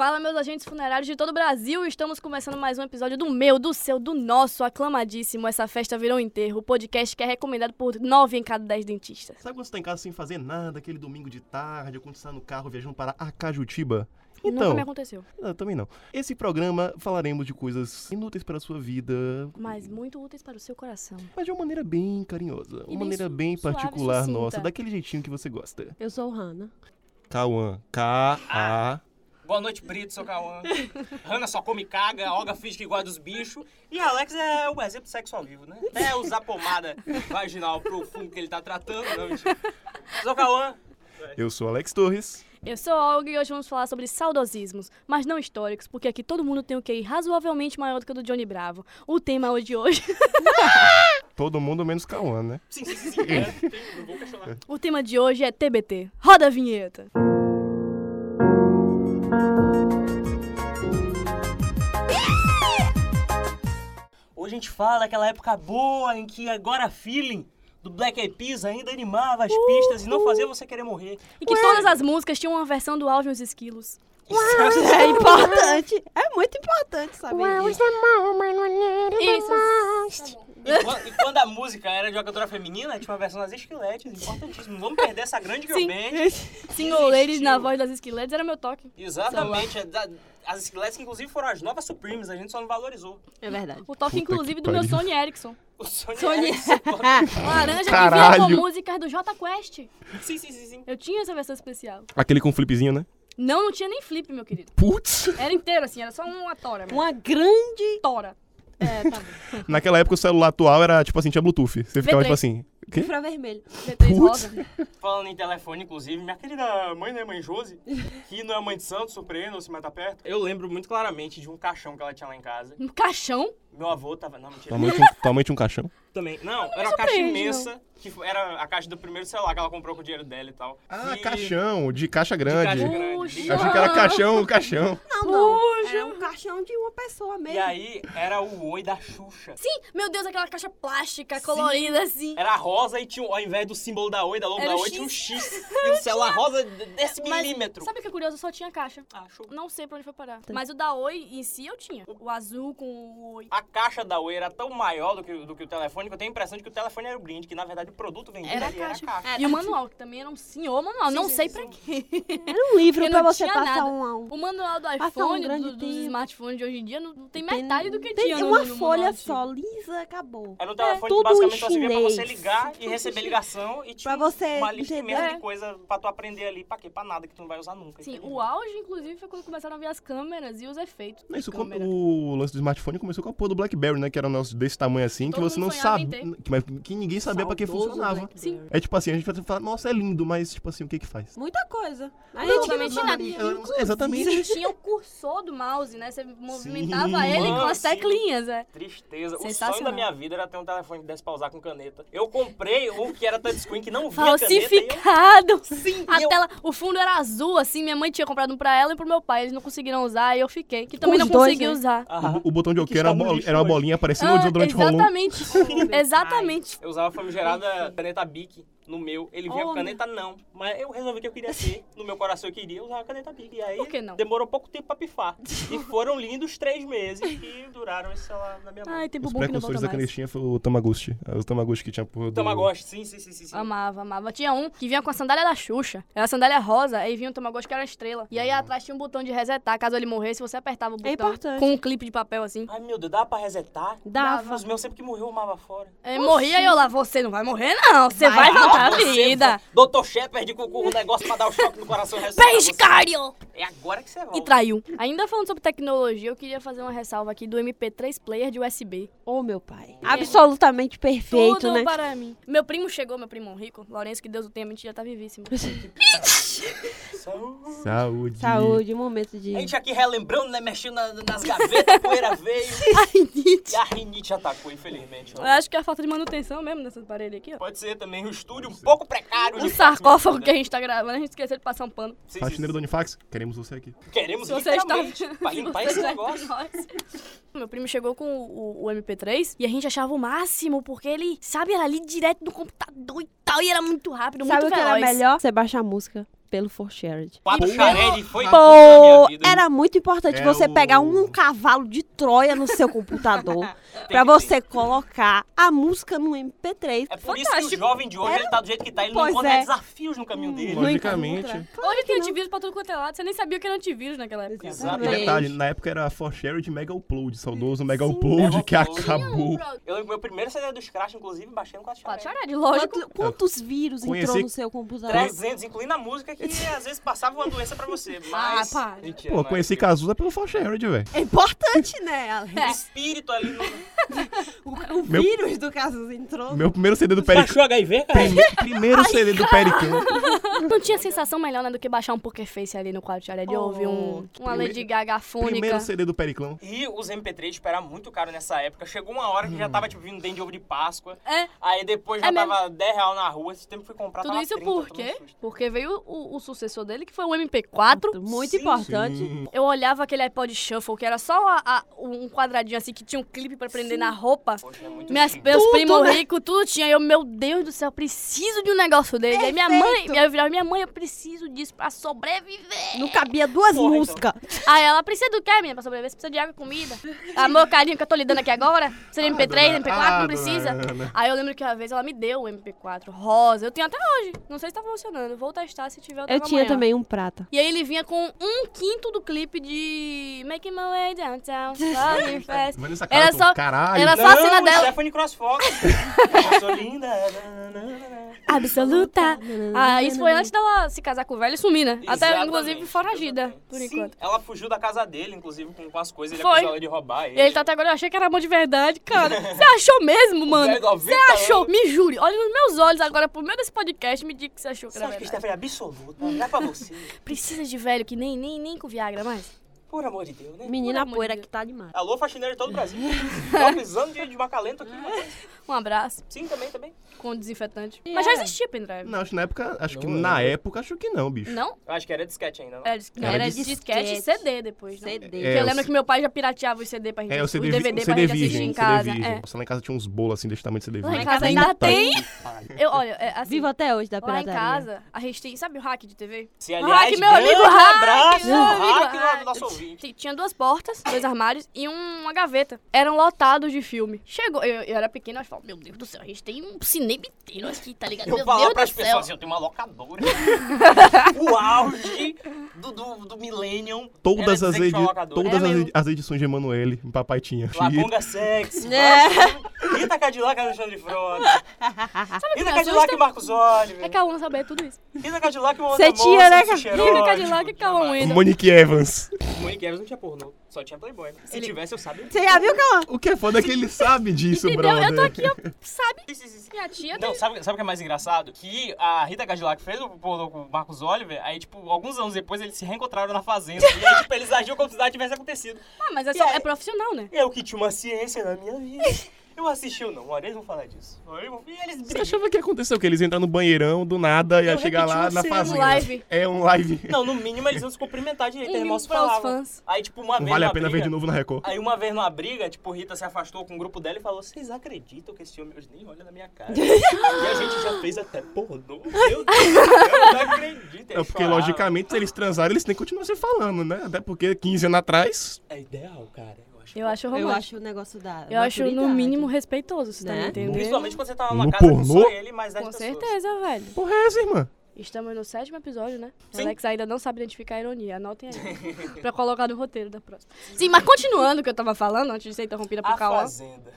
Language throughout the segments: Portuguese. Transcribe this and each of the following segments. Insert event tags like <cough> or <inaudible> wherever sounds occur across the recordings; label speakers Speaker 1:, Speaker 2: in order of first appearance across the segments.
Speaker 1: Fala, meus agentes funerários de todo o Brasil. Estamos começando mais um episódio do meu, do seu, do nosso aclamadíssimo Essa Festa Virou Enterro, o podcast que é recomendado por 9 em cada 10 dentistas.
Speaker 2: Sabe quando você tá em casa sem fazer nada, aquele domingo de tarde, ou quando você tá no carro viajando para Acajutiba?
Speaker 1: Nunca
Speaker 2: Então,
Speaker 1: me aconteceu,
Speaker 2: não, também não. Esse programa falaremos de coisas inúteis para a sua vida,
Speaker 1: mas muito úteis para o seu coração.
Speaker 2: mas de uma maneira bem carinhosa,
Speaker 1: bem
Speaker 2: uma maneira
Speaker 1: su-
Speaker 2: bem
Speaker 1: suave,
Speaker 2: particular
Speaker 1: sucinta.
Speaker 2: nossa, daquele jeitinho que você gosta.
Speaker 3: Eu sou Hanna.
Speaker 2: Cauã, K A
Speaker 4: Boa noite, Brito, sou
Speaker 1: <laughs>
Speaker 4: Cauã. Hanna só come e caga, Olga finge que guarda os bichos. E Alex é o exemplo de sexo ao vivo, né? Até usar pomada vaginal pro fungo que ele tá tratando, não, mentira. Sou Cauã.
Speaker 2: Eu sou Alex Torres.
Speaker 1: Eu sou a Olga e hoje vamos falar sobre saudosismos, mas não históricos, porque aqui todo mundo tem o QI razoavelmente maior do que o do Johnny Bravo. O tema hoje de hoje, <laughs>
Speaker 2: Todo mundo menos Cauã, né?
Speaker 4: Sim, sim, sim. sim. É, tem- não vou questionar.
Speaker 1: o tema de hoje é TBT. Roda a vinheta.
Speaker 4: Hoje a gente fala daquela época boa em que agora feeling do Black Eyed Peas ainda animava as pistas e não fazia você querer morrer.
Speaker 1: Uh! E que todas as músicas tinham uma versão do áudio e os esquilos.
Speaker 4: Isso
Speaker 1: <laughs>
Speaker 3: É importante. É muito importante saber disso.
Speaker 1: Isso.
Speaker 4: E quan- E quando a música era de jogadora feminina, tinha uma versão das esqueletes, importantíssimo. Não vamos perder essa grande girl
Speaker 1: Sim.
Speaker 4: band.
Speaker 1: Single ladies
Speaker 4: Existiu.
Speaker 1: na voz das esqueletas era meu toque.
Speaker 4: Exatamente. é da- As esqueletas que inclusive foram as novas Supremes, a gente só não valorizou.
Speaker 3: É verdade.
Speaker 1: O toque,
Speaker 2: Puta
Speaker 1: inclusive,
Speaker 2: que
Speaker 1: do meu
Speaker 2: pariu.
Speaker 1: Sony Erickson.
Speaker 4: O Sony.
Speaker 3: Sony-
Speaker 1: Laranja que vinha
Speaker 2: Caralho.
Speaker 1: com músicas do J Quest.
Speaker 4: sim, sim, sim, sim.
Speaker 1: Eu tinha essa versão especial.
Speaker 2: Aquele com flipzinho, né?
Speaker 1: Não, não tinha nem flip, meu querido. <laughs>
Speaker 2: Putz!
Speaker 1: Era inteiro, assim, era só uma tora. Uma
Speaker 3: Uma grande.
Speaker 1: tora.
Speaker 3: É, tá bom.
Speaker 2: Naquela época o celular atual era tipo assim, tinha Bluetooth. Você
Speaker 1: V3.
Speaker 2: ficava tipo assim. Quê?
Speaker 3: Pra vermelho.
Speaker 1: V3
Speaker 2: Putz.
Speaker 1: rosa. assim.
Speaker 4: Falando em telefone, inclusive, minha querida mãe, né, mãe Josi, que não é mãe de santo, surpreendam-se, mas tá perto. Eu lembro muito claramente de um caixão que ela tinha lá em casa.
Speaker 1: Um caixão.
Speaker 4: Meu avô tava... Não, mentira.
Speaker 2: Tua mãe tinha um- tua mãe tinha um caixão.
Speaker 4: Também. Não, era uma caixa
Speaker 1: surpreende,
Speaker 4: imensa, que foi- era a caixa do primeiro celular que ela comprou com o dinheiro dela e tal.
Speaker 2: Ah,
Speaker 4: E-
Speaker 2: caixão, de caixa
Speaker 4: de
Speaker 2: grande.
Speaker 4: caixa
Speaker 1: grande.
Speaker 2: Eu achei que era caixão, caixão.
Speaker 3: Não, não. Era um caixão de uma pessoa mesmo.
Speaker 4: E aí, era o oi da Xuxa.
Speaker 1: Sim, meu Deus, aquela caixa plástica,
Speaker 4: Sim. É
Speaker 1: colorida, assim.
Speaker 4: Era rosa e tinha, um- ao invés do símbolo da Oi, da logo
Speaker 1: Era
Speaker 4: da
Speaker 1: o
Speaker 4: Oi, tinha
Speaker 1: <laughs>
Speaker 4: um X. E o celular rosa de- desse
Speaker 1: Mas
Speaker 4: um milímetro.
Speaker 1: Sabe o que é curioso? Eu só tinha caixa.
Speaker 4: Ah, show.
Speaker 1: Não sei pra onde foi parar. Mas o da Oi em si eu tinha. O azul com o Oi.
Speaker 4: A caixa da Oi era tão maior do que, do que o telefone que eu tenho a impressão de que o telefone era o brinde, que na verdade o produto vendido
Speaker 1: Era a
Speaker 4: ali
Speaker 1: caixa. É.
Speaker 4: era a caixa.
Speaker 1: E o manual, que também era um senhor manual.
Speaker 4: Sim,
Speaker 1: não
Speaker 4: sim,
Speaker 1: sei
Speaker 4: sim,
Speaker 1: pra
Speaker 4: sim.
Speaker 1: quê.
Speaker 3: Era um livro
Speaker 1: Porque
Speaker 3: pra
Speaker 1: não
Speaker 3: você
Speaker 1: tinha
Speaker 3: passar
Speaker 1: nada.
Speaker 3: um a um.
Speaker 1: O manual do
Speaker 3: Passa
Speaker 1: iPhone,
Speaker 3: um grande
Speaker 1: do- dos
Speaker 3: tempo.
Speaker 1: smartphones de hoje em dia, não, não tem metade do que
Speaker 3: Tem
Speaker 1: tinha. no-
Speaker 3: uma
Speaker 1: no manual assim.
Speaker 3: folha
Speaker 1: antigo.
Speaker 3: só, lisa, acabou.
Speaker 4: Era um telefone que
Speaker 3: É tudo
Speaker 4: basicamente
Speaker 3: em
Speaker 4: só servia pra você
Speaker 3: chinês.
Speaker 4: ligar e receber ligação e tinha
Speaker 3: Pra você
Speaker 4: uma lista
Speaker 3: entender. É.
Speaker 4: imensa de coisa pra tu aprender ali. Pra quê? Pra nada que tu não vai usar nunca.
Speaker 1: É. Sim,
Speaker 4: entendeu?
Speaker 1: o auge, inclusive, foi quando começaram a ver as câmeras e os efeitos.
Speaker 2: Não,
Speaker 1: de
Speaker 2: isso quando
Speaker 1: câmera.
Speaker 2: o lance do smartphone começou com a porra do BlackBerry, né? Que era um negócio desse tamanho assim, que
Speaker 1: Todo
Speaker 2: você
Speaker 1: mundo
Speaker 2: não
Speaker 1: sonhava em
Speaker 2: sabe. Que, mas que ninguém sabia pra que
Speaker 3: Saudoso
Speaker 2: funcionava.
Speaker 3: Blackberry.
Speaker 1: Sim.
Speaker 2: É tipo assim, a gente vai falar, nossa, é lindo, mas tipo assim, o que que faz?
Speaker 3: Muita coisa.
Speaker 1: Não,
Speaker 3: A gente
Speaker 1: absolutamente
Speaker 3: não
Speaker 1: nada.
Speaker 3: sabia.
Speaker 2: Eu- Exatamente.
Speaker 1: E tinha o cursor do mouse, né? Você movimentava
Speaker 2: Sim.
Speaker 1: ele com
Speaker 4: Ah,
Speaker 1: as
Speaker 4: sim.
Speaker 1: teclinhas, é.
Speaker 4: Tristeza. O sonho
Speaker 1: Sensacional.
Speaker 4: da minha vida era ter um telefone que desse pra usar com caneta. Eu comprei um que era touchscreen que não via caneta. e eu-
Speaker 1: Falsificado!
Speaker 4: Sim,
Speaker 1: A
Speaker 4: e eu-
Speaker 1: tela, o fundo era azul, assim, minha mãe tinha comprado um pra ela e pro meu pai, eles não conseguiram usar, e eu fiquei, que também
Speaker 3: Os
Speaker 1: não
Speaker 3: dois,
Speaker 1: consegui
Speaker 3: né?
Speaker 1: usar.
Speaker 4: Aham.
Speaker 2: O, o botão de OK
Speaker 4: Ah. que
Speaker 2: era,
Speaker 4: está no
Speaker 2: bo-
Speaker 4: lixo
Speaker 2: era uma
Speaker 4: hoje.
Speaker 2: bolinha parecendo um
Speaker 1: Ah,
Speaker 2: desodorante rolou.
Speaker 1: exatamente,
Speaker 3: Ai.
Speaker 1: exatamente.
Speaker 4: Eu usava a famigerada caneta Bic no meu. Ele vinha
Speaker 3: Oh,
Speaker 4: com caneta não. Mas eu resolvi que eu queria ser. No meu coração eu queria usar a caneta Bic. E aí
Speaker 1: Por que não?
Speaker 4: demorou pouco tempo
Speaker 1: <laughs>
Speaker 4: pra pifar. E foram lindos três meses que duraram esse celular na minha mão.
Speaker 1: Ai, tempo
Speaker 2: Os
Speaker 1: bom que não volta
Speaker 2: precursores da
Speaker 1: mais.
Speaker 2: canetinha foi o Tamaguchi. É, O Tamaguchi que tinha a porra do...
Speaker 4: Tamagotchi, sim, sim, sim, sim. sim.
Speaker 1: Amava, amava. Tinha um que vinha com a sandália da Xuxa. Era a sandália rosa, aí vinha um tamagotchi que era estrela. E aí atrás tinha um botão de resetar, caso ele morresse, você apertava o botão.
Speaker 3: importante.
Speaker 1: Com um clipe de papel assim.
Speaker 4: Ai, meu Deus, dava pra resetar?
Speaker 3: Dava.
Speaker 4: Os meus sempre que morreu, eu amava fora.
Speaker 1: É, morria e eu lá, você não vai morrer não, você vai, voltar à vida.
Speaker 4: Doutor Shepard com com o negócio pra dar o choque no coração e ressuscitar você.
Speaker 1: Pescário!
Speaker 4: É agora que você volta.
Speaker 1: E traiu. Ainda falando sobre tecnologia, eu queria fazer uma ressalva aqui do MP3 player de USB.
Speaker 3: Ô, meu pai. É. Absolutamente perfeito,
Speaker 1: Tudo
Speaker 3: né?
Speaker 1: para mim. Meu primo chegou, meu primo rico, Lourenço, que Deus o tenha, mentira, tá vivíssimo.
Speaker 4: Saúde.
Speaker 2: Saúde.
Speaker 3: Saúde, momento de...
Speaker 4: Hum. A gente aqui relembrando, né? Mexendo na- nas gavetas, a poeira
Speaker 1: <laughs>
Speaker 4: veio. E a rinite atacou, infelizmente.
Speaker 1: Eu acho que é a falta de manutenção mesmo nessa parede aqui, ó.
Speaker 4: Pode ser também um estúdio <laughs> um pouco precário.
Speaker 1: O
Speaker 4: de-
Speaker 1: sarcófago que a gente tá gravando, a gente esqueceu de passar um pano.
Speaker 4: Sim, sim,
Speaker 2: Faxineiro do Unifax, queremos você aqui.
Speaker 4: sim. Queremos
Speaker 1: Se você está
Speaker 4: literalmente pra limpar
Speaker 1: se
Speaker 4: esse
Speaker 1: você está <laughs>
Speaker 4: negócio.
Speaker 1: entre nós. Meu primo chegou com o, o- o MP3 e a gente achava o máximo, porque ele, sabe, era ali direto do computador e tal, e era muito rápido,
Speaker 3: Sabe
Speaker 1: muito
Speaker 3: o que era
Speaker 1: veloz.
Speaker 3: melhor? Você baixa a música pelo For Shared.
Speaker 4: Quatro Shared foi Tá tudo na minha
Speaker 3: Pô,
Speaker 4: vida.
Speaker 3: era muito importante
Speaker 2: É
Speaker 3: você
Speaker 2: o-
Speaker 3: pegar um cavalo de Troia no
Speaker 4: <laughs>
Speaker 3: seu computador pra
Speaker 4: que
Speaker 3: você colocar a música no MP3.
Speaker 4: É por isso que o
Speaker 1: Fantástico.
Speaker 4: jovem de hoje ele tá do jeito que tá, ele não
Speaker 3: Pois
Speaker 4: encontra
Speaker 3: é.
Speaker 4: desafios no caminho dele.
Speaker 3: Não
Speaker 2: Logicamente.
Speaker 3: encontra.
Speaker 1: Hoje tem antivírus pra tudo quanto é lado. Você nem sabia que era antivírus naquela época.
Speaker 2: E
Speaker 4: Exatamente.
Speaker 2: detalhe, né? na época era For Share de Mega Upload, saudoso Mega
Speaker 3: Sim.
Speaker 2: Upload,
Speaker 4: Mega
Speaker 2: que
Speaker 4: Upload.
Speaker 2: acabou.
Speaker 4: Eu lembro meu primeiro CD dos Crash, inclusive, baixei no 4
Speaker 1: Pode
Speaker 4: Shared.
Speaker 1: chorar, de lógico.
Speaker 3: Quanto- quantos vírus entrou
Speaker 2: Conheci-
Speaker 3: no seu computador?
Speaker 4: 300, incluindo a
Speaker 1: <laughs>
Speaker 4: música que às vezes passava uma doença pra você. Mas.
Speaker 1: Ah, para.
Speaker 4: Mentira,
Speaker 2: Pô,
Speaker 4: mas-
Speaker 2: conheci Cazuza pelo For Share, velho.
Speaker 3: É importante, né, Alex?
Speaker 4: O espírito ali no.
Speaker 3: O, o
Speaker 2: Meu-
Speaker 3: vírus do Casus entrou.
Speaker 2: Meu primeiro CD
Speaker 1: tá
Speaker 2: do Pericão.
Speaker 4: HIV,
Speaker 2: Prime- Primeiro CD do Pericão.
Speaker 1: Não tinha sensação melhor, né, do que baixar um Poker Face ali no quadro de área de
Speaker 3: Oh,
Speaker 1: ouvir um, uma
Speaker 2: primeiro-
Speaker 1: Lady Gaga fônica.
Speaker 2: Primeiro CD do Periclão.
Speaker 4: E os MP3 tipo, era muito caro nessa época. Chegou uma hora que já tava, tipo, vindo dente de ovo de Páscoa.
Speaker 1: É.
Speaker 4: Aí depois já
Speaker 1: É mesmo.
Speaker 4: tava 10 real na rua. Esse tempo fui comprar,
Speaker 1: Tudo
Speaker 4: tava
Speaker 1: isso
Speaker 4: 30,
Speaker 1: por
Speaker 4: tomei
Speaker 1: quê?
Speaker 4: um susto.
Speaker 1: Porque veio o, o sucessor dele, que foi o MP4.
Speaker 3: Muito
Speaker 4: Sim,
Speaker 3: importante.
Speaker 1: Eu olhava aquele iPod Shuffle, que era só a- a- um quadradinho assim, que tinha um clipe pra prender na roupa.
Speaker 4: Poxa, é muito
Speaker 1: Minhas,
Speaker 4: chique.
Speaker 1: meus
Speaker 3: Tudo,
Speaker 1: primos
Speaker 3: né?
Speaker 1: ricos, tudo tinha. Eu, meu Deus do céu, eu preciso de um negócio dele. Aí minha mãe,
Speaker 3: Perfeito.
Speaker 1: minha, eu virava, minha mãe, eu preciso disso pra sobreviver.
Speaker 3: Não cabia duas
Speaker 4: Porra, então.
Speaker 3: músicas.
Speaker 1: Aí ela, precisa do quê, menina, pra sobreviver? Você precisa de água e comida. Tá, Amor, carinho que eu tô lhe dando aqui agora. Precisa de MP3,
Speaker 2: dona-
Speaker 1: MP4,
Speaker 2: ah,
Speaker 1: não precisa.
Speaker 2: dona Ana.
Speaker 1: Aí eu lembro que uma vez ela me deu o MP4 rosa. Eu tenho até hoje. Não sei se tá funcionando. Vou testar se tiver. Eu,
Speaker 3: Eu
Speaker 1: trago
Speaker 3: tinha
Speaker 1: amanhã.
Speaker 3: também um prata.
Speaker 1: E aí ele vinha com um quinto do clipe de Making My Way <laughs> Downtown, Falling Fast.
Speaker 2: Vendo essa cara,
Speaker 1: Era
Speaker 2: eu tô,
Speaker 1: só-
Speaker 2: Caralho.
Speaker 1: era Tá só- a cena dela- <laughs>
Speaker 4: Stephanie Crossfox. Eu sou linda. nananana.
Speaker 1: Absoluta. Ah, isso foi antes dela se casar com o velho e sumir, né? Até,
Speaker 4: Exatamente,
Speaker 1: inclusive, foragida, por
Speaker 4: Sim,
Speaker 1: enquanto.
Speaker 4: Ela fugiu da casa dele, inclusive, com, com as coisas. Ele
Speaker 1: Foi.
Speaker 4: acusou ela de roubar ele.
Speaker 1: E ele tá até agora, eu achei que era amor de verdade,
Speaker 4: <laughs>
Speaker 1: cara. Você achou mesmo, mano?
Speaker 4: velho com
Speaker 1: Você
Speaker 4: 90
Speaker 1: achou?
Speaker 4: anos.
Speaker 1: Me jure. Olha nos meus olhos agora, por meio desse podcast, me diga que você achou que
Speaker 4: Você
Speaker 1: era
Speaker 4: acha que
Speaker 1: verdade.
Speaker 4: Stephanie é absoluta? Não é
Speaker 1: <laughs>
Speaker 4: pra você.
Speaker 1: Precisa de velho que nem, nem, nem com Viagra mais.
Speaker 4: Por amor de Deus, né?
Speaker 3: Menina
Speaker 1: Pelo amor
Speaker 3: poeira
Speaker 1: de
Speaker 3: que tá demais.
Speaker 4: Alô, faxineiro de todo o
Speaker 1: <laughs>
Speaker 4: Brasil. Tô precisando de, de macalento aqui.
Speaker 1: Um abraço
Speaker 4: Sim, também, também.
Speaker 1: com desinfetante.
Speaker 3: E
Speaker 1: Mas já
Speaker 3: é.
Speaker 1: existia pendrive.
Speaker 2: Não, acho que na época. Acho que
Speaker 4: Não,
Speaker 2: na
Speaker 4: é.
Speaker 2: época, acho que não, bicho.
Speaker 1: Não?
Speaker 4: Eu acho que era disquete ainda, não?
Speaker 1: Era, dis-
Speaker 2: Era
Speaker 1: era
Speaker 2: disquete.
Speaker 1: disquete e CD depois, né?
Speaker 3: CD.
Speaker 1: Porque
Speaker 2: É,
Speaker 1: eu
Speaker 2: o
Speaker 1: lembro
Speaker 2: C-
Speaker 1: que meu pai já pirateava os CD pra gente,
Speaker 2: É, o
Speaker 1: os
Speaker 2: CD,
Speaker 1: DVD
Speaker 2: o
Speaker 1: pra
Speaker 2: CD
Speaker 1: gente assistir
Speaker 2: virgem.
Speaker 1: em
Speaker 2: o
Speaker 1: casa.
Speaker 2: CD virgem.
Speaker 1: É.
Speaker 2: Você lá em casa tinha uns bolos assim desse tamanho de CD
Speaker 1: Lá
Speaker 2: virgem.
Speaker 1: em casa ainda
Speaker 2: tá.
Speaker 1: tem. Eu, olha, é, assim,
Speaker 3: Viva até hoje da
Speaker 1: lá em
Speaker 3: pirataria.
Speaker 1: casa, a gente tem, sabe o hack de TV?
Speaker 4: Se,
Speaker 1: Hack, meu amigo
Speaker 4: grande
Speaker 1: Hack,
Speaker 4: abraço,
Speaker 1: meu amigo
Speaker 4: Hack,
Speaker 1: Hack.
Speaker 4: do nosso ouvinte.
Speaker 1: T- Tinha duas portas, dois armários e um- uma gaveta. Eram lotados de filme. Chegou, eu, eu era pequeno, eu falava, meu Deus do céu, a gente tem um cinema inteiro aqui, tá ligado?
Speaker 4: Eu
Speaker 1: meu
Speaker 4: falava
Speaker 1: Deus
Speaker 4: pras
Speaker 1: do céu.
Speaker 4: pessoas assim, eu tenho uma <laughs> locadora. o auge do, do, do Millennium. era
Speaker 2: Todas,
Speaker 4: dizer
Speaker 2: as,
Speaker 4: que
Speaker 2: edi
Speaker 4: tinha uma locadora.
Speaker 2: todas
Speaker 1: Era
Speaker 2: as,
Speaker 1: mesmo.
Speaker 2: as edições de Emanuele, papai tinha.
Speaker 4: Laconga Sex,
Speaker 3: É.
Speaker 4: Rita Cadillac Alexandre Frota,
Speaker 1: que
Speaker 4: Rita
Speaker 1: me
Speaker 4: Cadillac
Speaker 1: assusta?
Speaker 4: Marcos Oliver,
Speaker 1: É Cauã saber tudo isso.
Speaker 4: Rita Cadillac Moana
Speaker 3: Cê
Speaker 4: Moça,
Speaker 3: tinha, né,
Speaker 4: Lúcio
Speaker 3: cara?
Speaker 4: Xerox.
Speaker 1: Rita Cadillac e Cauã Wendel.
Speaker 2: Monique Evans.
Speaker 4: Monique Evans não tinha pornô, só tinha Playboy. Se tivesse, eu sabia.
Speaker 3: Você já viu que ela...
Speaker 2: O que é foda é que ele sabe disso,
Speaker 1: Entendeu?
Speaker 2: brother.
Speaker 1: Eu tô aqui, ó, sabe?
Speaker 4: Sim, sim, sim.
Speaker 1: Minha tia
Speaker 4: Não, sabe, sabe o que é mais engraçado? Que a Rita Cadillac fez o pornô com o Marcos Oliver, aí, tipo, alguns anos depois eles se reencontraram na fazenda. e aí, tipo, eles agiam como se nada tivesse acontecido.
Speaker 1: Ah, mas é,
Speaker 4: E
Speaker 1: só-
Speaker 4: aí?
Speaker 1: é profissional, né?
Speaker 4: Eu que tinha uma ciência na minha vida. Eu assisti ou não? Uma hora eles vão falar disso. Uma hora eles vão- E eles
Speaker 2: Você
Speaker 4: brigam.
Speaker 2: achava que ia acontecer o quê? Eles entrar no banheirão do nada e ia
Speaker 4: Eu
Speaker 2: chegar
Speaker 4: repeti
Speaker 2: lá
Speaker 4: uma
Speaker 2: na
Speaker 4: cena, um
Speaker 2: fazenda.
Speaker 1: live.
Speaker 2: É um live.
Speaker 4: Não, no mínimo eles vão se cumprimentar direito.
Speaker 1: Um
Speaker 4: eles mal se
Speaker 1: mimo pros
Speaker 4: falavam.
Speaker 1: fãs.
Speaker 4: Aí, tipo, uma
Speaker 2: Não
Speaker 4: vez.
Speaker 2: vale a
Speaker 4: numa
Speaker 2: pena ver
Speaker 4: briga-
Speaker 2: de novo na Record.
Speaker 4: Aí uma vez numa briga, tipo, Rita se afastou com o grupo dela e falou: Vocês acreditam que esse homem hoje nem olha na minha cara? e a gente já fez até pornô. Meu Deus, eu não acredito.
Speaker 2: É porque, logicamente, se eles transaram, eles têm que continuar se falando, né? Até porque 15 anos atrás.
Speaker 4: É ideal, cara.
Speaker 1: Eu
Speaker 4: Eu acho.
Speaker 1: acho
Speaker 3: Eu
Speaker 1: romântico.
Speaker 3: acho o negócio da
Speaker 1: Eu acho, no
Speaker 3: maturidade.
Speaker 1: mínimo, respeitoso, você tá
Speaker 3: Né?
Speaker 1: me entendendo?
Speaker 4: Principalmente quando você tá numa
Speaker 2: No
Speaker 4: casa com
Speaker 2: pornô?
Speaker 4: só ele e mais 10
Speaker 1: Com
Speaker 4: pessoas.
Speaker 1: certeza, velho.
Speaker 2: Porra, é essa, irmã?
Speaker 1: Estamos no sétimo episódio, né?
Speaker 4: Sim.
Speaker 1: Alex ainda não sabe identificar a ironia. Anotem
Speaker 4: <laughs>
Speaker 1: aí. pra colocar no roteiro da próxima. Sim, mas continuando o que eu tava falando, antes de ser interrompida por
Speaker 4: A
Speaker 1: Cauã.
Speaker 4: fazenda.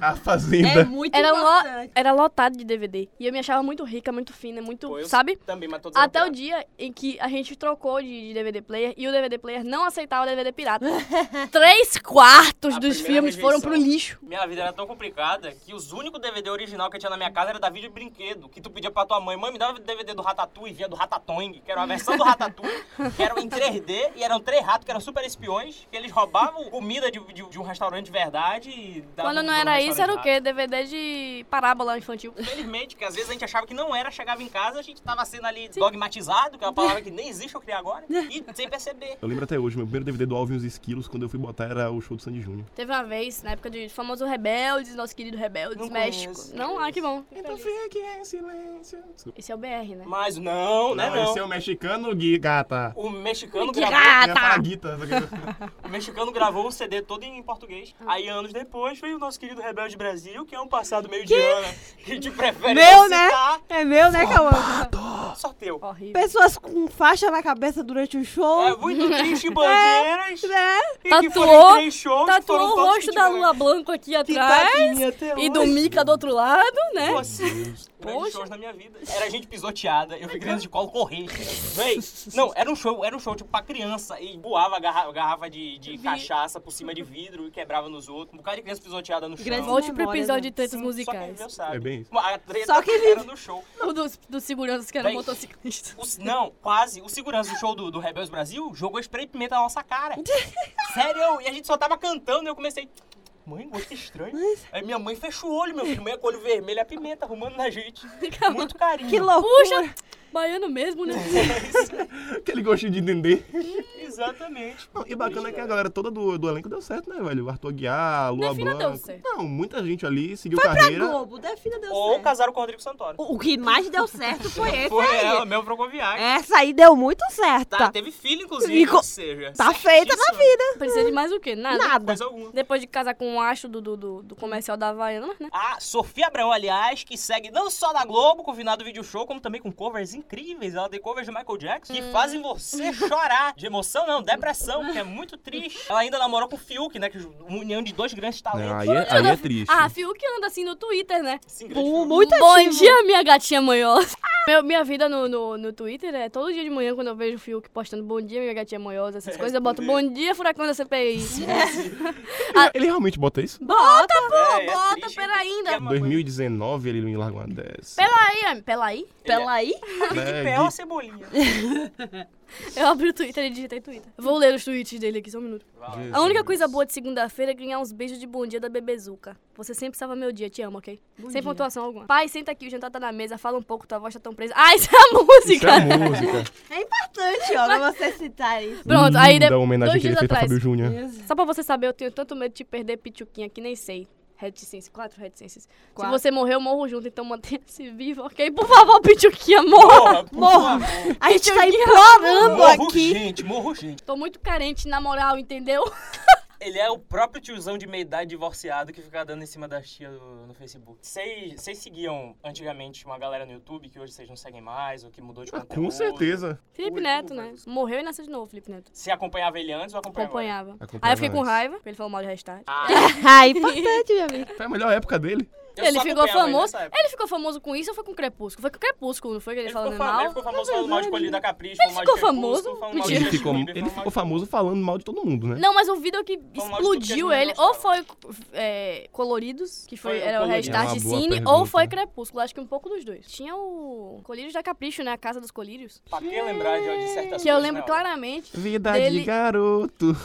Speaker 2: A
Speaker 3: É
Speaker 2: Fazenda.
Speaker 3: muito
Speaker 1: Era, lo,
Speaker 3: importante.
Speaker 1: era lotado de DVD. E eu me achava muito rica, muito fina, muito.
Speaker 4: Pô, eu
Speaker 1: sabe?
Speaker 4: Também, mas todos
Speaker 1: Até o dia em que a gente trocou de, de DVD player e o DVD player não aceitava DVD pirata.
Speaker 4: <laughs>
Speaker 1: Três quartos
Speaker 4: A
Speaker 1: dos
Speaker 4: primeira
Speaker 1: filmes foram pro
Speaker 4: rejeição.
Speaker 1: lixo.
Speaker 4: Minha vida era tão complicada que os únicos DVD original que tinha na minha casa era da vídeo de brinquedo, que tu pedia pra tua mãe, mãe, me dá o DVD do Ratatouille, vinha do Ratatouille, que era uma versão do Ratatouille, que era um em 3D, e eram três ratos que eram super espiões, que eles roubavam comida de, de- de um restaurante de verdade e davam um
Speaker 1: Quando não
Speaker 4: pro
Speaker 1: era isso, era o
Speaker 4: restaurante
Speaker 1: quê? DVD de parábola infantil.
Speaker 4: rato. Infelizmente, que às vezes a gente achava que não era, chegava em casa, a gente tava sendo ali dogmatizado,
Speaker 1: <laughs>
Speaker 4: que é uma palavra que nem existe eu criei agora, e sem perceber.
Speaker 2: Eu lembro até hoje, meu primeiro DVD do Alvin e os Esquilos, quando eu fui botar, era o show do Sandy Júnior.
Speaker 1: Teve uma vez, na época de famoso Rebeldes, nosso querido Rebeldes,
Speaker 4: Não
Speaker 1: México.
Speaker 4: conheço, não
Speaker 1: não, ah, que bom.
Speaker 2: fique em Então silêncio.
Speaker 1: Esse é o BR, né?
Speaker 4: Mas preso. Não, né? Não.
Speaker 2: Esse é o mexicano Gui, gata. é
Speaker 4: O mexicano
Speaker 1: Que
Speaker 4: gravou.
Speaker 1: gata!
Speaker 2: Eu ia falar guita, só <laughs> que-
Speaker 4: O mexicano gravou o CD todo em português.
Speaker 1: Ah.
Speaker 4: Aí, anos depois, veio o nosso querido Rebelde Brasil, que é um passado meio de Ana. Que a gente prefere
Speaker 3: Meu,
Speaker 4: não
Speaker 3: né?
Speaker 4: citar,
Speaker 3: É meu, né, Cauã?
Speaker 4: só teu.
Speaker 1: Horrível.
Speaker 3: Pessoas com faixa na cabeça durante o
Speaker 4: É
Speaker 3: show.
Speaker 4: muito
Speaker 1: <laughs>
Speaker 4: triste bandeiras.
Speaker 3: Né?
Speaker 4: e que foram
Speaker 1: Oh. Tá Tatuou,
Speaker 4: três shows, que
Speaker 1: tatuou
Speaker 4: foram
Speaker 1: o
Speaker 4: todos
Speaker 1: rosto
Speaker 4: que
Speaker 1: da
Speaker 4: tiveram-
Speaker 1: Lua Blanco aqui
Speaker 4: que
Speaker 1: atrás
Speaker 4: tá aqui até
Speaker 1: e do
Speaker 4: hoje.
Speaker 1: Mica do outro lado,
Speaker 3: É?
Speaker 1: né?
Speaker 4: Pô, assim, grandes shows na minha vida. Era gente pisoteada,
Speaker 3: Então.
Speaker 4: eu fui criança de colo corrente. Véi, não, era um show, era um show tipo pra criança. E voava garra- garrafa de, de
Speaker 1: Vi.
Speaker 4: cachaça por cima de vidro e quebrava nos outros. Um bocado de criança pisoteada no chão.
Speaker 3: Grandes
Speaker 1: Volte pro
Speaker 3: memórias,
Speaker 1: episódio
Speaker 3: né?
Speaker 1: de tretas
Speaker 4: Só quem
Speaker 1: musicais.
Speaker 4: viveu sabe.
Speaker 2: É bem isso.
Speaker 4: A treta
Speaker 3: Só quem
Speaker 4: era no show.
Speaker 1: O dos do seguranças que eram
Speaker 4: Bem. <laughs>
Speaker 1: motociclistas.
Speaker 4: Os- não, quase. O segurança do show do, do Rebels Brasil jogou spray e pimenta na nossa
Speaker 3: <laughs>
Speaker 4: cara. Sério, e a gente só tava cantando e eu comecei. Mãe, gosto estranho. Aí minha mãe fecha o olho, meu filho. Mãe com o olho vermelho, é a pimenta arrumando na gente. Muito carinho.
Speaker 3: Que loucura.
Speaker 1: Puxa, baiano mesmo, né?
Speaker 2: Aquele gostinho de entender.
Speaker 4: Exatamente.
Speaker 2: Não, e bacana é que a galera toda do, do elenco deu certo, né, velho? O Arthur Aguiar, a Lua
Speaker 1: No fim, não
Speaker 2: Blanco.
Speaker 1: deu certo.
Speaker 2: Não, muita gente ali seguiu
Speaker 3: Pra
Speaker 2: carreira.
Speaker 3: Globo, Delfina deu
Speaker 4: Ou
Speaker 3: certo.
Speaker 4: casaram com o Rodrigo Santoro.
Speaker 3: O o que mais deu certo foi esse
Speaker 4: Foi
Speaker 3: aí.
Speaker 4: ela, meu Procoviac.
Speaker 3: Essa aí deu muito certo.
Speaker 4: Tá, teve filho, inclusive,
Speaker 3: Nico-
Speaker 4: ou seja.
Speaker 3: Tá feita na
Speaker 4: certíssimo,
Speaker 3: vida.
Speaker 1: Precisa de mais o quê? Nada.
Speaker 3: Nada.
Speaker 4: Coisa alguma.
Speaker 1: Depois de casar com o Acho do, do, do- do comercial da Havaiana, né?
Speaker 4: A Sofia Abrão, aliás, que segue não só na Globo, com o Vinado Video Show, como também com covers incríveis. Ela tem covers de Michael Jackson que fazem você chorar. De emoção, não, depressão, porque é muito triste. Ela ainda namorou com o Fiuk, né? Que é uma união de dois grandes talentos.
Speaker 2: Não, aí, é, aí é triste.
Speaker 1: Ah, Fiuk anda assim no Twitter, né?
Speaker 4: Sim, grande
Speaker 3: Bom,
Speaker 4: Fiuk.
Speaker 3: muito
Speaker 1: Bom
Speaker 3: ativo.
Speaker 1: dia, minha gatinha manhosa. Meu- minha vida no, no, no Twitter é todo dia de manhã, quando eu vejo o Fiuk postando bom dia, minha gatinha manhosa, essas coisas, eu boto É, bom dia, furacão da CPI.
Speaker 2: Ele realmente bota isso?
Speaker 3: Bota,
Speaker 4: É, é
Speaker 1: Bota,
Speaker 4: triste.
Speaker 1: pera ainda.
Speaker 4: É uma coisa-
Speaker 2: 2019 ele me largou uma dessa.
Speaker 1: Pela aí, Ami, pela aí.
Speaker 3: pela aí.
Speaker 4: Que
Speaker 2: né,
Speaker 4: pé é uma
Speaker 2: Gui?
Speaker 4: cebolinha.
Speaker 1: Eu abri o Twitter e digitei Twitter. Vou ler os tweets dele aqui, só um minuto. A única coisa boa de segunda-feira é ganhar uns beijos de bom dia da bebezuca. Você sempre salva meu dia, te amo, ok? Sem pontuação alguma. Pai, senta aqui, o jantar tá na mesa, fala um pouco, tua voz tá tão presa. Ah, isso é a
Speaker 2: Isso
Speaker 1: <laughs> música!
Speaker 2: é música.
Speaker 3: É importante, ó, pra você citar isso.
Speaker 1: <laughs> Pronto, aí
Speaker 2: Linda
Speaker 1: de...
Speaker 2: a homenagem
Speaker 1: dois
Speaker 2: que ele
Speaker 1: dias
Speaker 2: fez a
Speaker 1: atrás.
Speaker 2: Fábio
Speaker 4: É.
Speaker 2: Júnior.
Speaker 1: Só pra você saber, eu tenho tanto medo de perder Pichuquinha que nem sei. Reticências, quatro reticências. Se
Speaker 3: Quatro.
Speaker 1: você morrer, eu morro junto, então mantenha-se vivo, ok? Por favor, Pichuquinha, morra!
Speaker 4: Porra, por
Speaker 3: Morra.
Speaker 4: favor.
Speaker 3: A gente tá implorando
Speaker 4: Morro
Speaker 3: aqui.
Speaker 4: gente, morro gente.
Speaker 1: Tô muito carente na moral, entendeu?
Speaker 4: Ele é o próprio tiozão de meia idade divorciado que fica dando em cima das tia do- no Facebook. Vocês vocês seguiam antigamente uma galera no YouTube que hoje vocês não seguem mais ou que mudou de conteúdo?
Speaker 2: Ah, Com certeza.
Speaker 1: Felipe
Speaker 4: Ui,
Speaker 1: Neto,
Speaker 4: como foi
Speaker 1: né?
Speaker 4: isso?
Speaker 1: Morreu e nasceu de novo, Felipe Neto.
Speaker 4: Você acompanhava ele antes ou acompanhava? agora?
Speaker 1: Acompanhava.
Speaker 2: Acompanhava
Speaker 1: Aí eu fiquei com
Speaker 2: antes.
Speaker 1: raiva, porque ele falou mal de Restart.
Speaker 4: É, Ah,
Speaker 3: <laughs> Ah, importante, minha amiga.
Speaker 2: Foi a melhor época dele.
Speaker 4: eu
Speaker 1: ele
Speaker 4: só
Speaker 1: ficou
Speaker 4: acompanhava
Speaker 1: famoso.
Speaker 4: nessa época.
Speaker 1: Ele ficou famoso com isso ou foi com Crepúsculo? Foi com Crepúsculo, não foi que ele,
Speaker 4: Ele
Speaker 1: falou
Speaker 4: ficou,
Speaker 1: falando
Speaker 4: fam- ele
Speaker 1: mal?
Speaker 4: ficou famoso falando mal de Colírio da Capricho.
Speaker 1: Ele
Speaker 4: falando mal de
Speaker 1: ficou
Speaker 4: Crepúsculo,
Speaker 1: famoso?
Speaker 4: falando mal de
Speaker 1: Mentira.
Speaker 2: Ele
Speaker 4: Justin
Speaker 2: ficou,
Speaker 4: Bieber,
Speaker 2: ele
Speaker 4: falando mal
Speaker 2: ficou
Speaker 4: de-
Speaker 2: famoso falando mal de todo mundo, né?
Speaker 1: Não, mas o vídeo que
Speaker 4: Falou mal de tudo que
Speaker 1: explodiu
Speaker 4: as
Speaker 1: ele,
Speaker 4: meninas
Speaker 1: ou
Speaker 4: gostavam.
Speaker 1: foi é, Coloridos, que foi,
Speaker 4: Foi o
Speaker 1: era o
Speaker 4: Coloridos.
Speaker 2: É
Speaker 1: Restart
Speaker 2: uma boa
Speaker 1: Cine,
Speaker 2: pergunta.
Speaker 1: ou foi Crepúsculo, acho que um pouco dos dois. Tinha o Colírios da Capricho, né, a Casa dos Colírios,
Speaker 4: Pra que lembrar de, de certas
Speaker 1: que eu
Speaker 4: coisas,
Speaker 1: lembro
Speaker 4: né?
Speaker 1: claramente.
Speaker 2: Vida
Speaker 1: Dele-
Speaker 2: de garoto.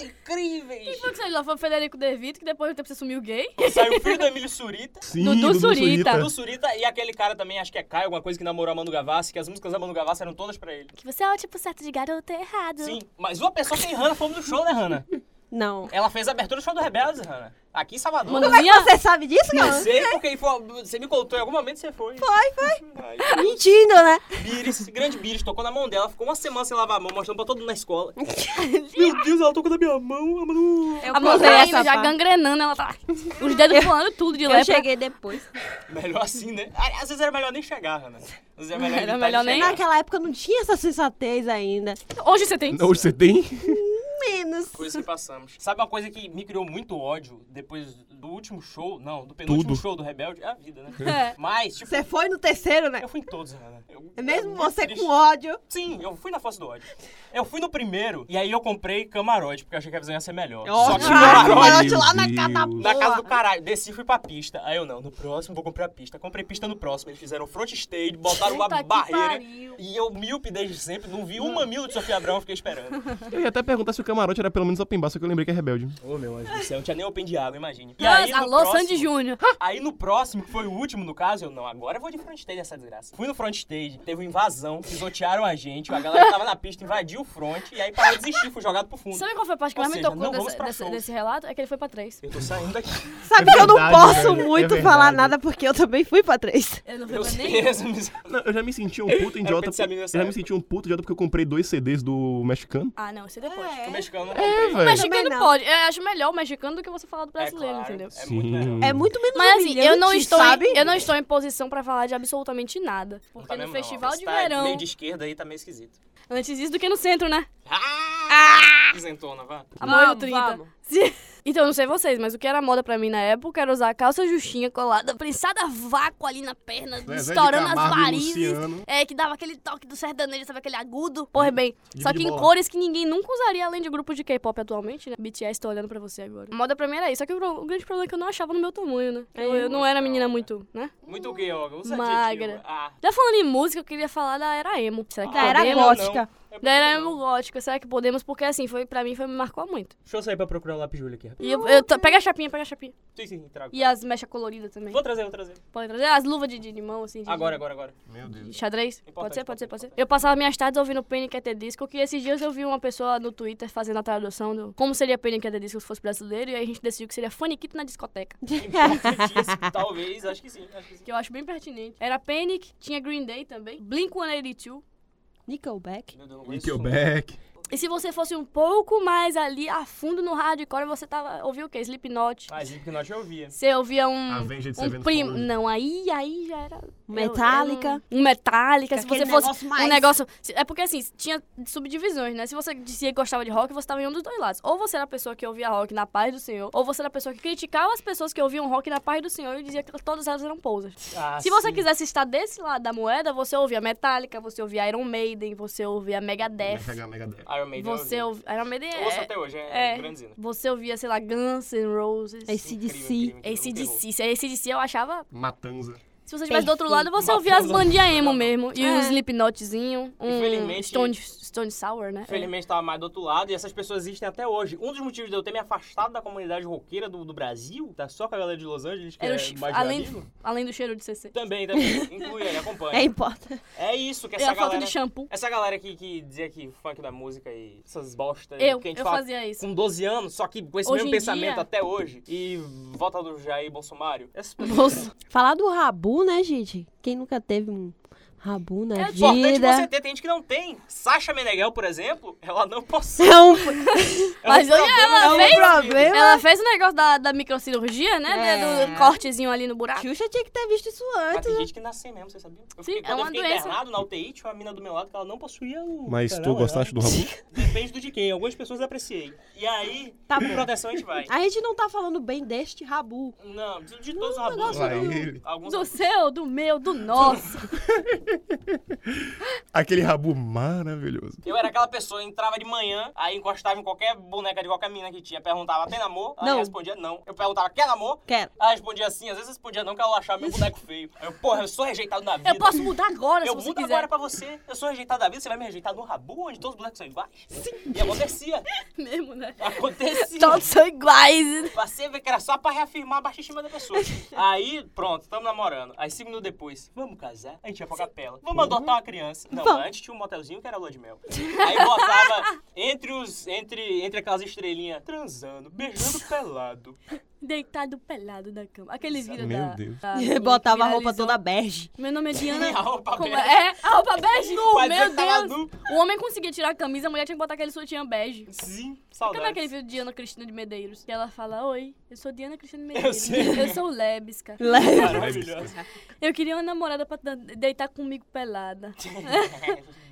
Speaker 1: <laughs>
Speaker 4: incríveis.
Speaker 1: Foi que saiu lá, foi o Federico De Vito, que depois de um tempo se sumiu gay.
Speaker 4: Saiu o filho do Emílio Surita.
Speaker 2: Sim,
Speaker 1: Dudu Surita.
Speaker 4: Do Surita e aquele cara também, acho que é Caio, alguma coisa que namorou a Manu Gavassi, que as músicas da Manu Gavassi eram todas pra ele.
Speaker 1: Que você é o tipo certo de garoto errado.
Speaker 4: Sim, mas uma pessoa tem Hanna fomos no show, né, Hanna?
Speaker 3: Não.
Speaker 4: Ela fez a abertura do show do Rebeldes, Hanna. Aqui em Salvador.
Speaker 1: Mano,
Speaker 3: Como é que você sabe disso,
Speaker 4: Não
Speaker 3: Cauã?
Speaker 4: sei, porque foi- você me contou, em algum momento você foi.
Speaker 3: Foi, foi.
Speaker 4: Ai,
Speaker 3: Mentindo, né?
Speaker 4: Bires, grande Bires, tocou na mão dela, ficou uma semana sem lavar a mão, mostrando pra todo mundo na escola.
Speaker 3: né?
Speaker 4: <laughs> Meu Deus, ela tocou na minha mão, mano.
Speaker 1: A mão dela ainda já gangrenando, ela tá... Os dedos voando tudo de
Speaker 3: Eu
Speaker 1: lepra.
Speaker 3: cheguei depois.
Speaker 4: Melhor assim, né? Às vezes era melhor nem chegar, Hanna. Às vezes era melhor,
Speaker 1: Era
Speaker 4: evitar de
Speaker 1: melhor nem-
Speaker 4: chegar.
Speaker 3: Naquela época não tinha essa sensatez ainda.
Speaker 1: Hoje você tem.
Speaker 2: <laughs> Hoje você tem?
Speaker 3: Menos.
Speaker 4: Coisas que passamos. Sabe uma coisa que me criou muito ódio depois do último show? Não, do penúltimo
Speaker 2: Tudo.
Speaker 4: show do Rebelde? É a vida, né?
Speaker 1: É.
Speaker 4: Mas, tipo,
Speaker 3: Você foi no terceiro, né?
Speaker 4: eu fui em todos, Ana. Eu-
Speaker 3: É Mesmo
Speaker 4: eu-
Speaker 3: você
Speaker 4: triste.
Speaker 3: com ódio.
Speaker 4: Sim, eu fui na fossa do ódio. Eu fui no primeiro, e aí eu comprei camarote, porque eu achei que a visão ia ser melhor.
Speaker 3: Ó,
Speaker 4: Só que
Speaker 3: cara,
Speaker 4: camarote...
Speaker 3: camarote lá na
Speaker 2: Meu
Speaker 3: catapulta.
Speaker 4: Na casa do caralho, desci e fui pra pista. Aí eu não, no próximo vou comprar pista. Comprei pista no próximo. Eles fizeram front stage, botaram uma
Speaker 1: Puta que
Speaker 4: barreira.
Speaker 1: pariu.
Speaker 4: E eu, míope desde sempre, não vi uma mil de Sofia Abrão, eu fiquei esperando.
Speaker 2: Eu ia até perguntar se o camarote era era pelo menos open bar, só que eu lembrei que é rebelde.
Speaker 4: Ô, meu anjo do céu, não tinha nem open de água, imagine. E
Speaker 1: Mas,
Speaker 4: aí, no
Speaker 1: alô,
Speaker 4: próximo-
Speaker 1: Sandy Júnior.
Speaker 4: Aí no próximo, que foi o último no caso, eu não, agora eu vou de front stage essa desgraça. Fui no front stage, teve uma invasão, pisotearam a gente, a galera tava na pista, invadiu o front, e aí parou de desistir, fui jogado pro fundo.
Speaker 1: Sabe qual foi a parte que
Speaker 4: Ou
Speaker 1: mais me
Speaker 4: seja,
Speaker 1: tocou
Speaker 4: não vamos
Speaker 1: desse,
Speaker 4: pra
Speaker 1: desse-
Speaker 4: shows.
Speaker 1: desse relato? É que ele foi pra três.
Speaker 4: Eu tô saindo daqui.
Speaker 3: Sabe
Speaker 2: É
Speaker 3: que eu não
Speaker 2: verdade,
Speaker 3: posso
Speaker 2: velho, é
Speaker 3: muito falar
Speaker 2: verdade.
Speaker 3: nada porque eu também fui pra três.
Speaker 1: Ele não foi
Speaker 4: Meus
Speaker 1: pra nenhum.
Speaker 4: pêsames.
Speaker 2: Não, eu já me senti um puto idiota.
Speaker 4: pra ser amigo
Speaker 2: eu
Speaker 4: dessa
Speaker 2: já me
Speaker 4: época.
Speaker 2: senti um puto idiota porque eu comprei dois CDs do mexicano.
Speaker 1: Ah, não, isso é depois.
Speaker 4: O mexicano né? não
Speaker 2: É,
Speaker 4: comprei.
Speaker 1: O
Speaker 2: velho.
Speaker 1: mexicano
Speaker 3: Também não.
Speaker 1: pode. Eu acho melhor o mexicano do que você falar do brasileiro,
Speaker 4: claro.
Speaker 1: entendeu?
Speaker 4: É muito melhor.
Speaker 3: É muito menos
Speaker 1: Mas assim, eu não,
Speaker 3: humilhante,
Speaker 1: estou
Speaker 3: sabe?
Speaker 1: em, eu não estou em posição pra falar de absolutamente nada. Porque
Speaker 4: Tá
Speaker 1: no
Speaker 4: mesmo não,
Speaker 1: festival
Speaker 4: ó.
Speaker 1: de
Speaker 4: Esse tá
Speaker 1: verão,
Speaker 4: meio de esquerda aí tá meio esquisito.
Speaker 1: antes disso do que no centro, né?
Speaker 4: Ah! Isentona, vá.
Speaker 1: Amor
Speaker 5: Vamos,
Speaker 1: 30.
Speaker 5: vamos.
Speaker 1: Sim. <laughs> Então, não sei vocês, mas o que era moda pra mim na época era usar calça justinha colada, prensada a vácuo ali na perna, estourando as varizes. É, que dava aquele toque do sertanejo, sabe? Aquele agudo. Pois bem,
Speaker 2: Gibi
Speaker 1: só que
Speaker 2: de
Speaker 1: em
Speaker 2: bola.
Speaker 1: cores que ninguém nunca usaria além de grupo de K-pop atualmente, né? BTS tá olhando pra você agora. A moda pra mim era isso, só que o, pro- o grande problema é que eu não achava no meu tamanho, né? Eu, eu não era menina muito, né?
Speaker 4: Muito gay, ó. Usa
Speaker 1: Magra.
Speaker 4: é adjetivo. Ah.
Speaker 1: Já falando em música, eu queria falar da era emo. Será que
Speaker 3: Da era
Speaker 1: podemos?
Speaker 3: gótica.
Speaker 4: É
Speaker 1: Da era emo gótica, será que podemos? Porque assim, foi, pra mim foi, me marcou muito.
Speaker 4: Deixa eu sair pra procurar o lápis Júlio aqui.
Speaker 1: E eu, eu tô- pega a chapinha, pega a chapinha.
Speaker 4: Sim, sim, trago.
Speaker 1: E as mechas coloridas também.
Speaker 4: Vou trazer, vou trazer.
Speaker 1: Pode trazer as luvas de, de mão, assim. De,
Speaker 4: Agora,
Speaker 1: <laughs>
Speaker 4: agora, agora.
Speaker 2: Meu Deus.
Speaker 1: de xadrez? pode
Speaker 4: Importante,
Speaker 1: ser, pode ser, pode
Speaker 4: importante,
Speaker 1: ser.
Speaker 4: importante.
Speaker 1: Eu passava minhas tardes ouvindo Panic at the Disco, que esses dias eu vi uma pessoa no Twitter fazendo a tradução do como seria Panic at the Disco se fosse brasileiro, e aí a gente decidiu que seria Faniquito na discoteca.
Speaker 3: <laughs> É.
Speaker 4: Dias, Talvez, acho que sim, acho que sim.
Speaker 1: Que eu acho bem pertinente. Era Panic, tinha Green Day também, Blink-182.
Speaker 3: Nickelback.
Speaker 4: Meu Deus, não conheço
Speaker 2: Nickelback.
Speaker 1: E se você fosse um pouco mais ali a fundo no hardcore, você tava ouvia o quê? Slipknot.
Speaker 4: som. Ah, Slipknot eu ouvia.
Speaker 1: Você ouvia um.
Speaker 2: Avenged
Speaker 1: um
Speaker 2: Sevenfold.
Speaker 1: primo. Não, aí, aí já era.
Speaker 3: Metallica.
Speaker 1: Um Metallica, se você
Speaker 3: Aquele
Speaker 1: fosse
Speaker 3: negócio
Speaker 1: um
Speaker 3: mais-
Speaker 1: negócio. se- É porque assim, tinha subdivisões, né? Se você dizia que gostava de rock, você tava em um dos dois lados. Ou você era a pessoa que ouvia rock na paz do Senhor, ou você era a pessoa que criticava as pessoas que ouviam rock na paz do Senhor e dizia que todas elas eram pousas.
Speaker 4: Ah,
Speaker 1: Se você
Speaker 4: sim.
Speaker 1: quisesse estar desse lado da moeda, você ouvia Metallica, você ouvia Iron Maiden, você ouvia Megadeth,
Speaker 2: Mega, mega dez.
Speaker 4: Iron Maiden.
Speaker 1: você
Speaker 4: eu ouvi.
Speaker 1: ouvia. Iron Maiden
Speaker 4: Eu ouço
Speaker 1: é.
Speaker 4: até hoje, é,
Speaker 1: é.
Speaker 4: grandes hinos.
Speaker 1: Você ouvia, sei lá, Guns N' Roses.
Speaker 3: Esse- ACDC.
Speaker 4: Incrível, incrível,
Speaker 1: Esse
Speaker 4: incrível.
Speaker 1: DC. Se é esse DC, eu achava
Speaker 2: Matanza.
Speaker 1: Se você estivesse do outro lado,
Speaker 3: Perfeito.
Speaker 1: você ouvia as
Speaker 4: Matanza.
Speaker 1: bandinhas emo mesmo. E
Speaker 3: É.
Speaker 1: um Slipknotzinho, um
Speaker 4: Infelizmente-
Speaker 1: Stone, Stone Sour, né?
Speaker 4: Infelizmente estava mais do outro lado e essas pessoas existem até hoje. Um dos motivos de eu ter me afastado da comunidade roqueira do, do Brasil, tá só com a galera de Los Angeles, que
Speaker 1: Era o
Speaker 4: é
Speaker 1: chi-
Speaker 4: mais
Speaker 1: além,
Speaker 4: amigo.
Speaker 1: além do cheiro de CC.
Speaker 4: Também, também. Inclui ele,
Speaker 3: É,
Speaker 1: <laughs>
Speaker 4: acompanha.
Speaker 3: importa.
Speaker 4: É isso que
Speaker 1: É
Speaker 4: essa
Speaker 1: a falta
Speaker 4: galera.
Speaker 1: de shampoo.
Speaker 4: Essa galera que, que dizia que funk da música e essas bostas
Speaker 1: Eu,
Speaker 4: que a gente
Speaker 1: eu
Speaker 4: fala
Speaker 1: fazia isso.
Speaker 4: com 12 anos, só que com esse
Speaker 1: Hoje
Speaker 4: mesmo
Speaker 1: em
Speaker 4: pensamento
Speaker 1: dia-
Speaker 4: até hoje. E volta do Jair Bolsonaro. Essas pessoas- <laughs>
Speaker 1: Bolso.
Speaker 3: Falar do rabu, né, gente? Quem nunca teve um rabu na
Speaker 1: É
Speaker 4: importante você
Speaker 3: vida?
Speaker 4: ter, tem gente que não tem. Sasha Meneghel, por exemplo, ela não possui.
Speaker 3: É um
Speaker 4: É
Speaker 1: Mas
Speaker 4: um
Speaker 1: olha,
Speaker 4: problema
Speaker 1: ela
Speaker 4: da
Speaker 1: fez-
Speaker 4: vida.
Speaker 3: problema.
Speaker 1: Ela fez o negócio da, da microcirurgia, né?
Speaker 3: É.
Speaker 1: Do cortezinho ali no buraco.
Speaker 3: Xuxa tinha que ter visto isso
Speaker 4: Mas
Speaker 3: antes.
Speaker 4: tem gente que nasce sem mesmo, você sabia? Eu
Speaker 1: Sim,
Speaker 4: fiquei,
Speaker 1: é
Speaker 4: quando
Speaker 1: uma
Speaker 4: eu fiquei
Speaker 1: doença.
Speaker 4: internado na UTI, tinha uma mina do meu lado que ela não possuía o...
Speaker 2: Mas tu
Speaker 4: canal,
Speaker 2: gostaste do
Speaker 4: ela-
Speaker 2: Rabu?
Speaker 4: Depende do de quem, algumas pessoas eu apreciei. E aí,
Speaker 3: Tá
Speaker 4: com proteção a gente vai.
Speaker 3: A gente não tá falando bem deste rabu.
Speaker 4: Não, de de
Speaker 1: um
Speaker 4: todos os
Speaker 3: negócio
Speaker 4: rabos.
Speaker 2: Lá
Speaker 4: não.
Speaker 2: ele.
Speaker 4: Alguns
Speaker 1: Do seu, do meu, do
Speaker 4: <laughs>
Speaker 1: nosso.
Speaker 2: <laughs> Aquele rabu maravilhoso.
Speaker 4: Eu era aquela pessoa, entrava de manhã, aí encostava em qualquer boneca de qualquer mina que tinha, perguntava, tem namoro? Ela
Speaker 3: Não.
Speaker 4: respondia não. Eu perguntava, quer namoro?
Speaker 3: Quero.
Speaker 4: Ela respondia assim, às vezes respondia não, que ela achava meu boneco feio. Aí Eu, porra, eu sou rejeitado na vida.
Speaker 1: Eu posso mudar agora, se
Speaker 4: Eu
Speaker 1: você
Speaker 4: mudo
Speaker 1: quiser.
Speaker 4: agora pra você. Eu sou rejeitado da vida, você vai me rejeitar no rabu, onde todos os bonecos são iguais? Sim. E acontecia.
Speaker 1: Mesmo, né?
Speaker 4: Acontecia.
Speaker 1: Todos são iguais.
Speaker 4: Você vê que era só pra reafirmar a baixa estima da pessoa.
Speaker 1: <laughs>
Speaker 4: Aí, pronto, estamos namorando. Aí, cinco minutos depois, vamos casar? A gente ia pra capela. Vamos adotar uma criança. Não, antes tinha um motelzinho que era lua de mel. Aí botava entre os. Entre, entre aquelas estrelinhas, transando, beijando
Speaker 1: <laughs>
Speaker 4: pelado.
Speaker 1: Deitado pelado na cama. Aquele vídeo
Speaker 2: Meu
Speaker 1: da...
Speaker 2: Deus.
Speaker 3: <laughs>
Speaker 1: da-
Speaker 3: Botava a roupa
Speaker 1: Ah, viralizou. <laughs>
Speaker 3: toda bege.
Speaker 1: Meu nome é
Speaker 4: <laughs>
Speaker 1: Diana.
Speaker 4: E a roupa
Speaker 1: Como
Speaker 4: bege.
Speaker 1: é? A roupa bege?
Speaker 4: Vai dizer
Speaker 1: Meu
Speaker 4: que tava
Speaker 1: Deus!
Speaker 4: nu.
Speaker 1: O homem conseguia tirar a camisa, a mulher tinha que botar aquele sutiã bege.
Speaker 4: Sim,
Speaker 1: Como é aquele
Speaker 4: saudade.
Speaker 1: vídeo de Ana Cristina de Medeiros? Que ela fala, oi, eu sou Diana Cristina de
Speaker 4: Eu
Speaker 1: Medeiros. né?
Speaker 4: sei.
Speaker 1: sou Lebesca. <laughs>
Speaker 4: Maravilhoso. <laughs>
Speaker 1: Eu queria uma namorada pra dan- deitar comigo pelada.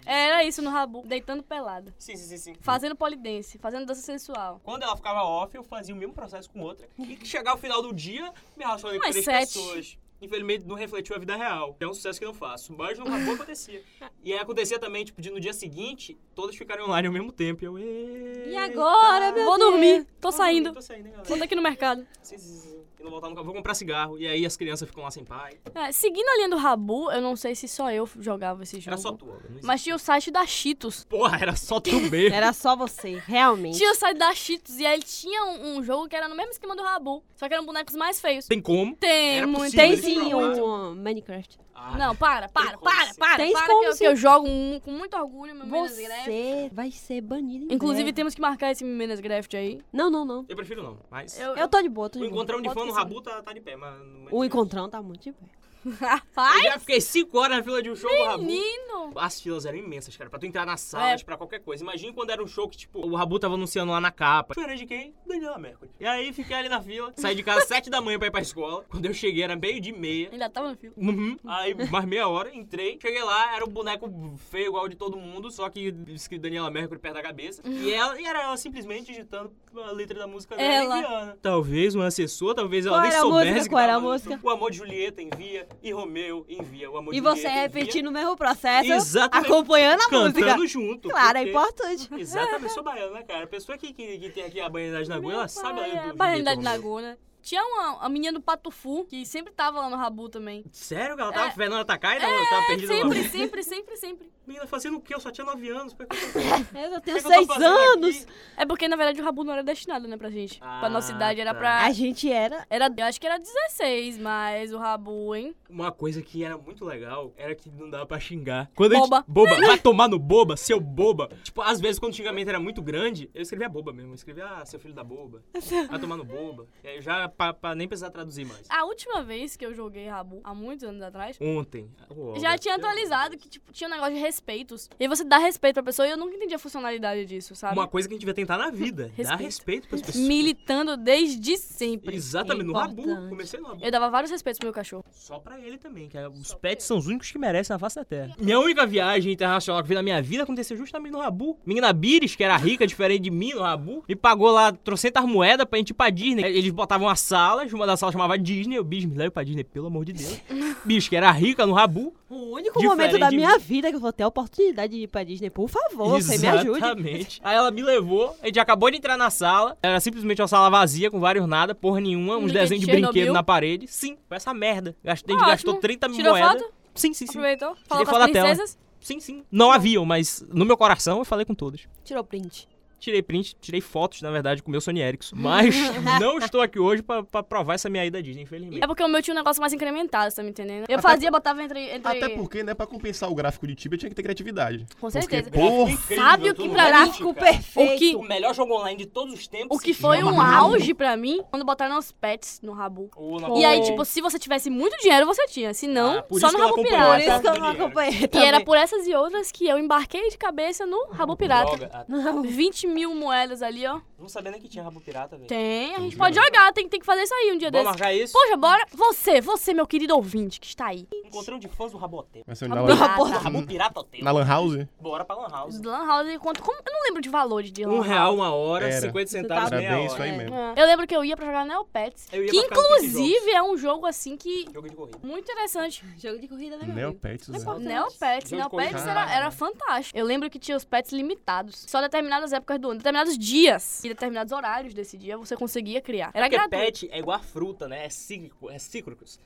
Speaker 1: Era isso no Rabu, deitando pelada.
Speaker 4: Sim, sim, sim, sim.
Speaker 1: Fazendo polidense, fazendo dança sensual.
Speaker 4: Quando ela ficava off, eu fazia o mesmo processo com outra. E que chegar ao final do dia, me relacionei com
Speaker 1: Umas
Speaker 4: três
Speaker 1: sete.
Speaker 4: pessoas. Infelizmente, não refletiu a vida real. É um sucesso que eu não faço. Mas no acabou,
Speaker 1: <laughs>
Speaker 4: acontecia. E aí acontecia também, tipo, de no dia seguinte, todas ficarem online ao mesmo tempo. E eu,
Speaker 1: E agora, meu Vou dormir, tô é saindo.
Speaker 4: Tô saindo, hein,
Speaker 1: Vou
Speaker 4: galera.
Speaker 1: daqui no mercado.
Speaker 4: Sim, sim, sim. e não voltar nunca. Vou comprar cigarro. E aí as crianças ficam lá sem pai.
Speaker 1: É, seguindo a linha do Rabu, eu não sei se só eu jogava esse jogo.
Speaker 4: Era só tua. não existia.
Speaker 1: Mas tinha o site da Cheetos.
Speaker 4: Porra, era só tu mesmo.
Speaker 3: Era só você, realmente.
Speaker 1: Tinha o site da Cheetos e aí tinha um, um jogo que era no mesmo esquema do Rabu. Só que eram bonecos mais feios.
Speaker 4: Tem como?
Speaker 1: Tem,
Speaker 4: Era
Speaker 1: muito.
Speaker 4: possível
Speaker 3: Tem
Speaker 4: eles
Speaker 3: sim
Speaker 4: provaram.
Speaker 3: um Minecraft.
Speaker 4: Ah,
Speaker 1: Não, para, para,
Speaker 4: como
Speaker 1: para,
Speaker 4: sim.
Speaker 1: para.
Speaker 3: Tem
Speaker 1: para
Speaker 3: como
Speaker 1: que, eu, que
Speaker 3: sim.
Speaker 1: eu jogo um- com muito orgulho, meu Minas Graft.
Speaker 3: Você né? vai ser banido em
Speaker 1: Inclusive,
Speaker 3: breve.
Speaker 1: temos que marcar esse Minas Graft
Speaker 3: <laughs>
Speaker 1: aí.
Speaker 3: Não, não, não.
Speaker 4: Eu prefiro não, mas...
Speaker 1: Eu,
Speaker 3: Eu tô de boa, tô
Speaker 4: O
Speaker 3: de boa.
Speaker 4: encontrão de
Speaker 1: Bota
Speaker 4: fã no
Speaker 1: que sim.
Speaker 4: Rabu tá, tá de pé, mas...
Speaker 3: O encontrão tá muito de boa.
Speaker 1: Rapaz,
Speaker 4: Eu já fiquei 5 horas na fila de um show do Rabu.
Speaker 1: menino! É.
Speaker 4: As filas eram imensas, cara. Pra tu entrar nas salas, pra qualquer coisa. Imagina quando era um show que, tipo, o Rabu tava anunciando lá na capa. Show era de quem? Daniela Mercury. E aí fiquei ali na fila, saí de casa às 7 da manhã pra ir pra escola. Quando eu cheguei era meio de meia.
Speaker 1: Ainda tava no fio.
Speaker 4: Uhum. Aí, mais meia hora, entrei. Cheguei lá, era um boneco feio igual de todo mundo, só que escrito Daniela Mercury perto da cabeça.
Speaker 3: Uhum.
Speaker 4: E, ela, e era ela simplesmente digitando a letra da música dela
Speaker 1: Ela.
Speaker 4: e enviando. Talvez um assessor, talvez
Speaker 3: Qual
Speaker 4: ela nem
Speaker 3: era a
Speaker 4: soubesse.
Speaker 3: música?
Speaker 4: que
Speaker 3: Qual era
Speaker 4: tava
Speaker 3: a
Speaker 4: lançando.
Speaker 3: música?
Speaker 4: O Amor de Julieta envia e Romeu envia. O Amor
Speaker 3: E
Speaker 4: de
Speaker 3: você
Speaker 4: Julieta envia.
Speaker 3: repetindo o mesmo processo,
Speaker 4: Exatamente.
Speaker 3: acompanhando a
Speaker 4: Cantando
Speaker 3: música.
Speaker 4: junto.
Speaker 3: Claro, é
Speaker 4: porque- <laughs>
Speaker 3: importante.
Speaker 4: Exatamente, sou baiano, né, cara? A pessoa que, que, que tem aqui a baianidade na Goa, ela sabe a do- do
Speaker 1: Banalidade
Speaker 4: Vitor
Speaker 1: da
Speaker 4: Romeu.
Speaker 1: Gona. né? Tinha uma, a menina do Patufu, que sempre tava lá no Rabu também.
Speaker 4: Sério que ela
Speaker 3: É.
Speaker 4: tava Fernanda Takai? Não, ela tava
Speaker 1: É,
Speaker 4: perdida
Speaker 1: sempre,
Speaker 4: lá.
Speaker 1: sempre, sempre, sempre.
Speaker 4: Menina, fazendo o quê? Eu só tinha 9 anos. Por
Speaker 1: <laughs>
Speaker 4: que que eu-
Speaker 3: Eu
Speaker 4: por que
Speaker 3: já tenho
Speaker 4: que eu tô
Speaker 3: seis
Speaker 4: fazendo aqui?
Speaker 3: anos.
Speaker 1: É porque, na verdade, o Rabu não era destinado, né, pra gente. pra
Speaker 4: Ah,
Speaker 1: nossa idade, era
Speaker 4: tá.
Speaker 1: pra...
Speaker 3: A gente era.
Speaker 1: Era, eu acho que era 16, mas o Rabu, hein?
Speaker 4: Uma coisa que era muito legal era que não dava pra xingar. Quando A
Speaker 1: Boba.
Speaker 4: gente, boba. Vai tomar no boba, seu boba. Tipo, às vezes quando o xingamento era muito grande, eu escrevia boba mesmo. Eu escrevia, ah, seu filho da boba. Vai tomar no boba. E aí já pra, pra nem precisar traduzir mais.
Speaker 1: A última vez que eu joguei Rabu, há muitos anos atrás,
Speaker 4: Ontem. Uou,
Speaker 1: já tinha atualizado que, tipo, tinha um negócio de respeitos. E aí você dá respeito pra pessoa e eu nunca entendi a funcionalidade disso, sabe?
Speaker 4: Uma coisa que a gente devia tentar na vida. Dar
Speaker 1: Respeito.
Speaker 4: respeito pras pessoas.
Speaker 1: Militando desde sempre.
Speaker 4: Exatamente,
Speaker 1: é
Speaker 4: no Rabu.
Speaker 3: Importante.
Speaker 4: Comecei no Rabu.
Speaker 1: Eu dava vários respeitos pro meu cachorro.
Speaker 4: Só pra ele também, que é- os pets são os únicos que merecem a face da terra. Minha única viagem internacional que fiz na minha vida aconteceu justamente no Rabu. Menina Bires, que era rica, diferente de mim, no Rabu, me pagou lá trocentas moedas pra gente ir pra Disney. Eles botavam as salas, uma das salas chamava Disney, eu, bicho, me leva pra Disney, pelo amor de Deus. Bicho, que era rica no Rabu.
Speaker 3: O único
Speaker 4: Diferente
Speaker 3: momento da
Speaker 4: de
Speaker 3: minha vida que eu vou ter a oportunidade de ir pra Disney. Por favor, você me ajude.
Speaker 4: Exatamente. Aí ela me levou, a gente acabou de entrar na sala, era simplesmente uma sala vazia, com vários nada, porra nenhuma, uns
Speaker 1: Brinquedo
Speaker 4: desenhos de
Speaker 1: de Chernobyl.
Speaker 4: brinquedo na parede. Sim, foi essa merda. Gastei, a gente
Speaker 1: Ah,
Speaker 4: gastou
Speaker 1: ótimo.
Speaker 4: 30 mil
Speaker 1: Tirou
Speaker 4: moedas.
Speaker 1: foto?
Speaker 4: Sim, sim, sim.
Speaker 1: Aproveitou? Falou com
Speaker 4: fora
Speaker 1: as
Speaker 4: da tela.
Speaker 1: princesas?
Speaker 4: Sim, sim. Não haviam, mas no meu coração eu falei com todos.
Speaker 3: Tirou print.
Speaker 4: Tirei print, tirei fotos, na verdade, com o meu Sony Ericsson.
Speaker 1: <laughs>
Speaker 4: Mas não estou aqui hoje pra, pra provar essa minha ida à Disney, infelizmente.
Speaker 1: É porque o meu tinha um negócio mais incrementado, você tá me entendendo? Eu
Speaker 2: Até
Speaker 1: fazia, botava entre. entre...
Speaker 2: Até porque, né, pra compensar o gráfico de Tibia tinha que ter criatividade.
Speaker 1: Com
Speaker 4: é
Speaker 1: certeza.
Speaker 2: Porque, porra,
Speaker 1: Sabe o que pra mim
Speaker 3: Gráfico perfeito.
Speaker 1: que-
Speaker 4: O melhor jogo online de todos os tempos.
Speaker 1: O que foi um
Speaker 2: Mamado.
Speaker 1: auge pra mim quando botaram os pets no Rabu.
Speaker 4: Ou na-
Speaker 1: E aí, tipo, se você tivesse muito dinheiro, você tinha. Se não,
Speaker 4: Ah, por
Speaker 1: só
Speaker 4: isso
Speaker 1: no
Speaker 4: que eu
Speaker 1: Rabu
Speaker 4: acompanhava
Speaker 3: Por
Speaker 1: Pirata.
Speaker 3: isso que eu não
Speaker 4: Dinheiro.
Speaker 3: acompanhei
Speaker 1: E
Speaker 3: também.
Speaker 1: era por essas e outras que eu embarquei de cabeça no Rabu Pirata.
Speaker 4: Droga. Ah,
Speaker 3: Não.
Speaker 1: 20 mil moedas ali, ó.
Speaker 4: Não sabia nem que tinha rabo pirata, velho.
Speaker 1: Tem, a gente pode jogar, tem, tem que fazer isso aí um dia desse.
Speaker 4: Vamos marcar isso?
Speaker 1: Poxa, bora. Você, você, meu querido ouvinte, que está aí.
Speaker 4: Encontrão de fãs do Rabotel.
Speaker 2: Vai ser
Speaker 1: Tá
Speaker 2: na,
Speaker 1: bom.
Speaker 2: lan-
Speaker 3: Porra,
Speaker 4: Rabo pirata hotel.
Speaker 2: na Lan House?
Speaker 4: Bora pra Lan House.
Speaker 1: Os Lan House, quanto. Como, eu não lembro de valores de Lan
Speaker 4: Um
Speaker 1: House.
Speaker 4: real uma hora,
Speaker 2: Era.
Speaker 4: 50 centavos
Speaker 2: Era
Speaker 3: Tá
Speaker 4: meia
Speaker 2: bem
Speaker 4: hora.
Speaker 2: isso aí
Speaker 3: É.
Speaker 2: mesmo.
Speaker 1: É. Eu lembro que eu ia pra jogar Neopets.
Speaker 4: Eu ia
Speaker 1: Que
Speaker 4: pra casa desses
Speaker 1: inclusive é um jogo assim que.
Speaker 4: Jogo de corrida.
Speaker 1: Muito interessante.
Speaker 3: Jogo de corrida, né, meu amigo?
Speaker 2: Neopets, né?
Speaker 3: importa.
Speaker 1: Neopets.
Speaker 4: Jogo de
Speaker 1: Neopets
Speaker 4: corrida.
Speaker 1: era, era fantástico. Eu lembro que tinha os pets limitados. Só determinadas épocas do ano, determinados dias e determinados horários desse dia você conseguia criar. Era
Speaker 4: Porque
Speaker 1: gratuito.
Speaker 4: pet é igual a fruta, né? É cíclico, é cíclicos.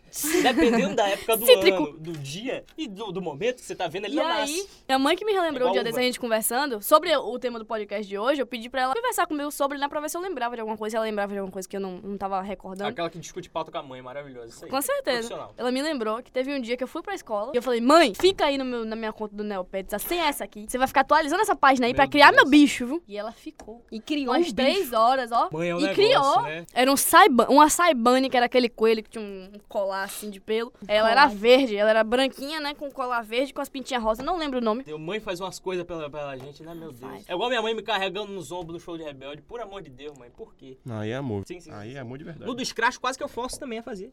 Speaker 4: Dependendo da época do
Speaker 1: Cítrico.
Speaker 4: ano, do dia e do, do momento que você tá vendo, ele
Speaker 1: E
Speaker 4: não
Speaker 1: aí,
Speaker 4: nasce. É
Speaker 1: minha mãe que me relembrou
Speaker 4: Igual
Speaker 1: um dia
Speaker 4: uva.
Speaker 1: desse, a gente conversando, sobre o tema do podcast de hoje, eu pedi pra ela conversar comigo sobre, né, pra ver se eu lembrava de alguma coisa, ela lembrava de alguma coisa que eu não, não tava recordando.
Speaker 4: Aquela que discute pauta com a mãe, maravilhosa. Isso aí.
Speaker 1: Com certeza.
Speaker 4: Profissional.
Speaker 1: Ela me lembrou que teve um dia que eu fui pra escola e eu falei, mãe, fica aí no meu, na minha conta do Neopets, assim essa aqui. Você vai ficar atualizando essa página aí
Speaker 4: Meu
Speaker 1: pra criar
Speaker 4: Deus.
Speaker 1: meu bicho, viu? E ela ficou.
Speaker 3: E criou
Speaker 1: Umas
Speaker 3: um bicho.
Speaker 1: três horas, ó.
Speaker 4: Mãe é um
Speaker 1: e
Speaker 4: negócio,
Speaker 1: criou.
Speaker 4: né?
Speaker 1: Era um saiba, uma saibane, que era aquele coelho que tinha um colar assim de pelo.
Speaker 4: Um
Speaker 1: Ela era
Speaker 3: colar.
Speaker 1: verde, ela era branquinha, né? Com colar verde, com as pintinhas rosa. Não lembro o nome.
Speaker 4: Meu mãe faz umas coisas pela, pela gente, né? Meu Deus.
Speaker 1: Faz.
Speaker 4: É igual minha mãe me carregando nos ombros no show de Rebelde. Por amor de Deus, mãe. Por quê?
Speaker 2: Não, aí é amor.
Speaker 4: Sim, sim, sim.
Speaker 2: Aí é amor de verdade.
Speaker 4: No do Scratch, quase que eu forço também
Speaker 1: <laughs>
Speaker 4: a fazer.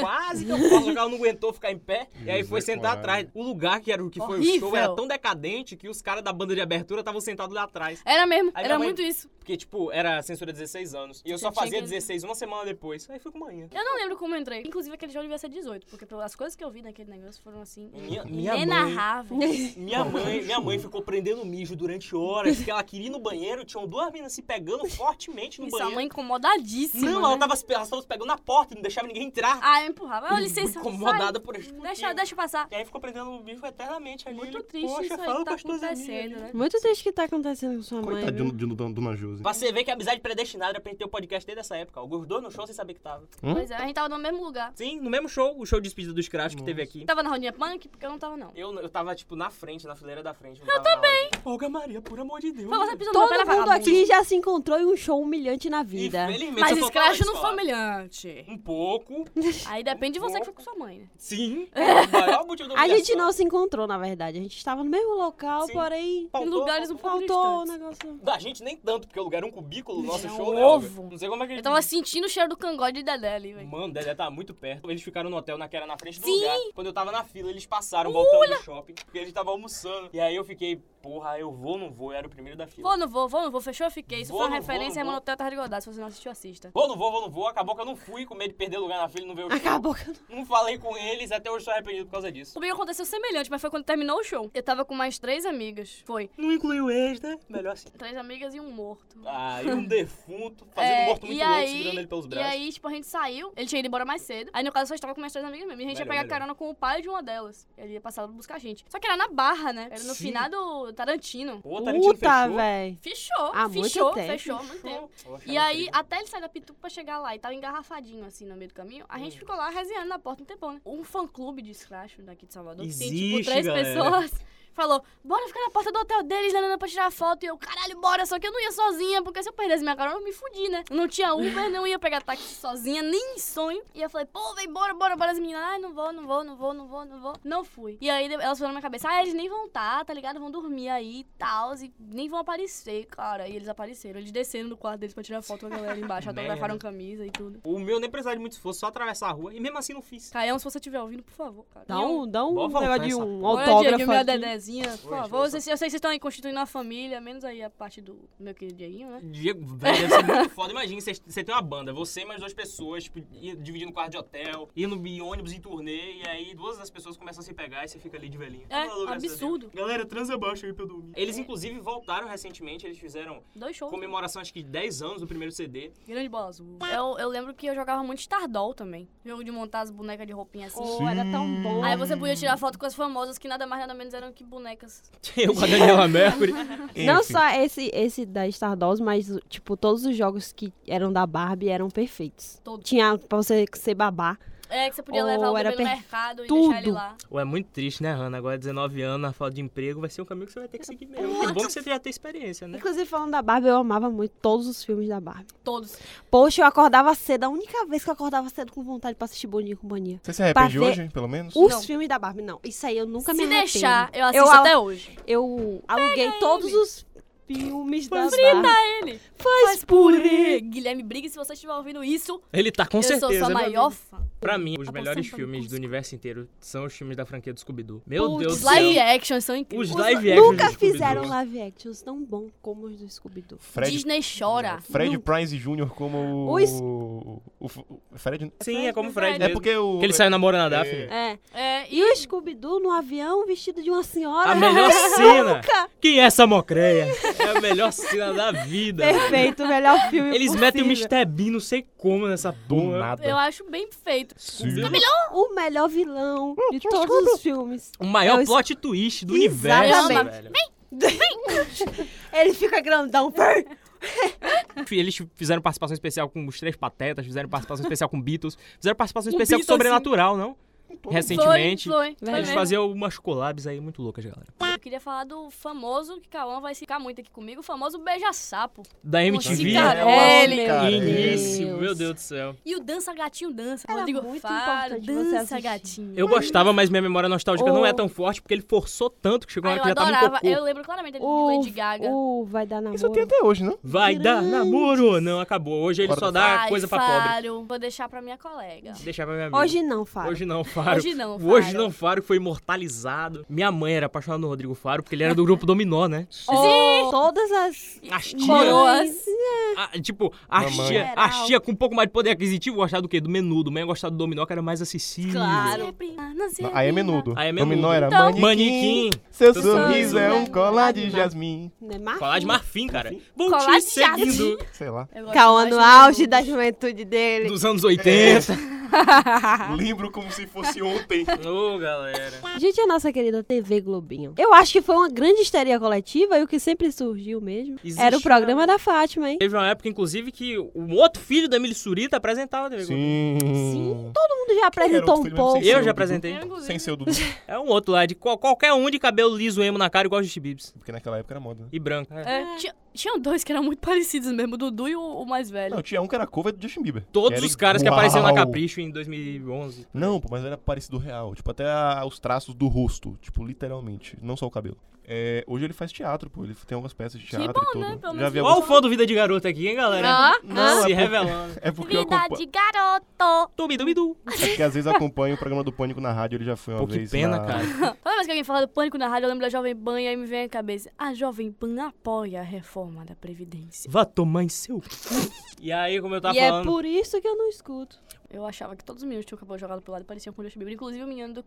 Speaker 4: Quase que eu forço, porque ela não aguentou ficar em pé. E aí foi sentar atrás.
Speaker 2: Misericórdia.
Speaker 4: O lugar que era o que foi o
Speaker 1: Horrível.
Speaker 4: show era tão decadente que os caras da banda de abertura estavam sentados lá atrás.
Speaker 1: Era mesmo,
Speaker 4: Aí minha
Speaker 1: era
Speaker 4: mãe-
Speaker 1: muito isso.
Speaker 4: Porque, tipo, era a censura 16 anos. E eu
Speaker 1: Você
Speaker 4: só
Speaker 1: tinha
Speaker 4: fazia
Speaker 1: que-
Speaker 4: 16 uma semana depois. Aí fui com manhã.
Speaker 1: Eu não lembro como eu entrei. Inclusive, aquele jogo devia ser 18, porque pelas coisas que eu vi naquele negócio foram assim.
Speaker 4: Minha- minha mãe-
Speaker 1: inenarráveis.
Speaker 4: Minha mãe, minha mãe ficou prendendo mijo durante horas, porque ela queria ir no banheiro, tinham duas meninas se pegando fortemente no
Speaker 1: E sua
Speaker 4: banheiro.
Speaker 1: mãe incomodadíssima.
Speaker 4: não,
Speaker 1: né?
Speaker 4: ela tá tava, se pe- elas estavam se pegando na porta e não deixava ninguém entrar.
Speaker 1: Ah, eu empurrava. Ah, licença.
Speaker 4: Incomodada por esse
Speaker 1: sai.
Speaker 4: motivo.
Speaker 1: Deixa, deixa eu passar.
Speaker 4: E aí ficou prendendo o bicho eternamente ali.
Speaker 1: Muito
Speaker 4: Ele,
Speaker 1: triste
Speaker 4: Poxa,
Speaker 1: isso aí
Speaker 4: fala
Speaker 1: que tá
Speaker 4: com as tuas amigas
Speaker 1: acontecendo,
Speaker 4: ali.
Speaker 1: né?
Speaker 3: Muito triste que tá acontecendo com sua mãe.
Speaker 2: Coitadinho
Speaker 3: viu?
Speaker 2: do, do, do, do Najuse.
Speaker 4: Pra você ver que a amizade predestinada era pra gente ter o podcast desde essa época. O Gordô no show sem saber que tava.
Speaker 2: Hum?
Speaker 1: Pois é, a gente tava no mesmo lugar.
Speaker 4: Sim, no mesmo show, o show de despedida do Scratch que teve aqui.
Speaker 1: Tava na rodinha punk porque eu não tava, não.
Speaker 4: Eu, eu tava, tipo, na frente, na fileira da frente. Eu também. Olga Maria, por amor de Deus.
Speaker 1: Foi você pisando no meu pé,
Speaker 3: Todo
Speaker 1: ela
Speaker 3: mundo
Speaker 1: vagabunda.
Speaker 3: aqui já se encontrou em um show humilhante na vida.
Speaker 4: Infelizmente, eu
Speaker 1: Mas
Speaker 4: sou
Speaker 1: Scratch
Speaker 4: totalmente
Speaker 1: não foi
Speaker 4: escolar.
Speaker 1: humilhante.
Speaker 4: Um pouco,
Speaker 1: Aí depende de você que foi com sua mãe, né? <laughs>
Speaker 4: sim. É o maior motivo da
Speaker 3: A gente
Speaker 4: humilhação.
Speaker 3: não se encontrou, na verdade. A gente estava no mesmo local,
Speaker 4: Sim.
Speaker 3: porém.
Speaker 1: Em
Speaker 4: Faltou-
Speaker 1: lugares um pouco
Speaker 3: Faltou o
Speaker 4: né?
Speaker 1: distantes.
Speaker 3: negócio.
Speaker 4: Da gente nem tanto, porque o lugar era um cubículo, o nosso
Speaker 1: Era um
Speaker 4: show, né? Olga?
Speaker 1: ovo.
Speaker 4: Não sei como é que a
Speaker 1: Eu
Speaker 4: gente...
Speaker 1: tava sentindo o cheiro do cangode de Dedé ali, velho.
Speaker 4: Mano, Dedé tava muito perto. Eles ficaram no hotel na que era na frente do
Speaker 1: Sim.
Speaker 4: lugar. Quando eu tava na fila, eles passaram voltando do shopping. Porque eles estavam almoçando. E aí eu fiquei, porra, eu vou ou não vou? Eu era o primeiro da fila.
Speaker 1: Vou, não vou, vou, não vou. Fechou, fiquei. Isso
Speaker 4: Vou,
Speaker 1: foi uma
Speaker 4: não vou,
Speaker 1: referência
Speaker 4: não
Speaker 1: a
Speaker 4: vou.
Speaker 1: Monotel Tarde Godard. Se você não assistiu, assista.
Speaker 4: Vou, não vou, vou, não vou. Acabou que eu não fui com medo de perder lugar na fila e não ver o show.
Speaker 3: Acabou que eu não.
Speaker 4: Não falei com eles, até hoje sou arrependido por causa disso.
Speaker 1: Comigo aconteceu semelhante, mas foi quando terminou o show. Eu tava com mais três amigas. Foi.
Speaker 4: Não incluiu ex, né? Melhor assim.
Speaker 1: Três amigas e um morto.
Speaker 4: Ah, e um defunto fazendo um
Speaker 1: É,
Speaker 4: morto muito
Speaker 1: e
Speaker 4: louco,
Speaker 1: aí-
Speaker 4: segurando ele pelos
Speaker 1: E
Speaker 4: braços.
Speaker 1: aí, tipo, a gente saiu. Ele tinha ido embora mais cedo. Aí, no caso, eu só estava com minhas três amigas mesmo. E a gente ia
Speaker 4: Melhor,
Speaker 1: pegar
Speaker 4: melhor.
Speaker 1: carona com o pai de uma delas. Ele ia passar pra buscar a gente. Só que era na Barra, né? Era no
Speaker 4: Sim.
Speaker 1: final do Tarantino.
Speaker 4: Pô, Tarantino
Speaker 3: Puta,
Speaker 4: fechou.
Speaker 3: velho.
Speaker 1: Fechou,
Speaker 3: Ah, muito
Speaker 1: fechou,
Speaker 3: tempo.
Speaker 1: fechou, muito tempo.
Speaker 4: Eu achava
Speaker 1: E aí,
Speaker 4: incrível.
Speaker 1: até ele sair da Pituca pra chegar lá e tava engarrafadinho, assim, no meio do caminho, a
Speaker 4: Hum.
Speaker 1: gente ficou lá resenhando na porta um tempão, né? Um fã-clube de Scratch daqui de Salvador, que tem, tipo,
Speaker 4: Existe,
Speaker 1: três
Speaker 4: galera.
Speaker 1: pessoas, falou, bora ficar na porta do hotel deles, nanana, pra tirar foto. E eu, caralho, bora, só que eu não ia sozinha, porque se eu perdesse minha carona, eu me fudi, né? Não tinha Uber, não ia pegar táxi sozinha, nem em sonho. E eu falei, pô, vem, bora, bora, bora. As meninas, ai, não vou, não vou, não vou, não vou, não vou. Não fui. E aí, elas foram na minha cabeça, ah, eles nem vão tá, tá ligado? Vão dormir aí e tal, e nem vão aparecer, cara. E eles apareceram, eles desceram do quarto deles pra tirar foto com a galera embaixo,
Speaker 4: Merda.
Speaker 1: autografaram camisa e tudo.
Speaker 4: O meu nem precisava de muito esforço, só atravessar a rua. E mesmo assim não fiz.
Speaker 1: Caião, se você estiver ouvindo, por favor, cara.
Speaker 3: Dá um, dá um
Speaker 4: Vou voltar
Speaker 3: negócio de
Speaker 4: essa
Speaker 3: um
Speaker 4: porra.
Speaker 1: Olha,
Speaker 3: autógrafo.
Speaker 1: Dieguinho, minha
Speaker 3: aqui.
Speaker 1: dedezinha, por
Speaker 4: Oi,
Speaker 1: favor.
Speaker 4: força.
Speaker 1: Vocês- eu sei que vocês estão aí constituindo uma família, menos aí a parte do meu querido Dieguinho, né?
Speaker 4: Diego, velho, deve ser muito foda. Imagina, você- você tem uma banda, você e mais duas pessoas, tipo, ir- dividindo quarto de hotel, indo em ônibus em turnê, e aí duas das pessoas começam a se pegar e você fica ali de velhinho.
Speaker 1: É,
Speaker 4: Alô, graças a Deus.
Speaker 1: absurdo.
Speaker 4: Galera, transa abaixo aí pra eu dormir. Eles, inclusive, voltaram recentemente, eles fizeram
Speaker 1: Dois shows.
Speaker 4: comemoração, acho que de 10 anos do primeiro <laughs> CD.
Speaker 1: Grande bola azul. Eu, eu lembro que eu jogava muito Stardoll também. Jogo de montar as bonecas de roupinha assim.
Speaker 3: Pô, era tão bom.
Speaker 1: Aí você podia tirar foto com as famosas que nada mais nada menos eram que bonecas.
Speaker 4: Eu com a Daniela Mercury.
Speaker 3: Não só esse, esse da Stardust, mas, tipo, todos os jogos que eram da Barbie eram perfeitos.
Speaker 1: Todos.
Speaker 3: Tinha pra você ser babá.
Speaker 1: É, que você podia
Speaker 3: Oh,
Speaker 1: levar o
Speaker 3: era
Speaker 1: bebê no
Speaker 3: per-
Speaker 1: mercado e
Speaker 3: tudo.
Speaker 1: deixar ele lá.
Speaker 4: Ué, é muito triste, né, Hanna? Agora 19 anos, na falta de emprego, vai ser um caminho que você vai ter que seguir mesmo. É bom que você já ter experiência, né?
Speaker 3: Inclusive, falando da Barbie, eu amava muito todos os filmes da Barbie.
Speaker 1: Todos.
Speaker 3: Poxa, eu acordava cedo. A única vez que eu acordava cedo com vontade pra assistir Boninho e Companhia.
Speaker 2: Você se arrepende
Speaker 3: Pra ver-
Speaker 2: hoje, pelo menos?
Speaker 3: Os
Speaker 1: Não.
Speaker 3: filmes da Barbie, não. Isso aí eu nunca me
Speaker 1: Se
Speaker 3: arrependo.
Speaker 1: deixar, eu assisto
Speaker 3: al-
Speaker 1: até <laughs> hoje.
Speaker 3: Eu aluguei todos
Speaker 1: ele.
Speaker 3: os filmes da
Speaker 1: Faz
Speaker 3: Barbie.
Speaker 1: ele.
Speaker 3: Faz purê.
Speaker 1: Guilherme Briggs, se você estiver ouvindo isso,
Speaker 4: Ele tá com
Speaker 1: eu sou sua maior fã.
Speaker 4: Pra mim, os
Speaker 1: Aponta
Speaker 4: melhores
Speaker 1: pra
Speaker 4: filmes
Speaker 1: Cusco.
Speaker 4: do universo inteiro são os filmes da franquia do Scooby-Doo. Meu
Speaker 3: Putz,
Speaker 4: Deus
Speaker 1: Os
Speaker 4: do céu.
Speaker 1: live actions são
Speaker 4: Os
Speaker 1: incríveis.
Speaker 4: live actions
Speaker 3: Nunca
Speaker 4: do Scooby-Doo.
Speaker 3: fizeram live actions tão bom como os do Scooby-Doo.
Speaker 2: Fred,
Speaker 1: Disney chora.
Speaker 2: Fred
Speaker 3: Não.
Speaker 2: Price Jr. como
Speaker 3: Os-
Speaker 2: o, o, o Fred...
Speaker 4: Sim, é como o
Speaker 1: É
Speaker 4: Fred
Speaker 2: É
Speaker 4: mesmo.
Speaker 2: porque o...
Speaker 4: Que ele saiu namorando a Daphne.
Speaker 2: É.
Speaker 3: É.
Speaker 1: É, e
Speaker 3: E o Scooby-Doo no avião vestido de uma senhora.
Speaker 4: A
Speaker 3: <laughs>
Speaker 4: melhor cena. Quem é essa mocreia? É a melhor cena da vida.
Speaker 3: Perfeito, o melhor filme
Speaker 4: Eles
Speaker 3: possível.
Speaker 4: metem o Mr. Bean, não sei como, nessa
Speaker 2: Do
Speaker 4: porra.
Speaker 2: nada.
Speaker 1: eu acho bem feito.
Speaker 2: Sim. É
Speaker 3: O melhor vilão de todos os filmes.
Speaker 4: O
Speaker 3: É
Speaker 4: maior
Speaker 3: o-
Speaker 4: plot twist do
Speaker 3: Exatamente.
Speaker 4: universo, velho.
Speaker 3: Ele fica grandão.
Speaker 4: Eles fizeram participação especial com os Três Patetas, fizeram participação especial com Beatles, fizeram participação
Speaker 1: Com
Speaker 4: especial com
Speaker 1: Beatles,
Speaker 4: Sobrenatural, não? Recentemente.
Speaker 1: Foi, foi. foi
Speaker 4: Eles
Speaker 1: mesmo.
Speaker 4: faziam umas collabs aí muito loucas, galera.
Speaker 1: Eu queria falar do famoso, que Cauã vai ficar muito aqui comigo, o famoso beija-sapo.
Speaker 4: Da MTV.
Speaker 1: cigarro.
Speaker 4: né?
Speaker 1: Ele-
Speaker 2: Cara,
Speaker 4: Início, meu Deus do céu.
Speaker 1: E o Dança Gatinho Dança.
Speaker 3: Era
Speaker 1: Rodrigo
Speaker 3: muito
Speaker 1: Faro,
Speaker 3: importante você
Speaker 1: Dança
Speaker 3: assistir.
Speaker 1: Gatinho.
Speaker 4: Eu gostava, mas minha memória nostálgica
Speaker 3: Oh.
Speaker 4: não é tão forte, porque ele forçou tanto que chegou
Speaker 1: Ah,
Speaker 4: uma
Speaker 1: eu
Speaker 4: hora que já tava
Speaker 1: adorava.
Speaker 4: no cocô.
Speaker 1: eu lembro claramente dele
Speaker 3: O-
Speaker 1: de Lady Gaga.
Speaker 3: O vai dar namoro.
Speaker 2: Isso tem até hoje, né? não?
Speaker 4: Vai dar
Speaker 3: Grandes.
Speaker 4: namoro? Não, acabou. Hoje ele
Speaker 2: Bora
Speaker 4: só
Speaker 2: pra
Speaker 4: dá
Speaker 1: Ai,
Speaker 4: coisa pra pobre.
Speaker 1: Faro, Vou deixar pra minha colega.
Speaker 4: Deixar pra minha amiga.
Speaker 3: Hoje não, Fábio.
Speaker 4: Hoje não, Faro.
Speaker 1: Hoje não,
Speaker 4: O Hoje
Speaker 1: Faro.
Speaker 4: não Faro foi imortalizado. Minha mãe era apaixonada no Rodrigo Faro porque ele era do grupo Dominó, né?
Speaker 3: Oh, todas as
Speaker 4: As tias.
Speaker 1: Coroas.
Speaker 4: a- tipo, as
Speaker 2: Mamãe.
Speaker 4: tia, as tia com um pouco mais de poder aquisitivo gostava do quê? Do menudo. Mãe gostava do Dominó que era mais acessível.
Speaker 3: Claro.
Speaker 2: Aí é menudo.
Speaker 4: Aí é menudo.
Speaker 2: Dominó era
Speaker 1: Então-
Speaker 4: Manequim.
Speaker 2: manequim. Seu
Speaker 4: Seu
Speaker 2: sorriso é um
Speaker 3: sorriso.
Speaker 2: colar de jasmim.
Speaker 3: né, mar-
Speaker 4: Colar de marfim, cara. Vão
Speaker 1: Colar
Speaker 4: te
Speaker 1: de jardim.
Speaker 2: <laughs>
Speaker 4: seguindo
Speaker 2: Sei lá.
Speaker 3: Cauã Tá no auge da juventude dele.
Speaker 4: dos anos 80.
Speaker 2: Lembro como se fosse ontem.
Speaker 4: Ô, galera.
Speaker 3: Gente, a nossa querida TV Globinho. Eu acho que foi uma grande histeria coletiva e o que sempre surgiu mesmo
Speaker 4: Existe
Speaker 3: era o programa da Fátima, hein?
Speaker 4: Teve uma época, inclusive, que um outro filho da Emílio Surita apresentava a TV Globo.
Speaker 2: Sim.
Speaker 3: Sim, todo mundo já
Speaker 2: Era
Speaker 3: apresentou
Speaker 2: outro
Speaker 3: um
Speaker 2: filme, não sei
Speaker 3: pouco.
Speaker 2: se-
Speaker 4: Eu
Speaker 2: Dudu.
Speaker 4: já apresentei.
Speaker 2: Sem ser
Speaker 1: <laughs>
Speaker 2: o Dudu.
Speaker 4: É um outro lá, de qual- qualquer um de cabelo liso, emo na cara, igual o Justin Bieber.
Speaker 2: Porque naquela época era moda. né?
Speaker 4: E branco. É.
Speaker 1: É, tinha- tinham dois que eram muito <laughs> parecidos mesmo, o Dudu e o, o mais velho.
Speaker 2: Não, tinha um que era cover do Justin Bieber.
Speaker 4: Todos
Speaker 2: Era
Speaker 4: os caras que
Speaker 2: igual.
Speaker 4: apareceram na Capricho em 2011.
Speaker 2: Não, pô, mas era parecido real. Tipo, até a- os traços do rosto. Tipo, literalmente. Não só o cabelo. É, hoje ele faz teatro, pô. Ele tem algumas peças de
Speaker 1: Que
Speaker 2: teatro
Speaker 1: bom,
Speaker 2: e tudo.
Speaker 1: né? Pelo
Speaker 2: Já
Speaker 1: menos
Speaker 2: vi
Speaker 4: Olha o
Speaker 2: algumas...
Speaker 4: fã do Vida de Garota aqui, hein, galera? Tá
Speaker 1: Ah,
Speaker 2: Não,
Speaker 4: Se
Speaker 2: é, por-
Speaker 4: revelando.
Speaker 2: é porque eu
Speaker 1: vida
Speaker 2: acompanho...
Speaker 1: de garoto.
Speaker 4: Tumi, tumi, du.
Speaker 2: É porque às vezes eu acompanho o programa do Pânico na rádio. Ele já foi uma
Speaker 4: Pô, que
Speaker 2: vez
Speaker 4: pena,
Speaker 2: na-
Speaker 4: cara.
Speaker 1: Toda vez que alguém fala do pânico na rádio, eu lembro da Jovem Pan e aí me vem a cabeça. A Jovem Pan apoia a reforma da Previdência.
Speaker 4: Vá tomar em seu. cu. e aí, como eu tava
Speaker 3: e é
Speaker 4: tá falando.
Speaker 3: por isso que eu não escuto.
Speaker 1: Eu achava que todos os meninos tinham o cabelo jogado pro lado e pareciam com o Justin Bieber. Inclusive o menino do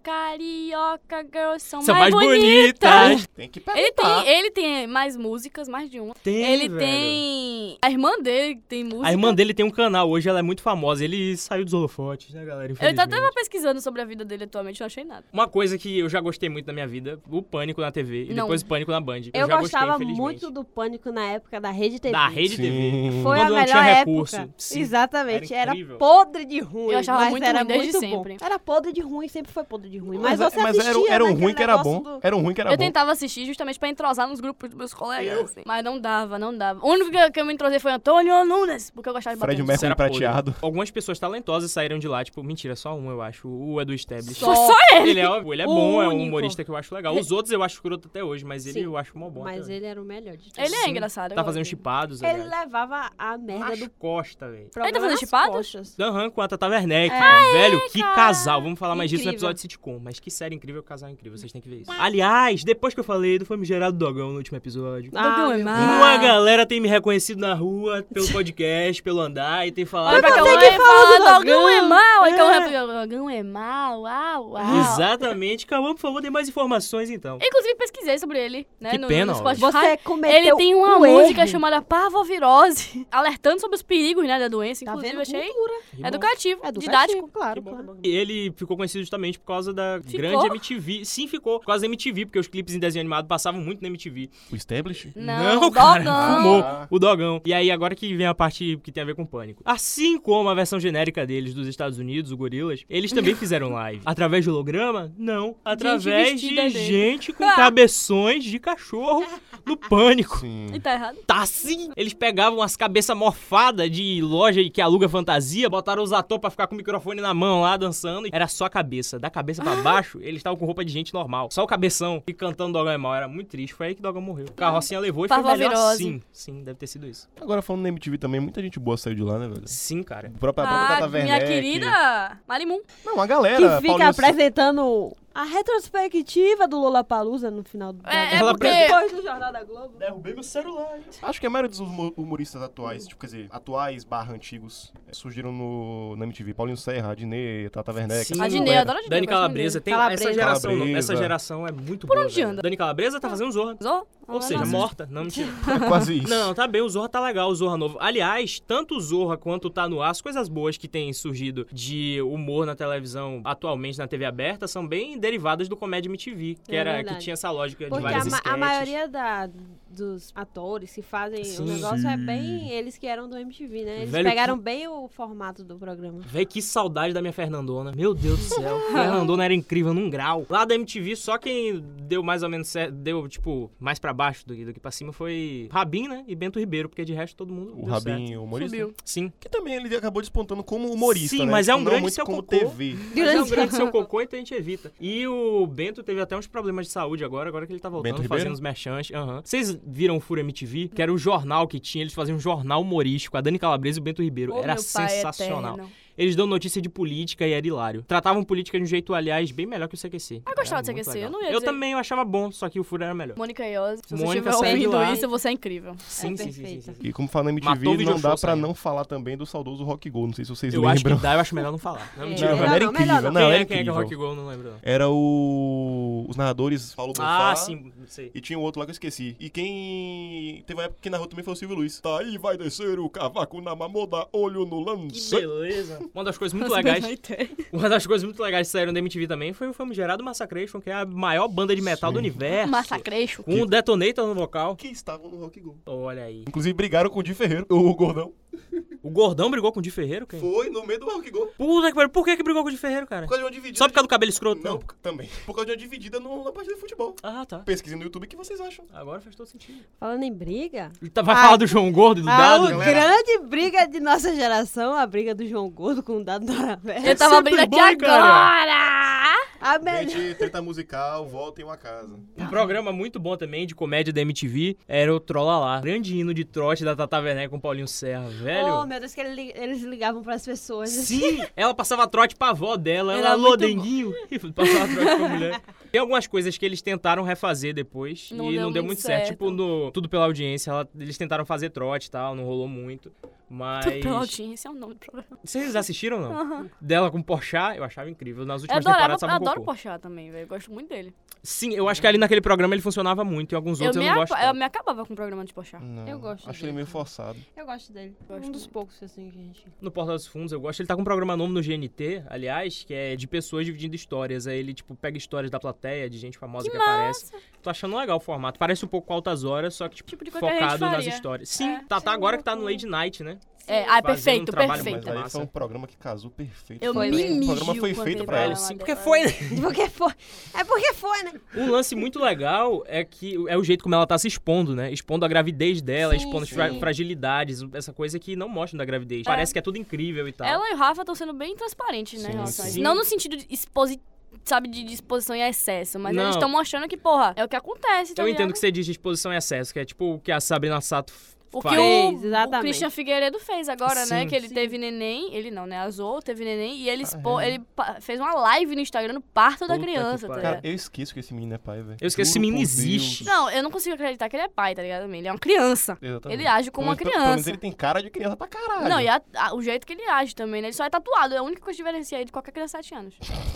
Speaker 1: Carioca Girls são
Speaker 4: São
Speaker 1: mais,
Speaker 4: mais bonitas.
Speaker 2: Tem que
Speaker 1: Ele
Speaker 2: perguntar.
Speaker 1: tem, ele tem mais músicas, mais de uma.
Speaker 4: Tem,
Speaker 1: ele
Speaker 4: velho.
Speaker 1: tem. A irmã dele tem música.
Speaker 4: A irmã dele tem um canal hoje, ela é muito famosa. Ele saiu dos holofotes, né, galera?
Speaker 1: Eu
Speaker 4: Infelizmente.
Speaker 1: tava pesquisando sobre a vida dele atualmente, não achei nada.
Speaker 4: Uma coisa que eu já gostei muito na minha vida, o pânico na TV e
Speaker 1: Não.
Speaker 4: depois o pânico na Band.
Speaker 3: Eu,
Speaker 4: já
Speaker 3: gostava
Speaker 4: gostei, infelizmente.
Speaker 3: muito do Pânico na época da Rede TV.
Speaker 4: da rede
Speaker 2: Sim.
Speaker 4: TV.
Speaker 3: Foi a
Speaker 4: Quando não
Speaker 3: melhor
Speaker 4: tinha
Speaker 3: época.
Speaker 4: recurso. Sim.
Speaker 3: Exatamente.
Speaker 4: Era
Speaker 3: Era,
Speaker 4: incrível.
Speaker 3: podre de ruim.
Speaker 1: Eu achava
Speaker 3: mas
Speaker 1: muito
Speaker 3: era
Speaker 1: ruim desde
Speaker 3: muito bom.
Speaker 1: sempre.
Speaker 3: Era podre de ruim, sempre foi podre de ruim. Mas, você
Speaker 2: mas era,
Speaker 3: assistia
Speaker 2: era um
Speaker 3: naquele
Speaker 2: ruim que era bom.
Speaker 3: negócio do-
Speaker 2: Era um ruim
Speaker 4: Tá
Speaker 2: que era
Speaker 1: eu
Speaker 2: bom.
Speaker 1: tentava assistir justamente pra entrosar nos grupos dos meus colegas, assim. Mas não dava, não dava. O único que- que eu me entrosei foi Antônio Nunes, porque eu gostava de
Speaker 2: Fred
Speaker 1: bater.
Speaker 4: Isso era
Speaker 2: Mercury prateado.
Speaker 4: podre. Algumas pessoas talentosas saíram de lá, tipo, mentira, só um eu acho, o Edu Stablish.
Speaker 1: Só, só ele!
Speaker 4: <laughs> Ele é, óbvio, ele é
Speaker 3: O
Speaker 4: bom, é um
Speaker 3: único.
Speaker 4: humorista que eu acho legal. Os outros eu acho escroto até hoje, mas ele
Speaker 3: Sim.
Speaker 4: eu acho mó bom.
Speaker 3: Mas
Speaker 4: até hoje.
Speaker 3: ele era o melhor de todos.
Speaker 1: Ele é engraçado. eu
Speaker 4: Tá
Speaker 1: gosto
Speaker 4: fazendo
Speaker 1: dele.
Speaker 4: chipados,
Speaker 3: Ele é
Speaker 4: velho.
Speaker 3: levava a merda
Speaker 4: Acho
Speaker 3: do
Speaker 4: costa, velho.
Speaker 3: programa
Speaker 1: fazendo
Speaker 3: nas
Speaker 1: chipado?
Speaker 3: costas.
Speaker 4: Aham, com a Tata Werneck, velho. velho. Que casal. Vamos falar mais disso no
Speaker 3: É. Incrível.
Speaker 4: episódio de sitcom. Mas que série incrível, casal incrível. Vocês têm que ver isso. Aliás, depois que eu falei do famigerado Dogão no último episódio,
Speaker 1: Dogão é
Speaker 3: Ah, meu
Speaker 1: má.
Speaker 3: Deus.
Speaker 4: uma galera tem me reconhecido na rua, pelo podcast, pelo andar, e tem
Speaker 3: <laughs>
Speaker 4: falado...
Speaker 1: Pra
Speaker 3: Você
Speaker 1: Cauã
Speaker 3: que
Speaker 1: é
Speaker 3: fala do
Speaker 1: fala, Dogão é
Speaker 3: Dogão.
Speaker 1: mal. Aí Cauã
Speaker 3: É.
Speaker 1: replica, Dogão é mal, uau,
Speaker 3: Ah.
Speaker 1: uau.
Speaker 4: Exatamente. Calma, por favor, dê mais informações, então.
Speaker 1: Inclusive, pesquisei sobre ele, né?
Speaker 4: Que
Speaker 1: no,
Speaker 4: pena,
Speaker 1: no
Speaker 4: olha.
Speaker 1: Spotify.
Speaker 3: Você cometeu
Speaker 1: Ele tem uma
Speaker 3: um
Speaker 1: música
Speaker 3: erro.
Speaker 1: chamada Parvovirose, <laughs> alertando sobre os perigos, né, da doença.
Speaker 3: Tá
Speaker 1: Inclusive,
Speaker 3: vendo?
Speaker 1: achei
Speaker 3: Cultura.
Speaker 4: Que bom.
Speaker 1: educativo,
Speaker 3: É do
Speaker 1: didático.
Speaker 3: cachimbo, Claro,
Speaker 4: bom,
Speaker 3: claro.
Speaker 4: E Ele ficou conhecido justamente por causa da
Speaker 1: Ficou?
Speaker 4: grande MTV. Sim, ficou. Por causa da MTV, porque os clipes em desenho animado passavam muito na MTV.
Speaker 2: O Establish?
Speaker 1: Não, Tá
Speaker 4: cara,
Speaker 1: Dogão.
Speaker 4: fumou
Speaker 2: Ah.
Speaker 4: o dogão. E aí, agora que vem a parte que tem a ver com pânico. Assim como a versão genérica deles dos Estados Unidos, o Gorilas, eles <laughs> também fizeram live. Através de holograma? Não. Através de
Speaker 1: vestida dele.
Speaker 4: gente <laughs> com cabeções de cachorro no pânico.
Speaker 2: Sim.
Speaker 1: E tá errado.
Speaker 4: <laughs> Tá sim! Eles pegavam as cabeças morfadas de loja que aluga fantasia, botaram os atores pra ficar com o microfone na mão lá dançando. e Era só a cabeça. Da cabeça pra baixo, eles estavam com roupa de gente normal. Só o cabeção e cantando Dogão é mal. Era muito triste. Foi aí que Dogão morreu. O carrocinha levou e foi melhor
Speaker 1: Parvovirose.
Speaker 4: assim. Sim, deve ter sido isso.
Speaker 2: Agora falando da MTV também, muita gente boa saiu de lá, né, velho?
Speaker 4: Sim, cara.
Speaker 2: O próprio- a própria
Speaker 1: Ah,
Speaker 2: Tata
Speaker 1: minha
Speaker 2: Werneck.
Speaker 1: querida Marimun.
Speaker 2: Não, a galera.
Speaker 3: Que fica
Speaker 2: Paulinho-
Speaker 3: apresentando a retrospectiva do Lollapalooza no final do
Speaker 1: É, é
Speaker 4: Ela
Speaker 1: porque...
Speaker 4: apresenta-
Speaker 3: Depois do Jornal da Globo.
Speaker 6: Derrubei meu celular. hein?
Speaker 2: Acho que a maioria dos humo- humoristas atuais, tipo, quer dizer, atuais barra antigos, eh, surgiram no, na MTV. Paulinho Serra, Adnê, Tata Werneck.
Speaker 4: Sim.
Speaker 1: A Dinei, eu adoro a Dinei.
Speaker 4: Dani
Speaker 1: eu gosto muito
Speaker 4: Calabresa.
Speaker 1: dele.
Speaker 4: Tem
Speaker 3: Calabresa.
Speaker 4: Essa geração, não.
Speaker 2: Né? Calabresa.
Speaker 4: essa geração é muito
Speaker 1: Por
Speaker 4: boa.
Speaker 1: onde
Speaker 4: velho.
Speaker 1: anda?
Speaker 4: Dani Calabresa tá fazendo Zorra.
Speaker 1: Zo?
Speaker 4: Ou seja,
Speaker 1: Nossa.
Speaker 4: morta.
Speaker 1: <laughs>
Speaker 4: Não, mentira.
Speaker 2: <laughs> É quase isso.
Speaker 4: Não, tá bem, o Zorra tá legal, o Zorra novo. Aliás, tanto o Zorra quanto o Tá No Ar, as coisas boas que têm surgido de humor na televisão atualmente na TV aberta são bem derivadas do Comédia MTV, que,
Speaker 3: É
Speaker 4: era,
Speaker 3: verdade.
Speaker 4: que tinha essa lógica de
Speaker 3: Porque a,
Speaker 4: várias
Speaker 3: ma- a
Speaker 4: sketches.
Speaker 3: maioria da- dos atores que fazem
Speaker 4: Sim.
Speaker 3: o negócio é bem eles que eram do MTV, né? Eles
Speaker 4: Velho,
Speaker 3: pegaram bem o formato do programa. <laughs>
Speaker 4: Véi, que saudade da minha Fernandona. Meu Deus do
Speaker 1: <laughs>
Speaker 4: céu. Fernandona era incrível num grau. Lá da MTV, só quem deu mais ou menos certo, deu, tipo, mais pra baixo do que, do que pra cima foi Rabin, né? E Bento Ribeiro, porque de resto todo mundo.
Speaker 2: O
Speaker 4: deu certo.
Speaker 2: Rabinho, o humorista.
Speaker 1: Subiu.
Speaker 4: Sim.
Speaker 2: Que também ele acabou despontando como humorista,
Speaker 4: Sim,
Speaker 2: né?
Speaker 4: mas é um
Speaker 2: Tipo,
Speaker 4: grande
Speaker 2: não muito
Speaker 4: seu
Speaker 2: como
Speaker 4: cocô.
Speaker 2: TV.
Speaker 4: Mas é um
Speaker 1: <laughs>
Speaker 4: grande seu cocô, então a gente evita. E o Bento teve até uns problemas de saúde agora, agora que ele tá voltando,
Speaker 2: Bento Ribeiro?
Speaker 4: fazendo os merchants. Aham. Vocês viram o Furo MTV? Que era o jornal que tinha, eles faziam um jornal humorístico, a Dani Calabresa e o Bento Ribeiro.
Speaker 1: Ô,
Speaker 4: era
Speaker 1: meu pai é
Speaker 4: sensacional.
Speaker 1: eterno.
Speaker 4: Eles dão notícia de política e era hilário. Tratavam política de um jeito, aliás, bem melhor que o CQC.
Speaker 1: Eu gostava do
Speaker 4: Era muito
Speaker 1: CQC, eu
Speaker 4: legal.
Speaker 1: não ia
Speaker 4: Eu
Speaker 1: dizer-
Speaker 4: também eu achava bom, só que o furo era melhor.
Speaker 1: Mônica Iose, se você
Speaker 4: Mônica,
Speaker 1: estiver
Speaker 4: segue
Speaker 1: ouvindo
Speaker 4: lá.
Speaker 1: isso, você é incrível.
Speaker 4: Sim, sim, sim, sim,
Speaker 3: perfeita.
Speaker 4: sim.
Speaker 2: E como fala na
Speaker 4: Matou o
Speaker 2: MTV,
Speaker 4: video
Speaker 2: não dá
Speaker 4: show,
Speaker 2: pra
Speaker 4: saiu.
Speaker 2: não falar também do saudoso Rock Go. Não sei se vocês
Speaker 4: Eu acho
Speaker 2: lembram.
Speaker 4: que dá, eu acho melhor não falar. Não,
Speaker 3: É.
Speaker 4: mentira.
Speaker 2: Não,
Speaker 3: Melhor
Speaker 2: velho, era
Speaker 3: não, melhor
Speaker 2: incrível.
Speaker 3: não.
Speaker 2: Não,
Speaker 4: quem,
Speaker 2: era
Speaker 4: é, quem é que é o Rock
Speaker 2: incrível.
Speaker 4: Go? Não lembro. não.
Speaker 2: Era o... Os narradores, Paulo Bonfá.
Speaker 4: Ah, sim, não sei.
Speaker 2: E tinha um outro lá que eu esqueci. E quem. Teve uma época que narrou também foi o Silvio Luiz. Tá aí, vai descer o cavaco na mamoda, olho no
Speaker 4: Que
Speaker 2: lance.
Speaker 4: beleza. Uma das coisas muito
Speaker 1: Nossa,
Speaker 4: legais,
Speaker 1: mas não tem.
Speaker 4: uma das coisas muito legais que saíram da MTV também foi o famigerado Massacration, que é a maior banda de metal do
Speaker 2: Sim.
Speaker 4: universo.
Speaker 1: Massacreixo.
Speaker 4: Com o Detonator no vocal.
Speaker 2: Que estavam no Rock Go.
Speaker 4: Olha aí.
Speaker 2: Inclusive brigaram com o Di Ferreiro, o gordão.
Speaker 4: O Gordão brigou com o Di Ferreiro, quem?
Speaker 2: Foi no meio do Rock Go.
Speaker 4: Puta que pariu, por que que brigou com o Di Ferreiro, cara?
Speaker 2: Por causa de uma dividida.
Speaker 4: Só por causa do né?
Speaker 2: de-
Speaker 4: cabelo escroto?
Speaker 2: é Não, por- também. Por causa de uma dividida no- na partida de futebol.
Speaker 4: Ah, tá.
Speaker 2: Pesquisem no YouTube o que vocês acham.
Speaker 4: Agora faz todo sentido.
Speaker 3: Falando em briga.
Speaker 4: Ele tá- vai
Speaker 3: Ah.
Speaker 4: falar do João Gordo e do
Speaker 3: A
Speaker 4: Dado?
Speaker 3: grande briga de nossa geração, a briga do João Gordo com o Dado Doravera.
Speaker 1: Eu tava abrindo
Speaker 4: sempre
Speaker 1: aqui
Speaker 4: bom, cara.
Speaker 1: agora!
Speaker 3: <laughs> A melhor.
Speaker 2: treta musical, voltem uma casa.
Speaker 4: Um programa muito bom também de comédia da MTV era o Trola Lá. Grande hino de trote da Tata Werneck com Paulinho Serra, velho.
Speaker 3: Oh, meu Deus, que ele li- eles ligavam pras pessoas.
Speaker 4: Sim, ela passava trote pra avó dela.
Speaker 1: Era
Speaker 4: ela, alô,
Speaker 1: muito bom.
Speaker 4: denguinho. <laughs> E passava trote pra mulher. Tem algumas coisas que eles tentaram refazer depois
Speaker 1: Não
Speaker 4: e
Speaker 1: deu
Speaker 4: não deu muito
Speaker 1: muito
Speaker 4: certo.
Speaker 1: certo.
Speaker 4: Tipo, no Tudo Pela Audiência, ela- eles tentaram fazer trote e tal, não rolou muito. Mas.
Speaker 1: Tudo pela audiência, é o nome do programa.
Speaker 4: Vocês assistiram, não? Dela com Porchat, eu achava incrível.
Speaker 1: Eu
Speaker 4: Nas últimas
Speaker 1: adorava,
Speaker 4: temporadas
Speaker 1: eu
Speaker 4: tava um
Speaker 1: adoro
Speaker 4: pouco.
Speaker 1: Pochá também, velho. Eu gosto muito dele.
Speaker 4: Sim, eu acho que ali naquele programa ele funcionava muito. Em alguns
Speaker 1: Né? Eu
Speaker 4: outros eu,
Speaker 1: me,
Speaker 4: não
Speaker 1: apa-
Speaker 4: gosto.
Speaker 1: eu
Speaker 4: tanto.
Speaker 1: me acabava com o programa de Pochá.
Speaker 3: Eu gosto
Speaker 2: Achei
Speaker 3: dele.
Speaker 2: meio forçado.
Speaker 3: Eu gosto dele.
Speaker 1: Gosto
Speaker 3: um dos
Speaker 1: muito.
Speaker 3: poucos, assim, que a gente...
Speaker 4: No Porta dos Fundos, eu gosto. Ele tá com um programa novo no GNT, aliás, que é de pessoas dividindo histórias. Aí ele, tipo, pega histórias da plateia, de gente famosa que, aparece. Tô achando legal o formato. Parece um pouco Altas Horas, só que, tipo,
Speaker 1: Tipo de coisa que a gente
Speaker 4: focado nas
Speaker 1: faria.
Speaker 4: histórias. Sim,
Speaker 1: É,
Speaker 4: tá, tá
Speaker 3: seria
Speaker 4: agora
Speaker 3: um
Speaker 4: que tá no
Speaker 3: pouco-
Speaker 4: Lady Night, né?
Speaker 1: É, ai,
Speaker 4: Fazendo um
Speaker 1: perfeito,
Speaker 4: trabalho
Speaker 1: perfeito.
Speaker 4: mais
Speaker 2: Mas aí
Speaker 4: massa.
Speaker 2: foi um programa que casou perfeito.
Speaker 1: Eu
Speaker 3: Foi,
Speaker 1: me
Speaker 3: velho.
Speaker 1: mijo
Speaker 2: O programa foi
Speaker 1: quando
Speaker 2: feito
Speaker 1: ele
Speaker 2: pra
Speaker 1: vai
Speaker 2: ela.
Speaker 1: lá
Speaker 4: Sim,
Speaker 1: na
Speaker 4: porque
Speaker 1: dela.
Speaker 4: foi, <laughs> né?
Speaker 3: <laughs> Porque foi. É porque foi, né?
Speaker 4: Um lance muito legal é que é o jeito como ela tá se expondo, né? Expondo a gravidez dela,
Speaker 3: Sim,
Speaker 4: expondo as
Speaker 3: sim.
Speaker 4: fra- fragilidades, essa coisa que não mostra da gravidez. Parece que é tudo incrível e tal.
Speaker 1: Ela e o Rafa estão sendo bem transparentes, né? em
Speaker 2: Sim,
Speaker 1: relação a isso.
Speaker 4: sim.
Speaker 1: Não no sentido de exposi... sabe, de disposição e excesso, mas
Speaker 4: Não.
Speaker 1: eles estão mostrando que, porra, é o que acontece, tá
Speaker 4: Eu entendo
Speaker 1: ligado?
Speaker 4: que você diz de exposição e acesso, que é tipo o que a Sabrina Sato
Speaker 1: O que
Speaker 4: faz.
Speaker 3: Fez,
Speaker 1: o, o
Speaker 3: exatamente.
Speaker 1: Christian Figueiredo fez agora, né?
Speaker 4: Sim. Ah,
Speaker 1: Que ele
Speaker 3: Sim.
Speaker 1: teve neném, ele não, né? Azou, teve neném e ele, expo,
Speaker 2: é.
Speaker 1: ele pa- fez uma live no Instagram no parto da
Speaker 4: Puta que
Speaker 1: criança, tá
Speaker 4: pariu.
Speaker 2: Cara,
Speaker 1: ligado?
Speaker 2: eu esqueço que esse menino é pai, velho.
Speaker 4: Eu esqueço, esse
Speaker 2: Juro
Speaker 4: menino
Speaker 2: por Deus.
Speaker 4: existe.
Speaker 1: Não, eu não consigo acreditar que ele é pai, tá ligado? Ele é uma criança.
Speaker 4: Tá.
Speaker 2: Exatamente.
Speaker 1: Ele age como uma
Speaker 2: Pelo menos- pelo-
Speaker 4: Então,
Speaker 2: Pelo menos
Speaker 1: criança.
Speaker 2: ele tem cara de criança pra caralho.
Speaker 1: Não, e a- a- o jeito que ele age também, né? Ele só é tatuado, é a única coisa diferenciada de qualquer criança de 7 anos.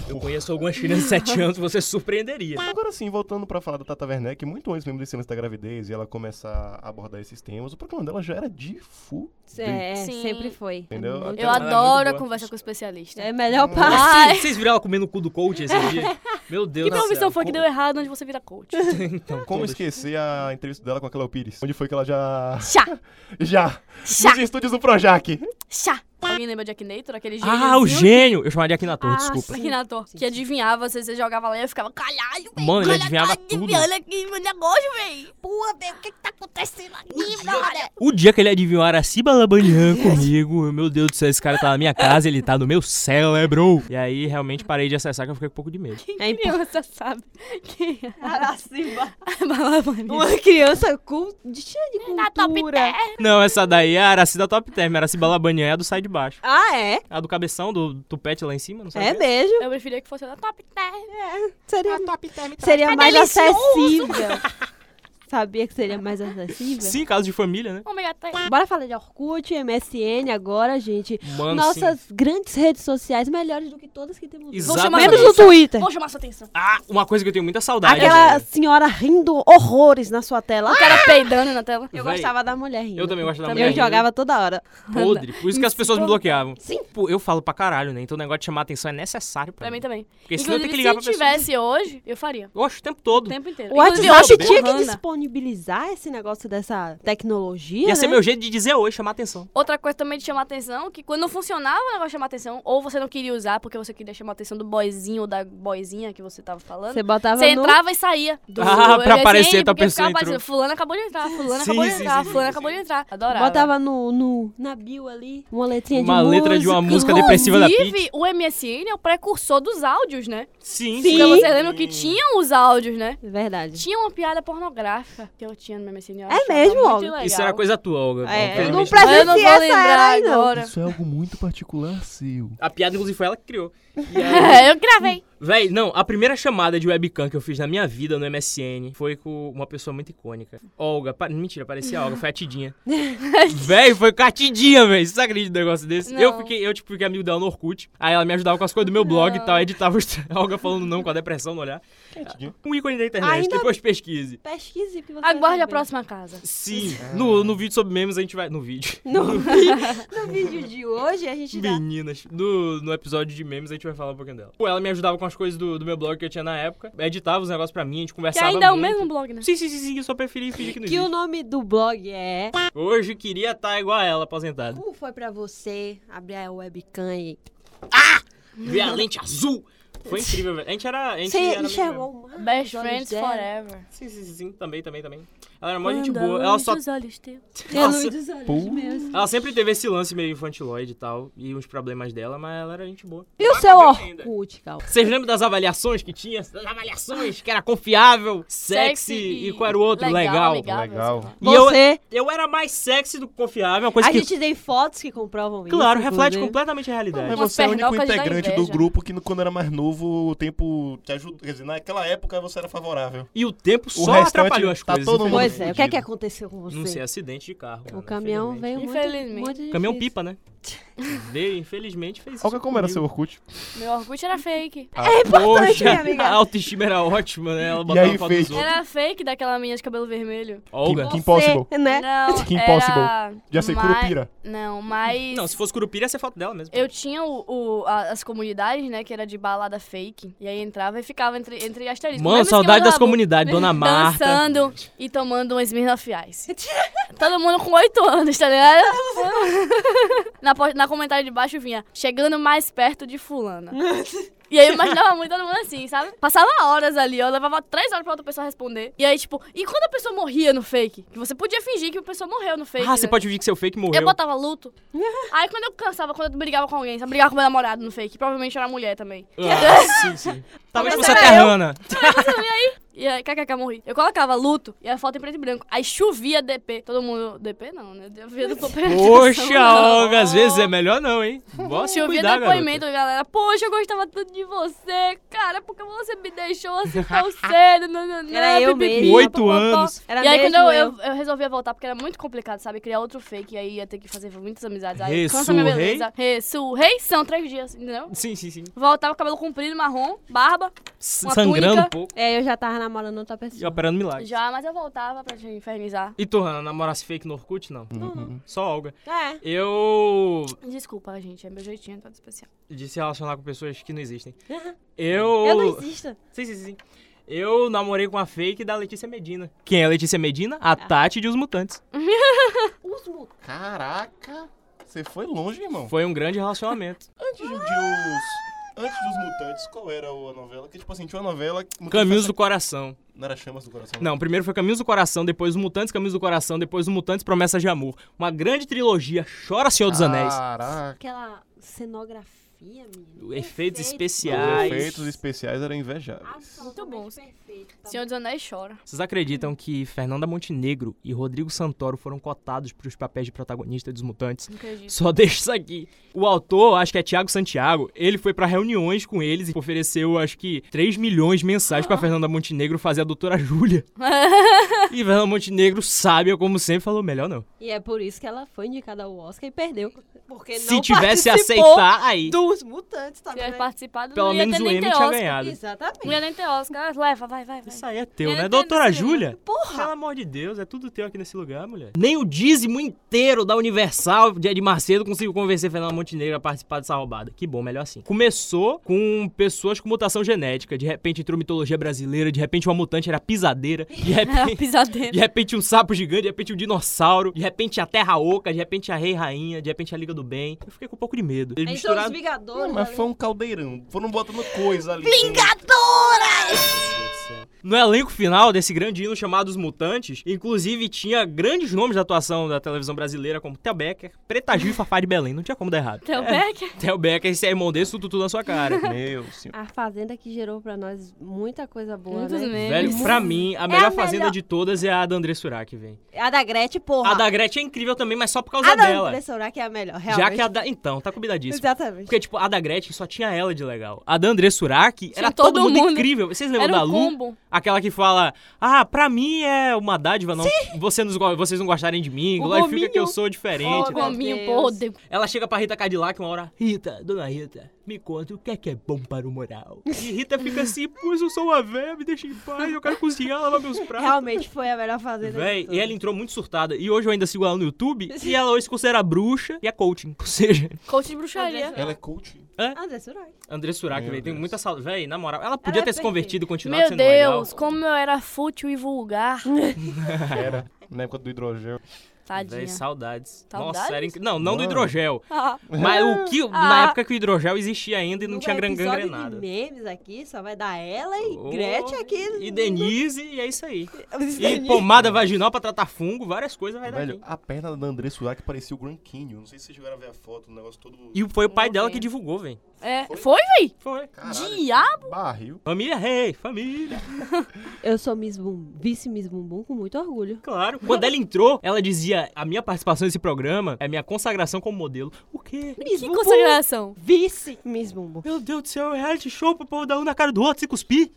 Speaker 4: Eu conheço algumas crianças de
Speaker 1: <laughs>
Speaker 4: 7 anos, você surpreenderia.
Speaker 2: Agora sim, voltando pra falar da Tata Werneck, muito antes mesmo desse lance da gravidez e ela começar a abordar esses temas, o programa dela já era de fu.
Speaker 3: É,
Speaker 1: Sim.
Speaker 3: sempre foi.
Speaker 2: Entendeu?
Speaker 3: É, muito-
Speaker 1: Eu
Speaker 4: Ela é
Speaker 1: adoro
Speaker 4: muito
Speaker 1: a
Speaker 4: boa.
Speaker 1: conversa com o especialista.
Speaker 3: é a melhor
Speaker 4: um <laughs>
Speaker 3: parte.
Speaker 1: Ai,
Speaker 4: Vocês viram ela comendo o cu do coach esse dia? Meu Deus
Speaker 1: que
Speaker 4: do céu.
Speaker 1: profissão foi que deu errado onde você vira
Speaker 4: <laughs>
Speaker 1: coach?
Speaker 2: Então, Como esquecer a entrevista dela com a Cleo Pires? Onde foi que ela já. <laughs>
Speaker 1: Chá,
Speaker 2: Já!
Speaker 1: chá,
Speaker 2: Nos estúdios do Projac!
Speaker 1: chá. Alguém lembra de Akinator? Aquele gênio.
Speaker 4: Ah, o gênio! Eu chamaria aqui na
Speaker 3: Ah,
Speaker 4: toa, desculpa.
Speaker 3: sim.
Speaker 1: Akinator.
Speaker 3: Sim,
Speaker 1: Que
Speaker 3: sim.
Speaker 1: adivinhava, você, você jogava lá e eu ficava, caralho, velho.
Speaker 4: Mano, ele
Speaker 1: olha,
Speaker 4: adivinhava
Speaker 1: tá
Speaker 4: tudo.
Speaker 1: Adivinhando aqui meu negócio, velho. Pô, velho, o que que tá acontecendo aqui, brother?
Speaker 4: O dia que ele adivinhou Araciba Labanhan comigo, meu Deus do céu, esse cara tá na minha casa, ele tá no meu cérebro. E aí, realmente, parei de acessar que eu fiquei com um pouco de medo.
Speaker 1: Quem
Speaker 3: É assim,
Speaker 1: criança sabe? <laughs> Quem
Speaker 3: <laughs>
Speaker 1: é?
Speaker 3: Aracimba.
Speaker 1: Balabania.
Speaker 3: <laughs> Uma criança culta, cheia de cultura.
Speaker 1: Na top
Speaker 4: Não, essa daí é a Araci da Top Term, Araciba Labanhan é a do sai de baixo.
Speaker 3: Ah, é?
Speaker 4: A do cabeção, do tupete lá em cima, não sei
Speaker 3: É
Speaker 4: o quê.
Speaker 3: mesmo.
Speaker 1: Eu preferia que fosse da top term.
Speaker 3: Seria, seria mais
Speaker 1: é
Speaker 3: acessível.
Speaker 1: <laughs>
Speaker 3: Sabia que seria mais acessível?
Speaker 4: Sim, caso de família, né?
Speaker 1: Ômega term.
Speaker 3: Bora falar de Orkut, MSN agora, gente.
Speaker 4: Mano, sim.
Speaker 3: Nossas grandes redes sociais, melhores do que todas que temos. hoje.
Speaker 1: Vou chamar
Speaker 4: Exatamente.
Speaker 3: Menos o Twitter.
Speaker 1: Vou chamar sua atenção.
Speaker 4: Ah, uma coisa que eu tenho muita saudade. é
Speaker 3: Aquela assim,
Speaker 4: velho.
Speaker 3: senhora rindo horrores na sua tela.
Speaker 1: O cara peidando na tela.
Speaker 3: Eu
Speaker 4: Véi,
Speaker 3: gostava da mulher rindo.
Speaker 4: Eu também gosto da
Speaker 1: Também.
Speaker 4: mulher.
Speaker 3: Eu
Speaker 4: rindo.
Speaker 3: jogava toda hora.
Speaker 4: podre. Por isso que as pessoas me bloqueavam.
Speaker 3: Sim.
Speaker 4: Pô, eu falo pra caralho, né? Então o negócio de chamar atenção é necessário pra,
Speaker 1: Pra mim também.
Speaker 4: Porque senão eu
Speaker 1: Inclusive,
Speaker 4: tenho que ligar pra
Speaker 1: se
Speaker 4: pessoa.
Speaker 1: tivesse hoje, eu faria.
Speaker 4: Eu acho o tempo todo.
Speaker 1: O tempo inteiro.
Speaker 3: O
Speaker 1: Inclusive,
Speaker 3: WhatsApp
Speaker 1: hoje,
Speaker 3: tinha que
Speaker 1: Hanna,
Speaker 3: disponibilizar esse negócio dessa tecnologia,
Speaker 4: Ia
Speaker 3: né?
Speaker 4: ser meu jeito de dizer hoje, chamar atenção.
Speaker 1: Outra coisa também de chamar atenção, que quando não funcionava o negócio de chamar atenção, ou você não queria usar porque você queria chamar atenção do boyzinho ou da boyzinha que você tava falando.
Speaker 3: Você botava
Speaker 1: Você
Speaker 3: no...
Speaker 1: entrava e saía. Do
Speaker 4: Ah, pra
Speaker 1: MSN,
Speaker 4: aparecer, tá, a
Speaker 1: porque
Speaker 4: pessoa
Speaker 1: ficava
Speaker 4: entrou.
Speaker 1: aparecendo, Fulano acabou de entrar, fulano
Speaker 4: Sim,
Speaker 1: acabou de
Speaker 4: sim,
Speaker 1: entrar,
Speaker 4: sim,
Speaker 1: fulano
Speaker 4: sim,
Speaker 1: acabou
Speaker 4: sim.
Speaker 1: de entrar. Adorava.
Speaker 3: Botava no, no, na bio ali, uma letrinha de
Speaker 4: Uma
Speaker 3: música.
Speaker 4: letra de uma música depressiva da Pete.
Speaker 1: Inclusive, o MSN é o precursor dos áudios, né?
Speaker 4: Sim,
Speaker 3: Sim.
Speaker 1: Porque vocês lembram que tinham os áudios, né?
Speaker 3: Verdade.
Speaker 1: Tinha uma piada pornográfica. marca que eu tinha no MSN. Eu
Speaker 3: É
Speaker 1: achava
Speaker 3: mesmo,
Speaker 1: muito
Speaker 3: Olga?
Speaker 1: legal.
Speaker 4: Isso era coisa tua, Olga.
Speaker 3: É, eu não
Speaker 1: Mas
Speaker 4: Infelizmente.
Speaker 1: eu não vou
Speaker 3: presenciei essa era
Speaker 1: lembrar
Speaker 3: aí, não.
Speaker 1: agora.
Speaker 2: Isso é algo muito particular seu.
Speaker 4: A piada, inclusive, foi ela que criou.
Speaker 1: É, <laughs> eu gravei.
Speaker 4: Véi, não, a primeira chamada de webcam que eu fiz na minha vida no MSN foi com uma pessoa muito icônica. Olga, pa- mentira, parecia a Olga, foi
Speaker 1: <laughs>
Speaker 4: a Tidinha. véi, foi com a Tidinha, véi. Você acredita num negócio desse? Eu
Speaker 1: Não.
Speaker 4: fiquei, eu tipo, fiquei amigo dela no Orkut. Aí ela me ajudava com as coisas do meu blog e tal, editava os... a <laughs> Olga falando não com a depressão no olhar.
Speaker 2: Tidinha?
Speaker 4: Um ícone da internet,
Speaker 3: Ainda-
Speaker 4: depois pesquise.
Speaker 3: Pesquise que você
Speaker 1: Aguarde
Speaker 3: vai
Speaker 1: a
Speaker 3: saber.
Speaker 1: próxima casa.
Speaker 4: Sim, no, no vídeo sobre memes a gente vai.
Speaker 1: <laughs>
Speaker 4: No vídeo.
Speaker 3: No, vi- <laughs> no vídeo de hoje, a gente dá...
Speaker 4: Meninas, no, no episódio de memes a gente vai falar um pouquinho dela. Pô, Ela me ajudava com as coisas do, do meu blog que eu tinha na época, editava os negócios pra mim, a gente
Speaker 1: Que
Speaker 4: conversava.
Speaker 1: ainda é o
Speaker 4: muito.
Speaker 1: mesmo blog, né?
Speaker 4: Sim, sim, sim, sim, eu só preferi fingir que não
Speaker 3: Que o
Speaker 4: existe.
Speaker 3: nome do blog é...
Speaker 4: Hoje queria estar igual a ela, aposentada.
Speaker 3: Como foi pra você abrir a webcam e...
Speaker 4: Ver a lente azul! Foi incrível, velho. A gente era. A gente é
Speaker 3: Você
Speaker 4: era
Speaker 3: enxergou o mar?
Speaker 1: Best
Speaker 3: Olhos
Speaker 1: Friends
Speaker 3: dela.
Speaker 1: Forever.
Speaker 4: Sim, sim, sim, sim, também, também, também. Ela era mó gente
Speaker 1: Quando a
Speaker 4: boa. Ela
Speaker 1: luz
Speaker 4: só.
Speaker 1: dos olhos teus-
Speaker 4: Nossa.
Speaker 3: Pelo dos olhos
Speaker 2: Pô.
Speaker 3: meus.
Speaker 4: Ela sempre teve esse lance meio infantiloide e tal, e uns problemas dela, mas ela era gente boa.
Speaker 3: E o seu Orkut, Cal?
Speaker 4: Vocês lembram das avaliações que tinha? Das avaliações que era confiável, sexy, e qual era o outro? Legal.
Speaker 1: amigável,
Speaker 2: Legal.
Speaker 1: sei lá.
Speaker 4: E eu-
Speaker 3: Você,
Speaker 4: Eu era mais sexy do que confiável, uma coisa
Speaker 3: a
Speaker 4: que.
Speaker 3: gente tem fotos que comprovam isso.
Speaker 4: Claro, reflete
Speaker 3: inclusive.
Speaker 4: completamente a realidade.
Speaker 2: Mas
Speaker 1: Umas
Speaker 2: você é o único
Speaker 1: pernocas de dar
Speaker 2: integrante do
Speaker 1: inveja.
Speaker 2: grupo que no- quando era mais novo o tempo te ajudou. Quer dizer, naquela época você era favorável.
Speaker 4: E o tempo
Speaker 2: O
Speaker 4: só
Speaker 2: restante
Speaker 4: atrapalhou as
Speaker 2: tá
Speaker 4: coisas.
Speaker 2: todo mundo-
Speaker 4: infelizmente.
Speaker 3: Pois é, o que é que aconteceu com você?
Speaker 4: Não sei, acidente de carro.
Speaker 3: O
Speaker 4: cara,
Speaker 3: caminhão
Speaker 4: infelizmente.
Speaker 3: veio muito,
Speaker 1: Infelizmente.
Speaker 3: muito
Speaker 4: Caminhão
Speaker 3: difícil.
Speaker 4: pipa, né? <laughs> Veio, infelizmente, fez isso.
Speaker 2: Olha como era seu Orkut.
Speaker 1: Meu Orkut era fake.
Speaker 3: importante, minha
Speaker 4: Poxa,
Speaker 3: amiga.
Speaker 4: <laughs> a autoestima era ótima, né? Ela
Speaker 2: E
Speaker 4: botava
Speaker 2: aí
Speaker 4: foto
Speaker 2: fez.
Speaker 4: dos outros.
Speaker 1: Era fake daquela minha de cabelo vermelho.
Speaker 4: Olga.
Speaker 2: Que impossible.
Speaker 3: Você, né?
Speaker 1: Não,
Speaker 2: Que <laughs> impossible.
Speaker 1: era-
Speaker 2: Já sei,
Speaker 1: mas-
Speaker 2: Curupira.
Speaker 1: Não, mas...
Speaker 4: Não, se fosse Curupira, ia ser foto dela mesmo.
Speaker 1: Eu tinha o, o- a- as comunidades, né, que era de balada fake. E aí entrava e ficava entre, entre asteriscos.
Speaker 4: Mano,
Speaker 1: Mesmo esquema
Speaker 4: saudade
Speaker 1: do
Speaker 4: das
Speaker 1: Dabu.
Speaker 4: comunidades,
Speaker 1: <laughs>
Speaker 4: Dona Marta.
Speaker 1: Dançando e tomando um Smirnoff Ice. Todo mundo com 8 anos, tá ligado? na, po- na comentário de baixo vinha, chegando mais perto de fulana. E aí eu imaginava muito todo mundo assim, sabe? Passava horas ali, ó, levava três horas pra outra pessoa responder. E aí, tipo, e quando a pessoa morria no fake? Que você podia fingir que a pessoa morreu no fake.
Speaker 4: Ah, você
Speaker 1: né?
Speaker 4: pode fingir que seu fake morreu.
Speaker 1: Eu botava luto. Aí quando eu cansava, quando eu brigava com alguém, sabe? brigava com meu namorado no fake, provavelmente eu era mulher também.
Speaker 4: Ah, sim, sim. Talvez
Speaker 1: Mas
Speaker 4: fosse a
Speaker 1: era eu.
Speaker 4: Terrana.
Speaker 1: E aí, kkk, morri. Eu colocava luto e a foto em preto e branco. Aí chovia DP. Todo mundo. DP não, né? Chovia do
Speaker 4: Poxa, Olga, às vezes é melhor não, hein? Bosta
Speaker 1: Chovia
Speaker 4: cuidar, garota.
Speaker 1: depoimento, galera. Poxa, eu gostava tanto de você, cara. Por que você me deixou assim tão cedo? Nananã,
Speaker 3: Era eu
Speaker 1: pipipi,
Speaker 3: mesmo.
Speaker 4: Oito
Speaker 1: papapá.
Speaker 4: anos.
Speaker 3: Era
Speaker 1: e aí,
Speaker 3: mesmo
Speaker 1: quando eu, eu, eu resolvia voltar, porque era muito complicado, sabe? Criar outro fake, e aí ia ter que fazer muitas amizades. Aí, cansa minha
Speaker 4: Ressurrei?
Speaker 1: beleza. Ressurrei são três dias, entendeu?
Speaker 4: Sim, sim, sim.
Speaker 1: Voltava com cabelo comprido, marrom, barba, Uma
Speaker 4: Sangrando
Speaker 1: túnica.
Speaker 4: um pouco
Speaker 3: É, eu já tava namorando outra
Speaker 4: e
Speaker 3: pessoa.
Speaker 4: operando milagres.
Speaker 1: já, mas eu voltava pra te infernizar.
Speaker 4: E tu, Hanna, namorasse fake no Orkut? Não.
Speaker 2: Hum,
Speaker 4: Só Olga.
Speaker 3: É.
Speaker 4: Eu.
Speaker 1: Desculpa, gente, é meu jeitinho todo especial.
Speaker 4: De se relacionar com pessoas que não existem. <laughs> Eu.
Speaker 3: É. Eu não existo.
Speaker 4: Sim, sim, sim. Eu namorei com a fake da Letícia Medina. Quem é a Letícia Medina?
Speaker 3: Ah.
Speaker 4: A Tati de Os Mutantes.
Speaker 3: Os mutantes.
Speaker 2: Caraca. Você foi longe, irmão.
Speaker 4: Foi um grande relacionamento.
Speaker 3: <laughs>
Speaker 2: Antes de os... Antes dos Mutantes, qual era a novela? Que, tipo assim, tinha uma novela... que-
Speaker 4: Caminhos do Coração.
Speaker 2: Não era Chamas do Coração?
Speaker 4: Não, primeiro foi Caminhos do Coração, depois Os Mutantes, Caminhos do Coração, depois Os Mutantes, Promessas de Amor. Uma grande trilogia. Chora, Senhor
Speaker 3: Ah.
Speaker 4: dos Anéis.
Speaker 2: Caraca.
Speaker 3: Aquela cenografia, menina.
Speaker 4: Efeitos
Speaker 2: Os
Speaker 4: especiais.
Speaker 2: efeitos especiais eram invejáveis.
Speaker 3: Muito
Speaker 1: bom.
Speaker 3: bom. Perfeito.
Speaker 1: Tá Senhor dos Anéis chora.
Speaker 4: Vocês acreditam que Fernanda Montenegro e Rodrigo Santoro foram cotados para os papéis de protagonista dos Mutantes?
Speaker 1: Não acredito.
Speaker 4: Só <laughs> deixa isso aqui. O autor, acho que é Tiago Santiago, ele foi pra reuniões com eles e ofereceu, acho que, 3 milhões mensais
Speaker 3: Ah.
Speaker 4: pra Fernanda Montenegro fazer a doutora
Speaker 3: <laughs>
Speaker 4: Júlia. e Fernanda Montenegro, sábia como sempre, falou: melhor não.
Speaker 3: E é por isso que ela foi indicada ao Oscar e perdeu. Porque
Speaker 4: Se
Speaker 3: não
Speaker 4: tivesse
Speaker 3: participou
Speaker 4: aceitar, aí.
Speaker 3: dos mutantes, tá
Speaker 1: Se tivesse
Speaker 3: vendo?
Speaker 1: participado,
Speaker 4: Pelo
Speaker 1: não ia
Speaker 4: menos
Speaker 1: ter
Speaker 4: o
Speaker 1: nem
Speaker 4: M
Speaker 1: ter
Speaker 4: tinha
Speaker 1: Oscar.
Speaker 4: ganhado.
Speaker 1: Não
Speaker 3: Exatamente.
Speaker 1: ia nem ter Oscar. Ah, Leva, vai, vai, vai.
Speaker 4: Isso aí é teu,
Speaker 1: Eu
Speaker 3: tá
Speaker 4: né?
Speaker 1: não entendo
Speaker 4: Doutora
Speaker 1: isso, não.
Speaker 4: Júlia?
Speaker 3: Porra!
Speaker 4: Pelo amor de Deus, é tudo teu aqui nesse lugar, mulher. Nem o dízimo inteiro da Universal de Ed Macedo conseguiu convencer Fernando Montenegro a participar dessa roubada. Que bom, melhor assim. Começou com pessoas com mutação genética. De repente entrou mitologia brasileira, de repente uma mutante era pisadeira,
Speaker 1: <laughs>
Speaker 4: de
Speaker 1: É a
Speaker 4: repente.
Speaker 1: pisadeira.
Speaker 4: De <laughs> repente um sapo gigante, de repente um dinossauro, de repente a Terra Oca, de repente a Rei Rainha, de repente a Liga do Bem. Eu fiquei com um pouco de medo. Eles
Speaker 3: Aí são
Speaker 4: misturaram.
Speaker 3: os
Speaker 2: Não,
Speaker 3: Vingadores. tá
Speaker 2: mas
Speaker 3: ali.
Speaker 2: foi um caldeirão. Foram botando coisa ali. Vingadores!
Speaker 4: Meu Deus do céu. No elenco final desse grande hino chamado Os Mutantes, inclusive tinha grandes nomes da atuação da televisão brasileira, como Theo Becker, Preta
Speaker 3: <laughs>
Speaker 4: Gil e Fafá de Belém. Não tinha como dar errado.
Speaker 1: Theo Becker?
Speaker 4: Theo Becker, esse é irmão desse, tudo, tudo na sua cara.
Speaker 3: <laughs>
Speaker 2: Meu senhor.
Speaker 3: A fazenda que gerou pra nós muita coisa boa,
Speaker 1: Muitos
Speaker 3: né?
Speaker 1: memes.
Speaker 4: Velho, pra mim, a melhor
Speaker 3: a
Speaker 4: fazenda
Speaker 3: melhor.
Speaker 4: de todas é a da André Surak, velho.
Speaker 3: A da Gretchen, porra.
Speaker 4: A da Gretchen é incrível também, mas só por causa
Speaker 3: A da
Speaker 4: dela.
Speaker 3: Andressa Urach é a melhor,
Speaker 4: Já
Speaker 3: realmente. é.
Speaker 4: que a da. Então, tá combinadíssimo.
Speaker 3: Exatamente.
Speaker 4: Porque, tipo, a da Gretchen só tinha ela de legal. A da André Surak era
Speaker 1: todo
Speaker 4: todo, mundo,
Speaker 1: mundo.
Speaker 4: incrível. Vocês lembram
Speaker 1: Era
Speaker 4: da
Speaker 1: um
Speaker 4: Lu?
Speaker 1: combo.
Speaker 4: Aquela que fala, ah, pra mim é uma dádiva, não. Você nos go- vocês não gostarem de mim,
Speaker 3: O
Speaker 4: glorifica
Speaker 3: gominho.
Speaker 4: que eu sou diferente.
Speaker 3: Oh,
Speaker 4: né?
Speaker 3: meu
Speaker 1: Gominho,
Speaker 3: Deus.
Speaker 1: podre.
Speaker 4: Ela chega pra Rita Cadillac uma hora, Rita, dona Rita, me conta o que é que é bom para o moral. E Rita fica assim, pois eu sou uma véia, me deixa em paz, eu quero cozinhar, lavar meus pratos.
Speaker 3: Realmente foi a melhor fazenda. de
Speaker 4: Véi,
Speaker 3: todas.
Speaker 4: e ela entrou muito surtada. E hoje eu ainda sigo ela no YouTube. E ela hoje se considera bruxa e é coaching. <laughs> Ou seja,
Speaker 1: Coach de bruxaria.
Speaker 2: Ela é coach?
Speaker 3: Andressa Urach.
Speaker 4: André Surak,
Speaker 2: Meu
Speaker 4: velho, tem
Speaker 2: Deus.
Speaker 4: muita saudade. Véi, na moral, ela podia
Speaker 3: é
Speaker 4: ter se
Speaker 3: perfeita.
Speaker 4: convertido e continuado
Speaker 1: Meu
Speaker 4: sendo
Speaker 1: Deus,
Speaker 4: legal. Hum.
Speaker 1: como eu era fútil e vulgar.
Speaker 2: Era. <laughs> Na época do hidrogel.
Speaker 1: Tadinha.
Speaker 4: Véi, saudades. Nossa,
Speaker 1: Saudades?
Speaker 4: era incrível. Não, não do
Speaker 2: Mano.
Speaker 4: hidrogel.
Speaker 1: Ah,
Speaker 4: Mas o
Speaker 3: <laughs>
Speaker 4: que.
Speaker 1: Ah.
Speaker 4: Na época que o hidrogel existia ainda e não
Speaker 3: No
Speaker 4: tinha gran-
Speaker 3: episódio
Speaker 4: gangrenada.
Speaker 3: de memes aqui, só vai dar ela e
Speaker 4: Oh,
Speaker 3: Gretchen aqui.
Speaker 4: E Denise, e é isso aí.
Speaker 3: <laughs> Os
Speaker 4: E
Speaker 3: Denise.
Speaker 4: pomada vaginal pra tratar fungo, várias coisas vai dar
Speaker 2: Velho,
Speaker 4: aqui.
Speaker 2: a perna da André Surak parecia o Grand Canyon. Não sei se vocês chegaram a ver a foto, o negócio todo...
Speaker 4: E foi o pai
Speaker 1: Não
Speaker 4: dela
Speaker 1: vi.
Speaker 4: que divulgou, velho.
Speaker 1: é. Foi, véi?
Speaker 4: Foi.
Speaker 1: Diabo!
Speaker 2: Barril.
Speaker 4: Família rei, família.
Speaker 3: Eu sou Miss Bum, vice-Miss Bumbum com muito orgulho.
Speaker 4: Claro. Quando ela entrou, ela dizia: A minha participação nesse programa é minha consagração como modelo. O quê?
Speaker 3: Miss
Speaker 1: Que
Speaker 3: Bumbum,
Speaker 1: consagração.
Speaker 3: vice-Miss Bumbum.
Speaker 4: Meu Deus do céu, é reality show pro povo dar um na cara do outro se cuspir.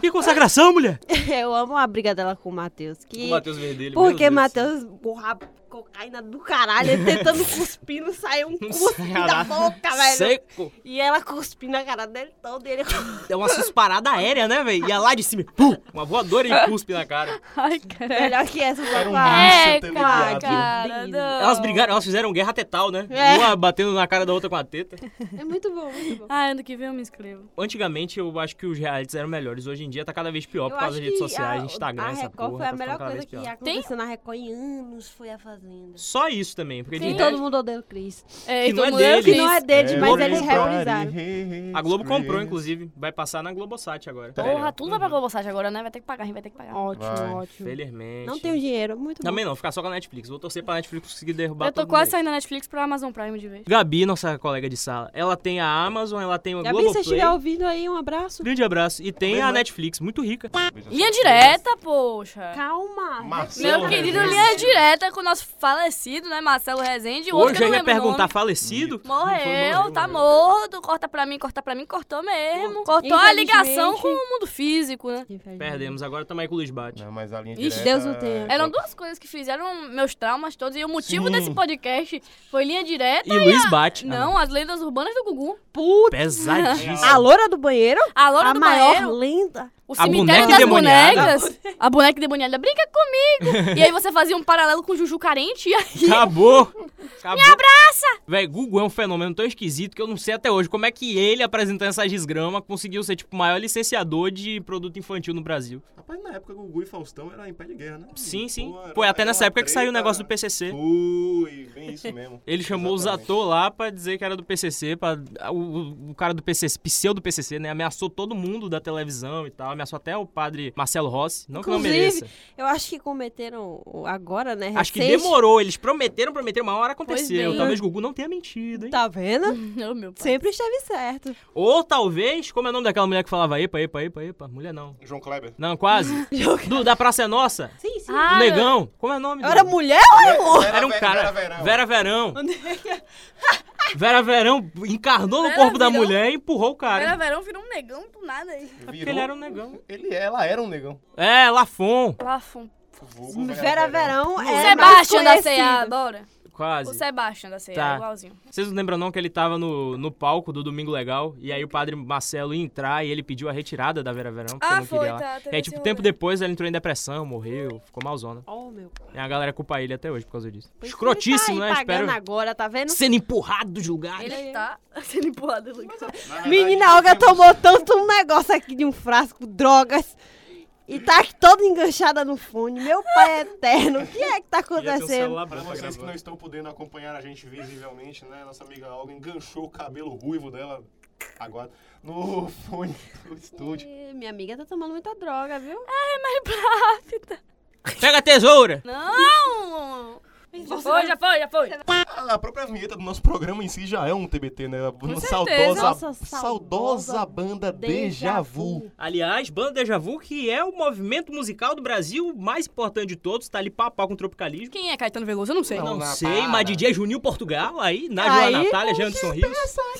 Speaker 4: Que consagração, mulher!
Speaker 3: <laughs> Eu amo a briga dela com o Matheus. Que...
Speaker 4: Verdelho.
Speaker 3: Porque Matheus borra cocaína do caralho,
Speaker 4: <laughs>
Speaker 3: ele tentando cuspir, não saiu um cuspe da boca, velho.
Speaker 4: Seco.
Speaker 3: E ela cuspindo a cara dele todo e ele...
Speaker 4: É uma susparada aérea, né, velho? Ia lá de cima, e pum! Uma voadora
Speaker 3: <laughs>
Speaker 4: e cuspe na cara.
Speaker 1: Ai, cara.
Speaker 3: Melhor que essa,
Speaker 2: Era um
Speaker 3: papai.
Speaker 2: Nossa,
Speaker 1: É,
Speaker 2: tá
Speaker 1: cara,
Speaker 2: ligado.
Speaker 1: cara, não.
Speaker 4: Elas brigaram, elas fizeram guerra tetal, né?
Speaker 3: É.
Speaker 4: Uma batendo na cara da outra com a teta.
Speaker 3: É muito bom, muito bom.
Speaker 1: Ah, ano que vem eu me inscrevo.
Speaker 4: Antigamente eu acho que os realities eram melhores. Hoje em dia tá cada vez pior por
Speaker 3: Eu
Speaker 4: causa
Speaker 3: acho
Speaker 4: das redes
Speaker 3: que
Speaker 4: sociais, Instagram,
Speaker 3: a
Speaker 4: essa
Speaker 3: Record
Speaker 4: porra.
Speaker 3: foi a
Speaker 4: tá
Speaker 3: melhor
Speaker 4: ficando cada
Speaker 3: coisa
Speaker 4: vez
Speaker 3: que
Speaker 4: pior.
Speaker 3: aconteceu na Record em anos, foi a Fazenda.
Speaker 4: Só isso também, porque de
Speaker 1: Sim.
Speaker 3: E
Speaker 1: Tem.
Speaker 4: resto-
Speaker 3: todo mundo odeia o Chris.
Speaker 1: É,
Speaker 4: Que
Speaker 1: e
Speaker 4: não é
Speaker 1: todo mundo ama
Speaker 4: dele.
Speaker 3: Que não é
Speaker 1: Chris.
Speaker 3: dele,
Speaker 2: É,
Speaker 3: mas
Speaker 2: Everybody
Speaker 3: eles reprisaram.
Speaker 2: hates
Speaker 4: a Globo comprou,
Speaker 2: Chris.
Speaker 4: inclusive. Vai passar na Globosat agora.
Speaker 1: Porra, tudo vai pra Globosat agora, né? Vai ter que pagar, a gente vai ter que pagar.
Speaker 3: Ótimo,
Speaker 2: Vai.
Speaker 3: ótimo.
Speaker 4: Felizmente.
Speaker 3: Não tenho dinheiro, muito
Speaker 4: Também não, ficar só com a Netflix. Vou torcer pra Netflix conseguir derrubar
Speaker 1: Eu tô
Speaker 4: todo
Speaker 1: quase
Speaker 4: mundo aí.
Speaker 1: saindo da Netflix pra Amazon Prime de vez.
Speaker 4: Gabi, nossa colega de sala, ela tem a Amazon, ela tem a
Speaker 3: bom. Gabi, se você
Speaker 4: Globoplay.
Speaker 3: estiver ouvindo aí, um abraço.
Speaker 4: Grande abraço. E tem
Speaker 2: Mesmo,
Speaker 4: a
Speaker 2: né?
Speaker 4: Netflix, muito rica.
Speaker 1: Linha direta, poxa.
Speaker 3: Calma.
Speaker 2: Marcelo
Speaker 1: Meu querido
Speaker 2: Rezende.
Speaker 1: linha direta com o nosso falecido, né? Marcelo Rezende. O outro
Speaker 4: Hoje
Speaker 1: que eu
Speaker 4: eu
Speaker 1: não
Speaker 4: ia
Speaker 1: lembro o
Speaker 4: perguntar,
Speaker 1: nome.
Speaker 4: falecido?
Speaker 1: Morreu, tá morto, corta pra mim, corta pra mim, cortou mesmo. Cortou a
Speaker 3: Infelizmente.
Speaker 1: ligação com o mundo físico, né?
Speaker 4: Perdemos, agora tamo aí com o Luiz Bate.
Speaker 2: Não, mas a linha
Speaker 1: Ixi,
Speaker 2: direta... é
Speaker 3: Deus o tenha.
Speaker 1: Eram duas coisas que fizeram meus traumas todos e o motivo
Speaker 2: Sim.
Speaker 1: desse podcast foi linha direta.
Speaker 4: E Luiz Bate. Ah,
Speaker 1: Não, as lendas urbanas do Gugu.
Speaker 3: Puta.
Speaker 4: Pesadíssimo.
Speaker 3: A loura do banheiro?
Speaker 1: A Loura
Speaker 3: a
Speaker 1: do
Speaker 3: maior
Speaker 1: Banheiro,
Speaker 3: lenda.
Speaker 1: o
Speaker 4: A
Speaker 1: cemitério
Speaker 4: boneca
Speaker 1: das
Speaker 4: endemoniada.
Speaker 1: bonecas. A boneca endemoniada, brinca comigo. e aí você fazia um paralelo com o Juju Carente e aí... <laughs>
Speaker 4: Acabou! Acabou. Me abraça! Véi, Gugu é um fenômeno tão esquisito que eu não sei até hoje como é que ele, apresentando essa desgrama, conseguiu ser, tipo, o maior licenciador de produto infantil no Brasil.
Speaker 2: Rapaz, na época, Gugu e Faustão era em pé de guerra, né?
Speaker 4: Sim, sim.
Speaker 2: Pô, era-
Speaker 4: Foi até
Speaker 2: era
Speaker 4: nessa
Speaker 2: uma
Speaker 4: época que saiu
Speaker 2: treta.
Speaker 4: o
Speaker 2: né?
Speaker 4: negócio do PCC.
Speaker 2: Foi, bem isso mesmo.
Speaker 4: <laughs> Ele chamou
Speaker 2: Exatamente.
Speaker 4: os atores lá pra dizer que era do PCC, pra, o, o cara do PCC, pseudo PCC, né? Ameaçou todo mundo da televisão e tal, ameaçou até o padre Marcelo Rossi, não que não
Speaker 3: Inclusive,
Speaker 4: mereça.
Speaker 3: Eu acho que cometeram o- agora, né?
Speaker 4: Acho que
Speaker 3: recente.
Speaker 4: demorou, eles prometeram, prometeram, uma hora
Speaker 1: Pois
Speaker 4: aconteceu.
Speaker 1: bem.
Speaker 4: Talvez Gugu não tenha mentido, hein? Hum.
Speaker 3: Tá vendo?
Speaker 1: Não, meu pai.
Speaker 3: Sempre esteve certo.
Speaker 4: Ou talvez, como é o nome daquela mulher que falava epa, epa, epa, epa, mulher não.
Speaker 2: João Kleber.
Speaker 4: Não, quase. Do- da Praça é Nossa,
Speaker 3: Sim, sim.
Speaker 1: Ah,
Speaker 4: do Negão. Como é o nome?
Speaker 3: Eu era
Speaker 4: dele?
Speaker 3: mulher ou era um homem?
Speaker 4: Era um cara.
Speaker 2: Vera,
Speaker 4: Vera Verão. Vera Verão encarnou no
Speaker 1: Vera
Speaker 4: corpo da
Speaker 1: Verão.
Speaker 4: mulher e empurrou o cara.
Speaker 1: Era verão, virou um negão do nada aí.
Speaker 4: Porque ele era um negão.
Speaker 2: Ele, ela era um negão.
Speaker 4: É, Lafon.
Speaker 1: Plafon.
Speaker 2: Vulgo
Speaker 3: Vera Verão é
Speaker 1: Sebastião da
Speaker 3: mais
Speaker 1: C&A,
Speaker 3: conhecido.
Speaker 1: adora. O
Speaker 4: Quase.
Speaker 1: Sebastião da C&A,
Speaker 4: Tá.
Speaker 1: igualzinho.
Speaker 4: Vocês não lembram não que ele tava no, no palco do Domingo Legal e aí o padre Marcelo ia entrar e ele pediu a retirada da Vera Verão, porque
Speaker 1: Ah,
Speaker 4: não queria
Speaker 1: foi,
Speaker 4: lá.
Speaker 1: tá,
Speaker 4: E
Speaker 1: teve
Speaker 4: aí,
Speaker 1: esse
Speaker 4: tipo,
Speaker 1: rolê.
Speaker 4: tempo depois ela entrou em depressão, morreu, ficou malzona.
Speaker 3: Oh, meu pai.
Speaker 4: E a galera culpa ele até hoje por causa disso.
Speaker 3: Por isso que ele
Speaker 4: Escrotíssimo,
Speaker 3: tá
Speaker 4: né?
Speaker 3: aí
Speaker 4: Espero.
Speaker 3: pagando agora, tá vendo?
Speaker 4: Sendo empurrado dos lugares.
Speaker 1: Ele tá sendo empurrado do lugar.
Speaker 3: Menina
Speaker 2: é
Speaker 3: Olga tomou tanto um negócio aqui de um frasco, drogas. E tá aqui toda enganchada no fone. Meu pai eterno, o que é que tá acontecendo?
Speaker 2: Para vocês que não estão podendo acompanhar a gente visivelmente, né? Nossa amiga Olga enganchou o cabelo ruivo dela Agora, no <laughs> fone do estúdio.
Speaker 3: Ih, Minha amiga tá tomando muita droga, viu?
Speaker 4: Pega a tesoura!
Speaker 1: Não! Já foi, já foi, já foi.
Speaker 2: A própria vinheta do nosso programa em si já é um TBT, né? Uma
Speaker 1: certeza.
Speaker 2: saudosa,
Speaker 3: Nossa, saudosa
Speaker 2: saudosa banda Deja Vu.
Speaker 4: Aliás, Banda Deja Vu, que é o movimento musical do Brasil mais importante de todos, tá ali pau a pau com o tropicalismo.
Speaker 1: Quem é Caetano Veloso? Eu não sei.
Speaker 4: Não,
Speaker 2: na
Speaker 4: sei,
Speaker 2: para.
Speaker 4: mas DJ Juninho Portugal, aí, Nádia
Speaker 3: Aí,
Speaker 4: Natália, Janderson Rios.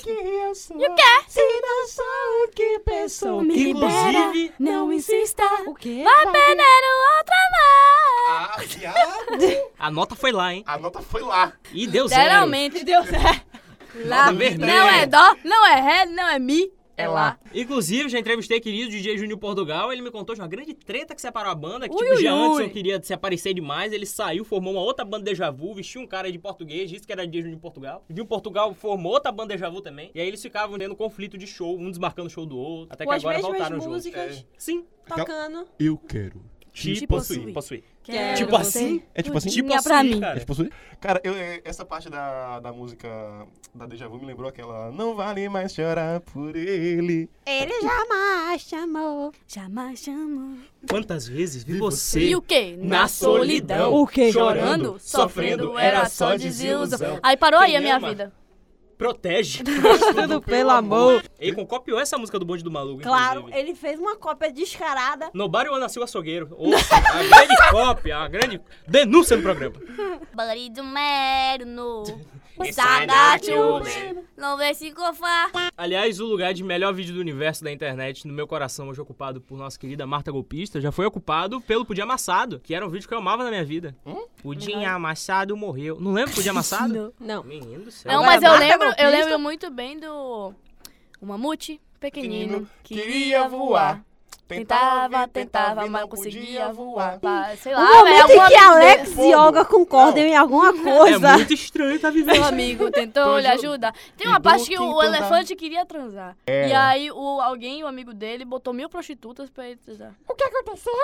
Speaker 2: que eu sou.
Speaker 1: E o quê?
Speaker 2: Se não sou o que pensou.
Speaker 1: Me
Speaker 4: Inclusive,
Speaker 1: Não insista.
Speaker 3: O quê?
Speaker 1: Vai perder o outro amor.
Speaker 2: Ah, viado.
Speaker 4: a nota foi lá, hein?
Speaker 2: A nota foi lá.
Speaker 4: E deu zero.
Speaker 1: Literalmente. Deus é. Lá.
Speaker 4: Nota vermelha.
Speaker 1: Não é dó, não é ré, não é mi. É lá.
Speaker 4: Inclusive, já entrevistei o querido DJ Juninho Portugal, ele me contou de uma grande treta que separou a banda, que
Speaker 1: Ui,
Speaker 4: tipo, o
Speaker 1: ui,
Speaker 4: Jean
Speaker 1: ui.
Speaker 4: Anderson queria se aparecer demais, ele saiu, formou uma outra banda Deja Vu, vestiu um cara de português, disse que era DJ Juninho Portugal. O Juninho Portugal formou outra banda Deja Vu também, e aí eles ficavam tendo conflito de show, um desmarcando o show do outro, até
Speaker 3: Com
Speaker 4: que
Speaker 3: as
Speaker 4: agora
Speaker 3: mesmas
Speaker 4: voltaram juntos. É.
Speaker 3: músicas
Speaker 4: Sim,
Speaker 3: Tá tocando.
Speaker 2: Eu quero te,
Speaker 4: te
Speaker 2: possuir.
Speaker 4: possuir. possuir.
Speaker 1: Quero
Speaker 4: Tipo
Speaker 1: você.
Speaker 4: assim?
Speaker 2: É tipo assim?
Speaker 1: Te
Speaker 4: Tipo
Speaker 1: Minha pra
Speaker 4: assim,
Speaker 1: mim.
Speaker 4: cara.
Speaker 2: É tipo possuir? Cara, eu, é, essa parte da, da música da Deja Vu me lembrou aquela Não vale mais chorar por ele.
Speaker 3: Ele jamais chamou.
Speaker 1: Jamais chamou.
Speaker 4: Quantas vezes vi
Speaker 2: Vi
Speaker 4: você...
Speaker 1: E o quê?
Speaker 4: Na solidão.
Speaker 1: O quê?
Speaker 4: Chorando,
Speaker 1: Chorando,
Speaker 4: sofrendo,
Speaker 1: sofrendo,
Speaker 4: era
Speaker 1: era
Speaker 4: só
Speaker 1: só desilusão.
Speaker 4: desilusão.
Speaker 1: Aí parou aí
Speaker 4: Quem
Speaker 1: a minha
Speaker 4: ama?
Speaker 1: vida.
Speaker 4: Protege.
Speaker 3: Tudo pelo amor.
Speaker 4: Ele copiou essa música do Bonde do Maluco,
Speaker 3: Claro,
Speaker 4: inclusive.
Speaker 3: ele fez uma cópia descarada.
Speaker 4: Nobari ou nasceu açougueiro. Ouça, a grande cópia, a grande denúncia no programa.
Speaker 1: Barido merno. um Não vê se cofá.
Speaker 4: Aliás, o lugar de melhor vídeo do universo da internet, no meu coração, hoje ocupado por nossa querida Marta Golpista, já foi ocupado pelo Pudim Amassado, que era um vídeo que eu amava na minha vida. Pudim Amassado morreu. Não lembra Pudim Amassado?
Speaker 3: Não.
Speaker 4: Menino do céu.
Speaker 1: Não,
Speaker 3: Agora
Speaker 1: mas eu
Speaker 3: basta
Speaker 1: lembro,
Speaker 3: golpista.
Speaker 1: eu lembro muito bem do o mamute pequenino.
Speaker 2: Queria voar.
Speaker 1: Tentava, tentava, mas não conseguia
Speaker 2: podia
Speaker 1: voar. Pá, Sei
Speaker 3: O
Speaker 1: lá,
Speaker 3: momento
Speaker 1: velho,
Speaker 3: em que
Speaker 1: algum
Speaker 3: Alex
Speaker 2: Fogo.
Speaker 3: e Olga concordam em alguma coisa.
Speaker 4: É muito estranho
Speaker 1: Seu
Speaker 4: tá vivendo.
Speaker 1: amigo tentou lhe ajudar. Tem uma
Speaker 2: do
Speaker 1: parte que
Speaker 2: quem
Speaker 4: então
Speaker 1: o
Speaker 2: tentar.
Speaker 1: elefante queria transar.
Speaker 4: É.
Speaker 1: E aí o, alguém, o amigo dele, botou mil prostitutas pra ele transar. O que aconteceu?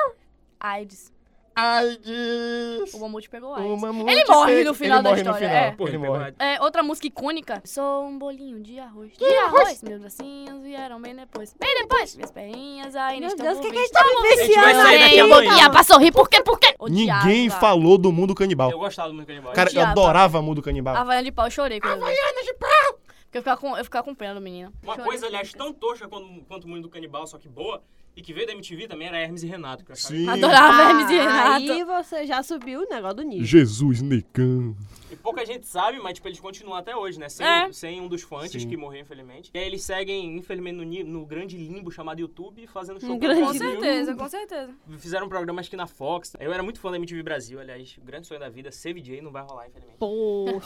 Speaker 1: AIDS.
Speaker 2: Ai, diz.
Speaker 1: O mamute pegou AIDS.
Speaker 2: o mamute
Speaker 1: Ele morre
Speaker 2: fez-
Speaker 1: no final
Speaker 2: ele
Speaker 1: da
Speaker 2: morre
Speaker 1: história,
Speaker 2: No final.
Speaker 1: é.
Speaker 4: Pô,
Speaker 2: ele
Speaker 4: pegou
Speaker 2: morre.
Speaker 4: a-
Speaker 1: É, outra música icônica. Sou um bolinho de arroz. De arroz. Meus bracinhos vieram bem depois. Bem depois. Minhas perninhas ainda
Speaker 3: Meu
Speaker 1: estão
Speaker 3: Deus, o que, que a
Speaker 1: movidas.
Speaker 3: gente tá
Speaker 4: vai
Speaker 3: vivenciando
Speaker 4: sair
Speaker 3: aí?
Speaker 4: daqui a pouquinho.
Speaker 1: Boquinha pra sorrir. Por quê? Por quê? Odiava.
Speaker 2: Ninguém falou do mundo canibal.
Speaker 4: Eu gostava muito do Canibal.
Speaker 2: Cara, eu
Speaker 1: Odiava.
Speaker 2: adorava mundo canibal.
Speaker 1: Havaiana de pau, eu chorei quando Havaiana de pau! Porque eu ficava com, eu ficava com pena do menino.
Speaker 4: Uma
Speaker 1: Chorei.
Speaker 4: coisa, é aliás, tão tosca quanto, quanto o mundo do canibal, só que boa, e que veio da MTV também era Hermes e Renato. Que eu achava
Speaker 2: Sim.
Speaker 1: Adorava Hermes e
Speaker 3: Ah,
Speaker 1: Renato.
Speaker 3: Aí você já subiu o negócio do nível.
Speaker 2: Jesus Necão.
Speaker 4: E pouca gente sabe, mas tipo, eles continuam até hoje, né? Sem,
Speaker 1: É.
Speaker 4: sem um dos fãs
Speaker 2: Sim.
Speaker 4: que morreu, infelizmente. E aí eles seguem, infelizmente, no, ni- no grande limbo chamado YouTube, fazendo show
Speaker 3: No
Speaker 4: pra
Speaker 3: grande
Speaker 1: Com
Speaker 4: todo mundo.
Speaker 1: certeza, com certeza.
Speaker 4: Fizeram um programa acho que na Fox. Eu era muito fã da MTV Brasil, aliás, grande sonho da vida, ser VJ não vai rolar, infelizmente.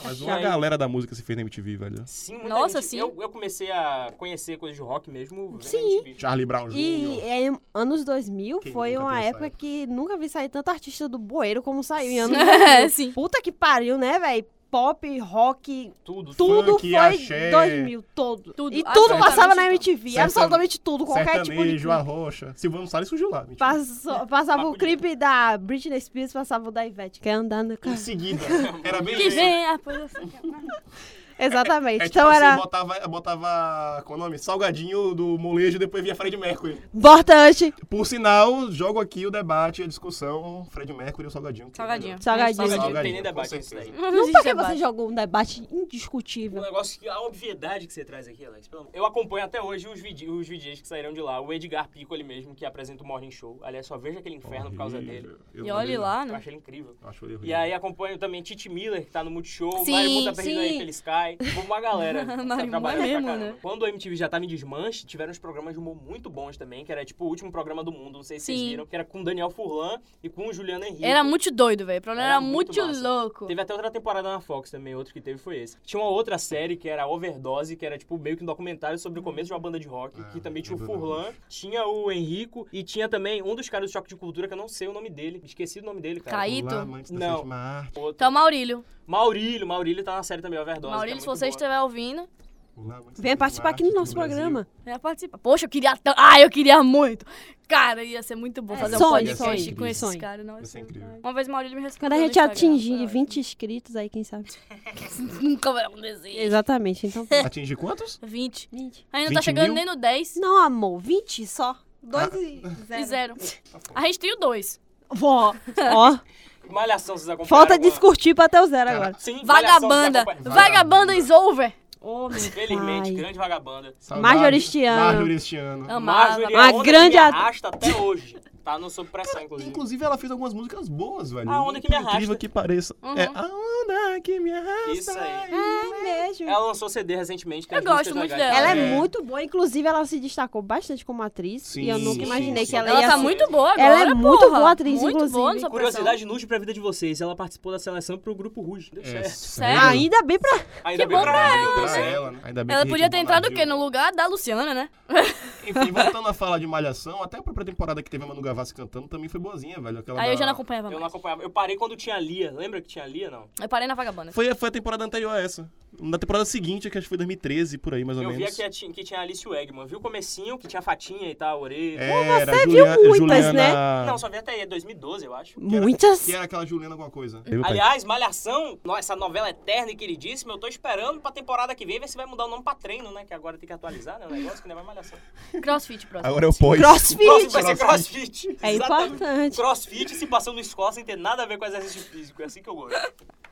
Speaker 2: Mas
Speaker 4: uma
Speaker 2: uma galera da música se fez na MTV, velho.
Speaker 4: Sim, muita
Speaker 1: Nossa,
Speaker 4: gente-
Speaker 1: sim.
Speaker 4: Eu, eu comecei a conhecer coisas de rock mesmo. vendo
Speaker 3: Sim.
Speaker 4: MTV.
Speaker 2: Charlie Brown Jr.
Speaker 3: E em anos 2000
Speaker 2: Quem
Speaker 3: foi
Speaker 2: nunca
Speaker 3: uma
Speaker 2: pensava?
Speaker 3: época que nunca vi sair tanto artista do bueiro como
Speaker 1: <laughs>
Speaker 3: saiu em anos 2000.
Speaker 1: É, sim.
Speaker 3: Puta que pariu, né, velho? Pop, rock,
Speaker 4: Tudo.
Speaker 3: tudo
Speaker 2: Funk,
Speaker 3: foi
Speaker 2: axé.
Speaker 3: 2000, todo.
Speaker 1: Tudo,
Speaker 3: E tudo
Speaker 1: absolutamente
Speaker 3: passava na
Speaker 1: tudo.
Speaker 3: MTV,
Speaker 2: Sertane-
Speaker 3: absolutamente tudo, qualquer tipo de
Speaker 2: Sertanejo, a
Speaker 3: clipe.
Speaker 2: rocha. Silvano Salles surgiu lá. mentira.
Speaker 3: Passou- passava o
Speaker 4: Papo de-
Speaker 3: clipe da Britney Spears, passava o da Ivete. é Quer andar no
Speaker 1: <laughs>
Speaker 2: Em
Speaker 3: carro.
Speaker 2: seguida. Era bem
Speaker 1: Que
Speaker 2: isso.
Speaker 1: vem ah, é, a coisa-
Speaker 3: Exatamente.
Speaker 2: É tipo
Speaker 3: então
Speaker 2: assim,
Speaker 3: era
Speaker 2: botava, botava, qual é o nome? Salgadinho do molejo e depois via Fred Mercury.
Speaker 3: importante.
Speaker 2: Por sinal, jogo aqui o debate, a discussão, Fred Mercury e o Salgadinho. que
Speaker 1: Salgadinho.
Speaker 2: é
Speaker 3: Salgadinho.
Speaker 4: Salgadinho, não
Speaker 2: Salgadinho,
Speaker 4: tem nem
Speaker 2: com
Speaker 4: debate
Speaker 2: certeza.
Speaker 4: nisso daí.
Speaker 1: Não
Speaker 3: Não
Speaker 1: existe
Speaker 3: porque você
Speaker 1: debate.
Speaker 3: jogou um debate indiscutível.
Speaker 4: Um negócio que a obviedade que você traz aqui, Alex, pelo amor. Eu acompanho até hoje os, vide- os VJs que saíram de lá. O Edgar Pico, ele mesmo, que apresenta o Morning Show. Aliás, só vejo aquele inferno por causa dele.
Speaker 2: Horrível. Eu
Speaker 1: E
Speaker 2: não
Speaker 1: olhe
Speaker 2: vejo.
Speaker 1: lá,
Speaker 4: Eu
Speaker 1: né?
Speaker 4: acho ele incrível.
Speaker 2: Eu Acho ele horrível.
Speaker 4: E aí acompanho também Titi Miller, que tá no Multishow,
Speaker 1: Sim,
Speaker 4: Mario Mundo tá perdido
Speaker 1: sim.
Speaker 4: aí pela Sky. Tipo,
Speaker 1: <laughs>
Speaker 4: Uma galera. que tá
Speaker 1: Mario
Speaker 4: trabalhando
Speaker 1: Mundo é
Speaker 4: pra
Speaker 1: mesmo,
Speaker 4: caramba.
Speaker 1: né?
Speaker 4: Quando o MTV já tava em desmanche, tiveram uns programas de humor muito bons também, que era tipo o último programa do mundo, não sei se
Speaker 1: Sim.
Speaker 4: vocês viram, que era com o Daniel Furlan e com o Juliano Henrique.
Speaker 1: Era muito doido, velho. O problema
Speaker 4: Era
Speaker 1: era
Speaker 4: muito
Speaker 1: muito
Speaker 4: massa.
Speaker 1: louco.
Speaker 4: Teve até outra temporada na Fox também, outro que teve foi esse. Tinha uma outra série que era Overdose, que era tipo meio que um documentário sobre o começo de uma banda de rock,
Speaker 2: Ah,
Speaker 4: que também tinha o
Speaker 2: lembro,
Speaker 4: Furlan, tinha o Henrico e tinha também um dos caras do Choque de Cultura, que eu não sei o nome dele, esqueci o nome dele, cara.
Speaker 1: Caí-
Speaker 2: Olá, amantes da
Speaker 4: Não.
Speaker 2: sétima arte.
Speaker 4: Outro.
Speaker 1: Então, Maurílio.
Speaker 4: Maurílio, Maurílio tá na série também, Overdose. que é
Speaker 1: Maurílio, se
Speaker 4: muito
Speaker 1: você
Speaker 4: boa.
Speaker 1: estiver ouvindo,
Speaker 3: Vem participar aqui no nosso programa.
Speaker 1: Ela participa. Poxa, eu queria. tão- Ah, eu queria muito. Cara, ia ser muito bom fazer um
Speaker 3: É, sonho,
Speaker 1: podcast
Speaker 3: sonho,
Speaker 1: com esses
Speaker 3: sonho.
Speaker 1: caras. Não,
Speaker 2: Vai ser incrível.
Speaker 1: Uma vez Maurílio me respondeu.
Speaker 3: Quando a
Speaker 1: no
Speaker 3: gente
Speaker 1: Instagram,
Speaker 3: atingir
Speaker 1: foi
Speaker 3: 20 inscritos, aí quem sabe.
Speaker 1: ótimo. <laughs> Nunca vai um acontecer.
Speaker 3: Exatamente, <laughs> então.
Speaker 2: Atingir quantos?
Speaker 1: 20.
Speaker 3: 20.
Speaker 1: Ainda não tá
Speaker 2: 20
Speaker 1: chegando
Speaker 2: mil?
Speaker 1: nem no 10
Speaker 3: Não, amor, 20 só. 2 e
Speaker 1: e
Speaker 3: 0.
Speaker 1: zero.
Speaker 4: Tá
Speaker 1: A gente tem o 2.
Speaker 3: <laughs> Vó, ó,
Speaker 6: Malhação, vocês acompanharam?
Speaker 3: falta
Speaker 6: alguma-
Speaker 3: discutir pra até o zero
Speaker 2: Cara,
Speaker 3: agora.
Speaker 6: Sim, Malhação, vocês
Speaker 1: Vagabanda.
Speaker 6: acompanharam?
Speaker 1: Vagabanda is over.
Speaker 6: Infelizmente,
Speaker 3: Ai.
Speaker 6: grande vagabanda.
Speaker 2: Saudades.
Speaker 3: Majoristiano.
Speaker 2: Majoristiano.
Speaker 1: Amava.
Speaker 6: Marjorie,
Speaker 3: Uma
Speaker 6: a onda que
Speaker 3: grande
Speaker 6: me
Speaker 3: at-
Speaker 6: arrasta até hoje. Tá no sob pressão, inclusive.
Speaker 1: <laughs>
Speaker 2: Inclusive, ela fez algumas músicas boas, velho.
Speaker 6: A onda que me
Speaker 2: Por
Speaker 6: arrasta.
Speaker 2: incrível que pareça.
Speaker 1: Uhum.
Speaker 2: É a onda que me arrasta.
Speaker 6: Isso aí.
Speaker 3: É, beijo.
Speaker 6: Ela lançou CD recentemente. tem
Speaker 1: Eu
Speaker 6: as músicas
Speaker 1: gosto muito
Speaker 6: legais.
Speaker 1: dela.
Speaker 3: Ela é,
Speaker 2: É.
Speaker 3: muito boa, inclusive ela se destacou bastante como atriz.
Speaker 2: Sim,
Speaker 3: e eu nunca
Speaker 2: sim,
Speaker 3: imaginei
Speaker 2: sim.
Speaker 3: que ela,
Speaker 1: Ela
Speaker 3: ia
Speaker 1: tá
Speaker 3: ser-
Speaker 1: muito boa agora,
Speaker 3: Ela é muito
Speaker 1: porra.
Speaker 3: boa atriz,
Speaker 1: Muito boa no
Speaker 3: inclusive.
Speaker 1: Sob
Speaker 6: Curiosidade inútil pra vida de vocês. Ela participou da seleção pro grupo Rouge. Deu
Speaker 2: É,
Speaker 6: certo.
Speaker 1: Sério?
Speaker 3: Ainda bem pra.
Speaker 6: Ainda
Speaker 1: Que
Speaker 6: bem
Speaker 1: bom
Speaker 6: pra ela.
Speaker 2: Pra
Speaker 6: deu certo.
Speaker 2: ela, né? Ainda bem
Speaker 1: Ela
Speaker 2: que
Speaker 1: podia ter entrado o
Speaker 2: invadiu.
Speaker 1: quê? No lugar da Luciana, né?
Speaker 2: Enfim, voltando a falar de Malhação, até a própria temporada que teve a Manu Gavassi cantando também foi boazinha, velho. Aquela
Speaker 1: Aí
Speaker 2: da-
Speaker 1: eu já não acompanhava
Speaker 6: Eu não
Speaker 1: mais.
Speaker 6: acompanhava. Eu parei quando tinha Lia. Lembra que tinha Lia, não?
Speaker 1: Eu parei na
Speaker 2: <laughs>
Speaker 1: Vagabanda.
Speaker 2: Foi, foi a temporada anterior a essa. Na temporada seguinte, que acho que foi 2013, por aí, mais ou
Speaker 6: Eu via
Speaker 2: menos.
Speaker 6: que, a ti- que tinha Alice Wegman. Viu o comecinho, que tinha fatinha e tal, orelha.
Speaker 2: É, Era
Speaker 3: você viu
Speaker 2: Juliana-
Speaker 3: muitas,
Speaker 2: Juliana-
Speaker 1: né?
Speaker 6: Não, só vi até aí, é 2012, eu acho.
Speaker 2: era-
Speaker 3: Muitas.
Speaker 2: Que era aquela Juliana alguma coisa.
Speaker 6: Aliás, Malhação, nossa, essa novela eterna e queridíssima, eu tô esperando pra temporada que vem ver se vai mudar o nome pra treino, né? Que agora tem que atualizar, né? O negócio que não é mais
Speaker 1: <laughs>
Speaker 6: Malhação.
Speaker 1: Crossfit, próximo.
Speaker 2: Agora é o pós.
Speaker 6: Crossfit,
Speaker 3: Crossfit.
Speaker 6: vai ser crossfit.
Speaker 3: É
Speaker 6: Exatamente.
Speaker 3: importante.
Speaker 6: Crossfit se passando no escola sem ter nada a ver com exercício físico. É assim que eu gosto.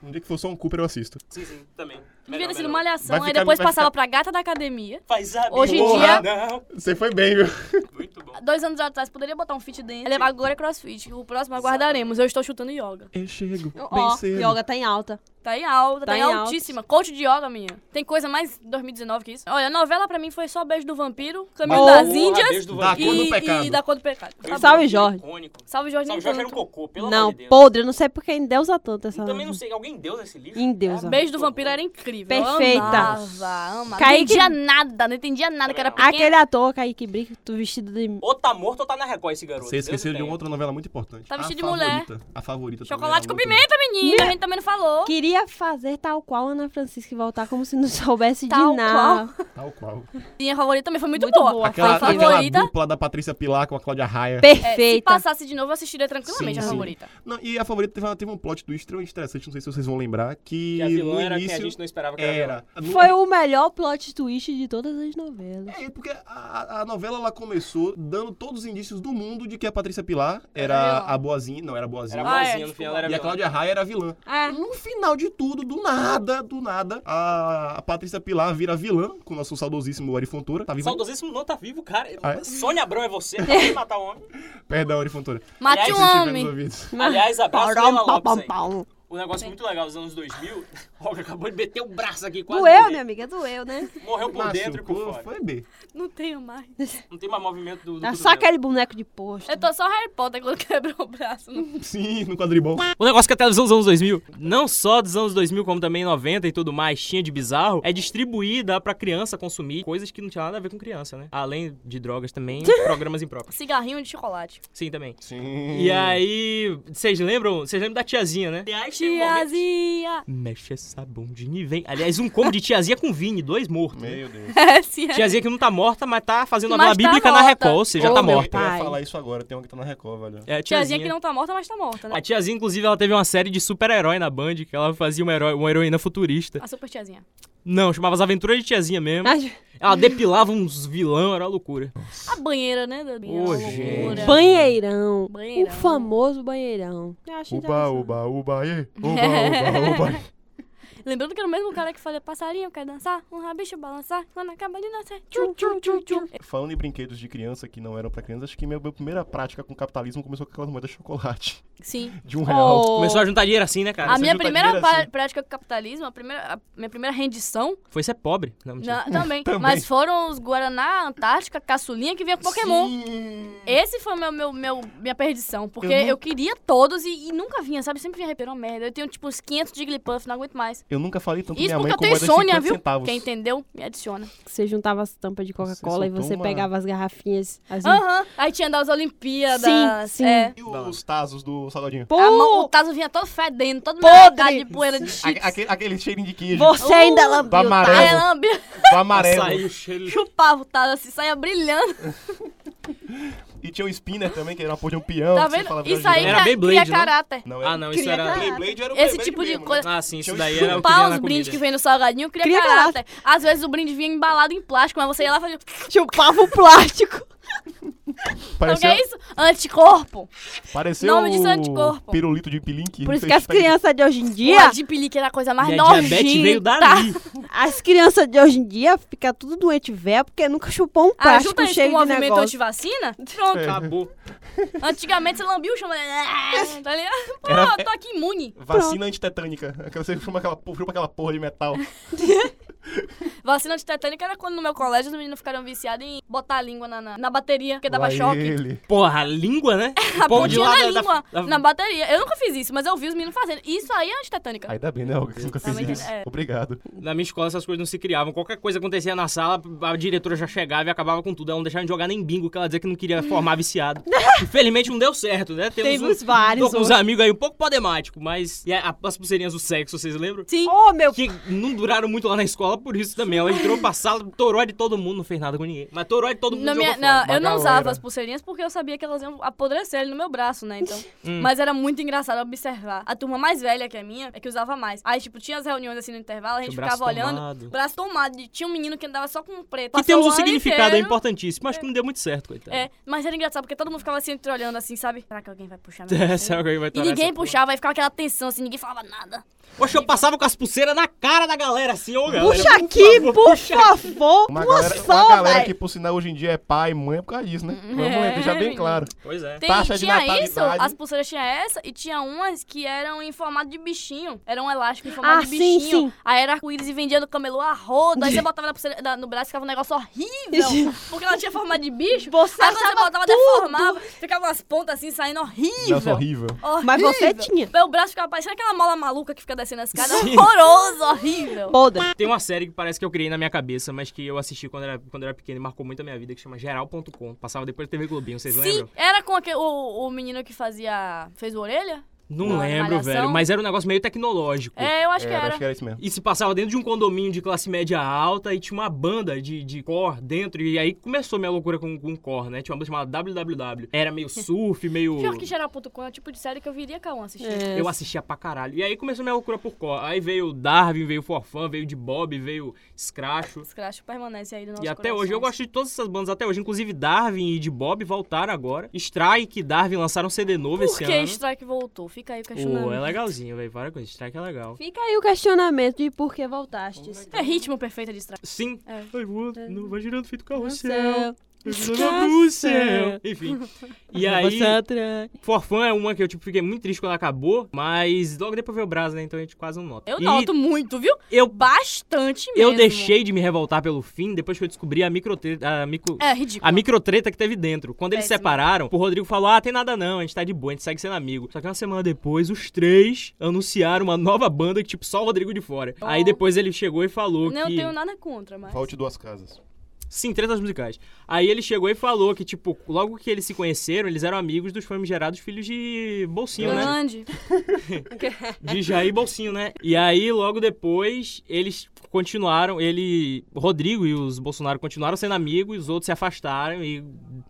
Speaker 2: Um dia que for só um Cooper, eu assisto.
Speaker 6: Sim, sim, também.
Speaker 1: Devia
Speaker 6: Melhor,
Speaker 1: ter sido
Speaker 6: melhor.
Speaker 1: malhação,
Speaker 2: Vai
Speaker 1: aí
Speaker 2: ficar-
Speaker 1: depois
Speaker 2: vai
Speaker 1: passava pra gata da academia.
Speaker 6: Faz a
Speaker 1: Hoje em
Speaker 6: porra,
Speaker 1: dia-
Speaker 6: Não.
Speaker 2: Você foi bem, viu?
Speaker 6: Muito bom.
Speaker 1: Dois anos atrás poderia botar um fit dentro. Ele agora é crossfit. O próximo aguardaremos. Eu estou chutando yoga.
Speaker 2: Eu chego bem
Speaker 3: Ó,
Speaker 2: cedo.
Speaker 3: yoga tá em alta.
Speaker 1: Tá em alta, tá,
Speaker 3: Tá
Speaker 1: em
Speaker 3: em alta.
Speaker 1: altíssima. Coach de yoga, minha. Tem coisa mais 2019 que isso? Olha, a novela pra mim foi só Beijo do Vampiro, Caminho
Speaker 3: Boa,
Speaker 1: das
Speaker 6: Porra,
Speaker 1: Índias
Speaker 6: beijo do
Speaker 2: Da
Speaker 6: vampiro.
Speaker 2: cor do
Speaker 1: e,
Speaker 2: pecado.
Speaker 1: e Da Cor do Pecado. Tá
Speaker 6: Beijo do
Speaker 3: Salve,
Speaker 6: vampiro,
Speaker 3: Jorge.
Speaker 6: icônico.
Speaker 1: Salve, Jorge
Speaker 6: Salve,
Speaker 1: nem
Speaker 6: Jorge era um
Speaker 1: tanto.
Speaker 6: cocô, pelo
Speaker 3: não,
Speaker 6: amor de Deus.
Speaker 3: podre, eu não sei porque Deus tanto essa.
Speaker 6: Eu também não sei, alguém deu esse livro?
Speaker 3: Endeusa.
Speaker 6: É,
Speaker 1: Beijo do
Speaker 6: muito
Speaker 1: Vampiro
Speaker 6: bom.
Speaker 1: era incrível.
Speaker 3: Perfeita.
Speaker 1: Eu amava, amava. Não
Speaker 3: Kaique-
Speaker 1: entendia nada, não entendia nada, que era pequeno.
Speaker 3: Aquele ator, Kaique Brito, tu vestido de.
Speaker 6: Ou tá morto ou tá na Record esse garoto.
Speaker 2: Você esqueceu
Speaker 6: Deus o
Speaker 2: de um
Speaker 6: tenha.
Speaker 2: uma outra novela muito importante.
Speaker 1: Tá
Speaker 2: A
Speaker 1: vestido de
Speaker 2: favorita. A favorita. também
Speaker 1: Chocolate
Speaker 2: era
Speaker 1: com
Speaker 2: muito-
Speaker 1: pimenta, menina. A gente também não falou.
Speaker 3: Queria fazer tal qual Ana Francisca e voltar como se não <laughs> soubesse
Speaker 1: Tal É,
Speaker 3: de nada.
Speaker 2: Tal qual.
Speaker 1: Minha favorita também foi muito,
Speaker 3: Muito
Speaker 1: boa.
Speaker 3: boa.
Speaker 2: Aquela,
Speaker 1: Foi a
Speaker 2: aquela
Speaker 1: favorita.
Speaker 2: dupla da Patrícia Pilar com a Cláudia Raia.
Speaker 1: É, se
Speaker 3: Perfeita.
Speaker 1: passasse de novo, eu assistiria tranquilamente
Speaker 2: Sim,
Speaker 1: a
Speaker 2: sim.
Speaker 1: favorita.
Speaker 2: Não, e a favorita teve, teve um plot twist extremamente interessante, não sei se vocês vão lembrar, que,
Speaker 6: Que a vilã
Speaker 2: no
Speaker 6: era quem a
Speaker 2: início
Speaker 6: gente não esperava que era.
Speaker 2: era... no-
Speaker 3: Foi o melhor plot twist de todas as novelas.
Speaker 2: É, porque a, a novela ela começou dando todos os indícios do mundo de que a Patrícia Pilar era
Speaker 1: vilã.
Speaker 2: a boazinha, não era a
Speaker 6: Era
Speaker 1: Ah, é,
Speaker 2: boazinha.
Speaker 6: bonzinha, no
Speaker 1: desculpa.
Speaker 6: final era
Speaker 2: e a
Speaker 6: vilã.
Speaker 2: Cláudia Raia era a vilã. No final de tudo, do nada, do nada, a, a Patrícia Pilar vira vilã com o nosso saudosíssimo Ari Fontoura. Tá vivo? ainda?
Speaker 6: Saudosíssimo não tá vivo, cara.
Speaker 2: Ah, é?
Speaker 6: Sônia Abrão é
Speaker 3: <laughs>
Speaker 6: você, não vai matar o homem.
Speaker 2: Perdão, Ari Fontoura.
Speaker 6: Aliás,
Speaker 1: Mate um
Speaker 2: Se estiver nos
Speaker 1: homem.
Speaker 2: ouvidos.
Speaker 6: Aliás, abraço pra Leila
Speaker 3: Pau,
Speaker 6: Lopes
Speaker 3: pau,
Speaker 6: aí.
Speaker 3: pau.
Speaker 6: Um negócio muito legal dos anos 2000. <laughs> Olga acabou de meter o braço aqui, quase
Speaker 3: Doeu,
Speaker 6: morri.
Speaker 3: minha amiga, doeu, né?
Speaker 6: Morreu por dentro e
Speaker 2: Machucou,
Speaker 6: por fora.
Speaker 2: foi B.
Speaker 1: Não tenho mais.
Speaker 6: Não tem mais movimento do, do
Speaker 3: Tá só
Speaker 6: cotovelo.
Speaker 3: aquele boneco de posto.
Speaker 1: Eu tô só Harry Potter quando <laughs> quebrou o braço. Não.
Speaker 2: Sim, no quadribol.
Speaker 4: O Um negócio que a televisão dos anos 2000, não só dos anos 2000, como também 90 e tudo mais, tinha de bizarro, é distribuir, dar pra criança consumir coisas que não tinha nada a ver com criança, né? Além de drogas também, programas impróprios.
Speaker 1: Cigarrinho de
Speaker 3: <laughs>
Speaker 1: chocolate.
Speaker 4: Sim, também.
Speaker 2: Sim.
Speaker 4: E aí, vocês lembram? Vocês lembram da tiazinha, né?
Speaker 6: Aliás, teve um momento-
Speaker 1: Tiazinha.
Speaker 4: Mexe essa bundinha e vem. Aliás, um combo de tiazinha com Vini, dois mortos. né?
Speaker 2: Meu Deus.
Speaker 1: É, sim. é.
Speaker 4: Tiazinha que não tá morta, mas tá fazendo
Speaker 1: Mas
Speaker 4: novela
Speaker 1: tá
Speaker 4: bíblica na
Speaker 1: morta.
Speaker 4: Record, ou seja,
Speaker 3: Ô,
Speaker 4: tá
Speaker 3: meu
Speaker 4: morta.
Speaker 2: Eu ia
Speaker 3: Pai.
Speaker 2: falar isso agora, tem uma que tá na Record, velho.
Speaker 4: É, a
Speaker 1: Tiazinha que não tá morta, mas tá morta, né?
Speaker 4: A tiazinha, inclusive, ela teve uma série de super-herói na Band, que ela fazia uma, herói, uma heroína futurista.
Speaker 1: A super tiazinha.
Speaker 4: Não, chamava as aventuras de tiazinha mesmo.
Speaker 3: Mas-
Speaker 4: Ela depilava uns vilão, era uma loucura.
Speaker 1: A banheira, né, Dabi?
Speaker 4: Ô,
Speaker 1: A
Speaker 4: gente.
Speaker 1: loucura.
Speaker 3: Banheirão.
Speaker 1: Banheirão.
Speaker 3: O famoso banheirão. Eu acho
Speaker 2: Uba,
Speaker 3: interessante.
Speaker 2: uba, uba,
Speaker 1: <laughs>
Speaker 2: ê. Uba, uba, uba.
Speaker 1: Lembrando que era o mesmo cara que fazia passarinho, quer dançar, um rabicho balançar, quando acaba de nascer. Tchum, tchum, tchum, tchum.
Speaker 2: Falando em brinquedos de criança que não eram pra criança, acho que minha, minha primeira prática com capitalismo começou com aquelas moedas de chocolate. <laughs>
Speaker 1: É, Sim.
Speaker 2: De um real.
Speaker 3: Oh.
Speaker 4: Começou a juntar dinheiro assim, né, cara?
Speaker 1: é A
Speaker 4: Você
Speaker 1: minha
Speaker 4: junta
Speaker 1: primeira
Speaker 4: dinheiro assim.
Speaker 1: pa- prática com o capitalismo, a, primeira, a minha primeira rendição,
Speaker 4: Foi ser pobre. Não, mentira.
Speaker 1: na- <laughs> também, mas foram os Guaraná, Antártica, Caçulinha, que vinha com Pokémon.
Speaker 2: Sim.
Speaker 1: Esse foi o meu, meu, meu- minha perdição, porque eu,
Speaker 2: Eu não-
Speaker 1: queria todos e, e nunca vinha, sabe? Sempre vinha repetir uma merda. Eu tenho, tipo, uns 500 Jigglypuff, não aguento mais.
Speaker 2: Eu Eu nunca falei tanto com
Speaker 1: Isso
Speaker 2: minha mãe
Speaker 1: porque eu
Speaker 2: com
Speaker 1: tenho
Speaker 2: moeda de
Speaker 1: insônia,
Speaker 2: 50
Speaker 1: viu?
Speaker 2: centavos.
Speaker 1: Quem entendeu, me adiciona.
Speaker 3: Que você juntava as tampas de Coca-Cola e
Speaker 2: soltou
Speaker 3: você
Speaker 2: uma-
Speaker 3: pegava as garrafinhas. As...
Speaker 1: Aham. Aí tinha das Olimpíadas.
Speaker 3: Sim, sim.
Speaker 1: Ah, É.
Speaker 2: E os tazos do salgadinho?
Speaker 3: Pô,
Speaker 1: A mão- o Tazo vinha todo fedendo, todo
Speaker 3: Podre.
Speaker 1: molhado de poeira de chips.
Speaker 2: Aque- Aquele, aquele cheirinho de queijo.
Speaker 3: você ainda lambeu
Speaker 2: Tá
Speaker 3: o
Speaker 2: amarelo.
Speaker 1: Aí
Speaker 3: tazo.
Speaker 1: ela abria-
Speaker 2: Do amarelo.
Speaker 4: Açaí, o um
Speaker 1: <laughs>
Speaker 4: cheiro.
Speaker 1: chupava o Tazo assim, saia brilhando.
Speaker 2: E tinha o spinner também, que era uma porra de um peão.
Speaker 1: tá
Speaker 2: que você
Speaker 1: vendo?
Speaker 2: falava que
Speaker 1: Isso aí
Speaker 4: Era
Speaker 1: cria-
Speaker 4: Beyblade,
Speaker 1: cria
Speaker 4: não?
Speaker 1: caráter.
Speaker 2: Não, era...
Speaker 4: Ah, não, isso
Speaker 3: Queria
Speaker 4: era.
Speaker 3: caralho.
Speaker 6: Beyblade era o
Speaker 1: Esse
Speaker 6: Beyblade
Speaker 1: tipo de
Speaker 6: mesmo, né?
Speaker 1: coisa-
Speaker 4: Ah, sim, isso
Speaker 2: Tinha
Speaker 4: daí
Speaker 2: um
Speaker 4: era o que vinha
Speaker 1: Chupar
Speaker 4: na
Speaker 1: os brindes que
Speaker 4: comida.
Speaker 1: vem no salgadinho cria,
Speaker 3: Cria
Speaker 1: caráter. Às vezes o brinde vinha embalado em plástico, mas você ia lá e fazia.
Speaker 3: Chupava o um plástico.
Speaker 1: Então, o que
Speaker 2: Pareceu,
Speaker 1: é isso? Anticorpo.
Speaker 2: pareceu
Speaker 1: Nome disso é
Speaker 2: o
Speaker 1: anticorpo.
Speaker 2: pirulito de pilinque.
Speaker 3: Por isso que as crianças de hoje em
Speaker 1: Yeah.
Speaker 3: dia,
Speaker 1: O Adipilique era a coisa mais tá?
Speaker 4: Minha
Speaker 1: nojenta.
Speaker 4: diabetes veio dali.
Speaker 3: as crianças de hoje em dia fica tudo doente véia porque nunca chupou um
Speaker 1: Ah,
Speaker 3: <laughs> plástico
Speaker 1: junta isso com
Speaker 3: cheio
Speaker 1: o
Speaker 3: de
Speaker 1: movimento
Speaker 3: negócio.
Speaker 1: antivacina? Pronto.
Speaker 2: É.
Speaker 4: Acabou.
Speaker 1: Antigamente você lambia o chão. ah, <laughs> Tá ligado? Pô,
Speaker 2: Era-
Speaker 1: eu tô aqui imune.
Speaker 2: Vacina antitetânica. <laughs> Aquela- Você chama aquela, porra- chupa aquela porra
Speaker 1: <laughs>
Speaker 2: de metal.
Speaker 1: Vacina antitetânica era quando no meu colégio os meninos ficaram viciados em botar a língua na, na, na bateria, porque dava
Speaker 2: Lá
Speaker 1: choque.
Speaker 2: ele.
Speaker 4: Porra, a língua,
Speaker 1: <laughs>
Speaker 4: né?
Speaker 1: A
Speaker 4: O povo de
Speaker 1: pontinha
Speaker 4: lá
Speaker 1: na
Speaker 4: da-
Speaker 1: língua,
Speaker 4: da-
Speaker 1: na bateria. Eu nunca fiz isso, mas eu vi os meninos fazendo. Isso aí é antitetânica.
Speaker 2: Ainda bem, né, Olga, que você nunca fez
Speaker 1: Também,
Speaker 2: isso.
Speaker 1: é.
Speaker 2: Obrigado.
Speaker 4: Na minha escola essas coisas não se criavam. Qualquer coisa acontecia na sala, a diretora já chegava e acabava com tudo. Ela não deixava de jogar nem bingo, que ela dizia que não queria formar
Speaker 1: <laughs>
Speaker 4: viciado. Infelizmente não deu certo, né? Temos
Speaker 3: Temos
Speaker 4: um-
Speaker 3: vários.
Speaker 4: Tô com uns amigos aí um pouco problemático, mas. E a- as pulseirinhas do sexo, vocês lembram?
Speaker 1: Sim.
Speaker 3: Oh, meu
Speaker 4: Que não duraram muito lá na escola, por isso também. Ela entrou pra sala, toró de todo mundo, não fez nada com ninguém. Mas toró de todo mundo.
Speaker 1: Na minha-
Speaker 4: jogou fora.
Speaker 1: não, eu não
Speaker 2: Uma
Speaker 1: usava
Speaker 2: galera.
Speaker 1: as pulseirinhas porque eu sabia que elas iam apodrecer ali no meu braço, né? Então.
Speaker 4: <laughs> Hum.
Speaker 1: Mas era muito engraçado observar. A turma mais velha que a minha é que usava mais. Aí, tipo, tinha as reuniões assim no intervalo, a gente
Speaker 4: O braço
Speaker 1: ficava olhando,
Speaker 4: tomado.
Speaker 1: braço tomado. E tinha um menino que andava só com preto.
Speaker 4: Que
Speaker 1: Passou
Speaker 4: temos
Speaker 1: o
Speaker 4: um
Speaker 1: ano
Speaker 4: significado aí
Speaker 1: inteiro.
Speaker 4: importantíssimo, acho que não deu muito certo, coitado. <laughs>
Speaker 1: É, mas era engraçado porque todo mundo ficava assim entreolhando assim, sabe? Será que alguém vai
Speaker 4: <laughs>
Speaker 1: puxar minha
Speaker 4: É,
Speaker 1: pulseira?
Speaker 4: sabe alguém vai
Speaker 1: E
Speaker 4: torar
Speaker 1: ninguém
Speaker 4: essa porra?
Speaker 1: puxava, aí ficava aquela tensão assim, ninguém falava nada.
Speaker 4: Poxa, eu passava com as pulseiras na cara da galera, assim, ô galera.
Speaker 3: Puxa aqui, por, favor.
Speaker 2: Uma
Speaker 3: Uma,
Speaker 2: galera, uma
Speaker 3: só,
Speaker 2: galera
Speaker 3: velho.
Speaker 2: que, por sinal, hoje em dia é pai e mãe por causa
Speaker 1: <laughs>
Speaker 2: disso, né? Vamos
Speaker 1: É,
Speaker 2: deixar bem
Speaker 1: menino.
Speaker 2: claro.
Speaker 4: Pois é.
Speaker 1: Tem,
Speaker 2: Taxa de
Speaker 1: tinha
Speaker 2: natalidade.
Speaker 1: isso, as pulseiras tinha essa e tinha umas que eram em formato de bichinho. Era um elástico em formato
Speaker 3: Ah,
Speaker 1: de
Speaker 3: sim,
Speaker 1: bichinho.
Speaker 3: sim.
Speaker 1: Aí era arco-íris e vendia no camelô a roda. Aí você botava na pulseira, da- no braço e ficava um negócio horrível. porque ela tinha formato de
Speaker 3: <laughs>
Speaker 1: bicho.
Speaker 3: Você
Speaker 1: aí quando você
Speaker 3: achava
Speaker 1: botava,
Speaker 3: tudo.
Speaker 1: deformava. Ficava umas pontas assim saindo horrível.
Speaker 2: Nossa, é horrível.
Speaker 1: horrível.
Speaker 3: Mas você tinha.
Speaker 1: Meu braço ficava parecendo aquela mola maluca que fica descendo a escada. Horroroso, horrível.
Speaker 3: Podre.
Speaker 4: Tem uma série que parece que eu criei na minha cabeça, mas que eu assisti quando era, quando era pequeno e marcou muito a minha vida, que chama Geral.com. Passava depois da TV Globinho, vocês
Speaker 1: Sim,
Speaker 4: lembram?
Speaker 1: era com aquele, o, o menino que fazia. fez o orelha?
Speaker 4: Não
Speaker 1: Não,
Speaker 4: lembro,
Speaker 1: Malhação.
Speaker 4: velho, mas era um negócio meio tecnológico.
Speaker 1: É, eu acho que
Speaker 2: Era,
Speaker 1: era.
Speaker 2: Acho que era isso mesmo.
Speaker 4: E se passava dentro de um condomínio de classe média alta e tinha uma banda de, de core dentro. E aí começou minha loucura com, com core, né? Tinha uma banda chamada WWW.
Speaker 1: <laughs>
Speaker 4: Era meio surf, meio.
Speaker 1: Pior que geral.com é o tipo de série que eu viria K1 assistir.
Speaker 3: É.
Speaker 4: Eu assistia pra caralho. E aí começou minha loucura por core. Aí veio Darwin, veio Forfã, veio de Bob, veio Scratcho.
Speaker 1: Scratch permanece aí no nosso
Speaker 4: E até hoje, eu gosto de todas essas bandas até hoje. Inclusive, Darwin e de Bob voltaram agora. Strike e Darwin lançaram um CD novo
Speaker 1: Por
Speaker 4: esse
Speaker 1: que
Speaker 4: ano.
Speaker 1: Strike voltou? Fica aí o questionamento.
Speaker 4: Pô, é legalzinho, velho. Para com isso. Strike é legal.
Speaker 3: Fica aí o questionamento de por que voltaste.
Speaker 1: É ritmo perfeito de Strike.
Speaker 4: Sim.
Speaker 1: É.
Speaker 4: Ai, vou- não vai girando feito carrossel.
Speaker 3: Você é
Speaker 4: Vai girando do céu. Enfim.
Speaker 1: <laughs>
Speaker 4: E aí,
Speaker 3: atrai.
Speaker 4: Forfã é uma que eu tipo, fiquei muito triste quando acabou. Mas logo depois veio o Brasa, né? Então a gente quase não nota.
Speaker 1: Eu
Speaker 4: E
Speaker 1: noto muito, viu?
Speaker 4: Eu,
Speaker 1: Bastante mesmo.
Speaker 4: eu deixei de me revoltar pelo fim depois que eu descobri a microtreta. A micro...
Speaker 1: É ridículo.
Speaker 4: A microtreta que teve dentro. Quando eles
Speaker 1: Péssimo.
Speaker 4: separaram, o Rodrigo falou: Ah, tem nada não, a gente tá de boa, a gente segue sendo amigo. Só que uma semana depois, os três anunciaram uma nova banda que, tipo, só o Rodrigo de fora.
Speaker 1: Oh.
Speaker 4: Aí depois ele chegou e falou
Speaker 1: Não um
Speaker 4: que.
Speaker 1: tenho nada contra, mas.
Speaker 2: Volte duas casas.
Speaker 4: Sim, tretas musicais. Aí ele chegou e falou que, tipo, logo que eles se conheceram, eles eram amigos dos famigerados filhos de Bolsinho, né?
Speaker 1: Grande. É
Speaker 4: de Jair Bolsinho, né? E aí, logo depois, eles continuaram, ele, Rodrigo e os Bolsonaro continuaram sendo amigos, os outros se afastaram e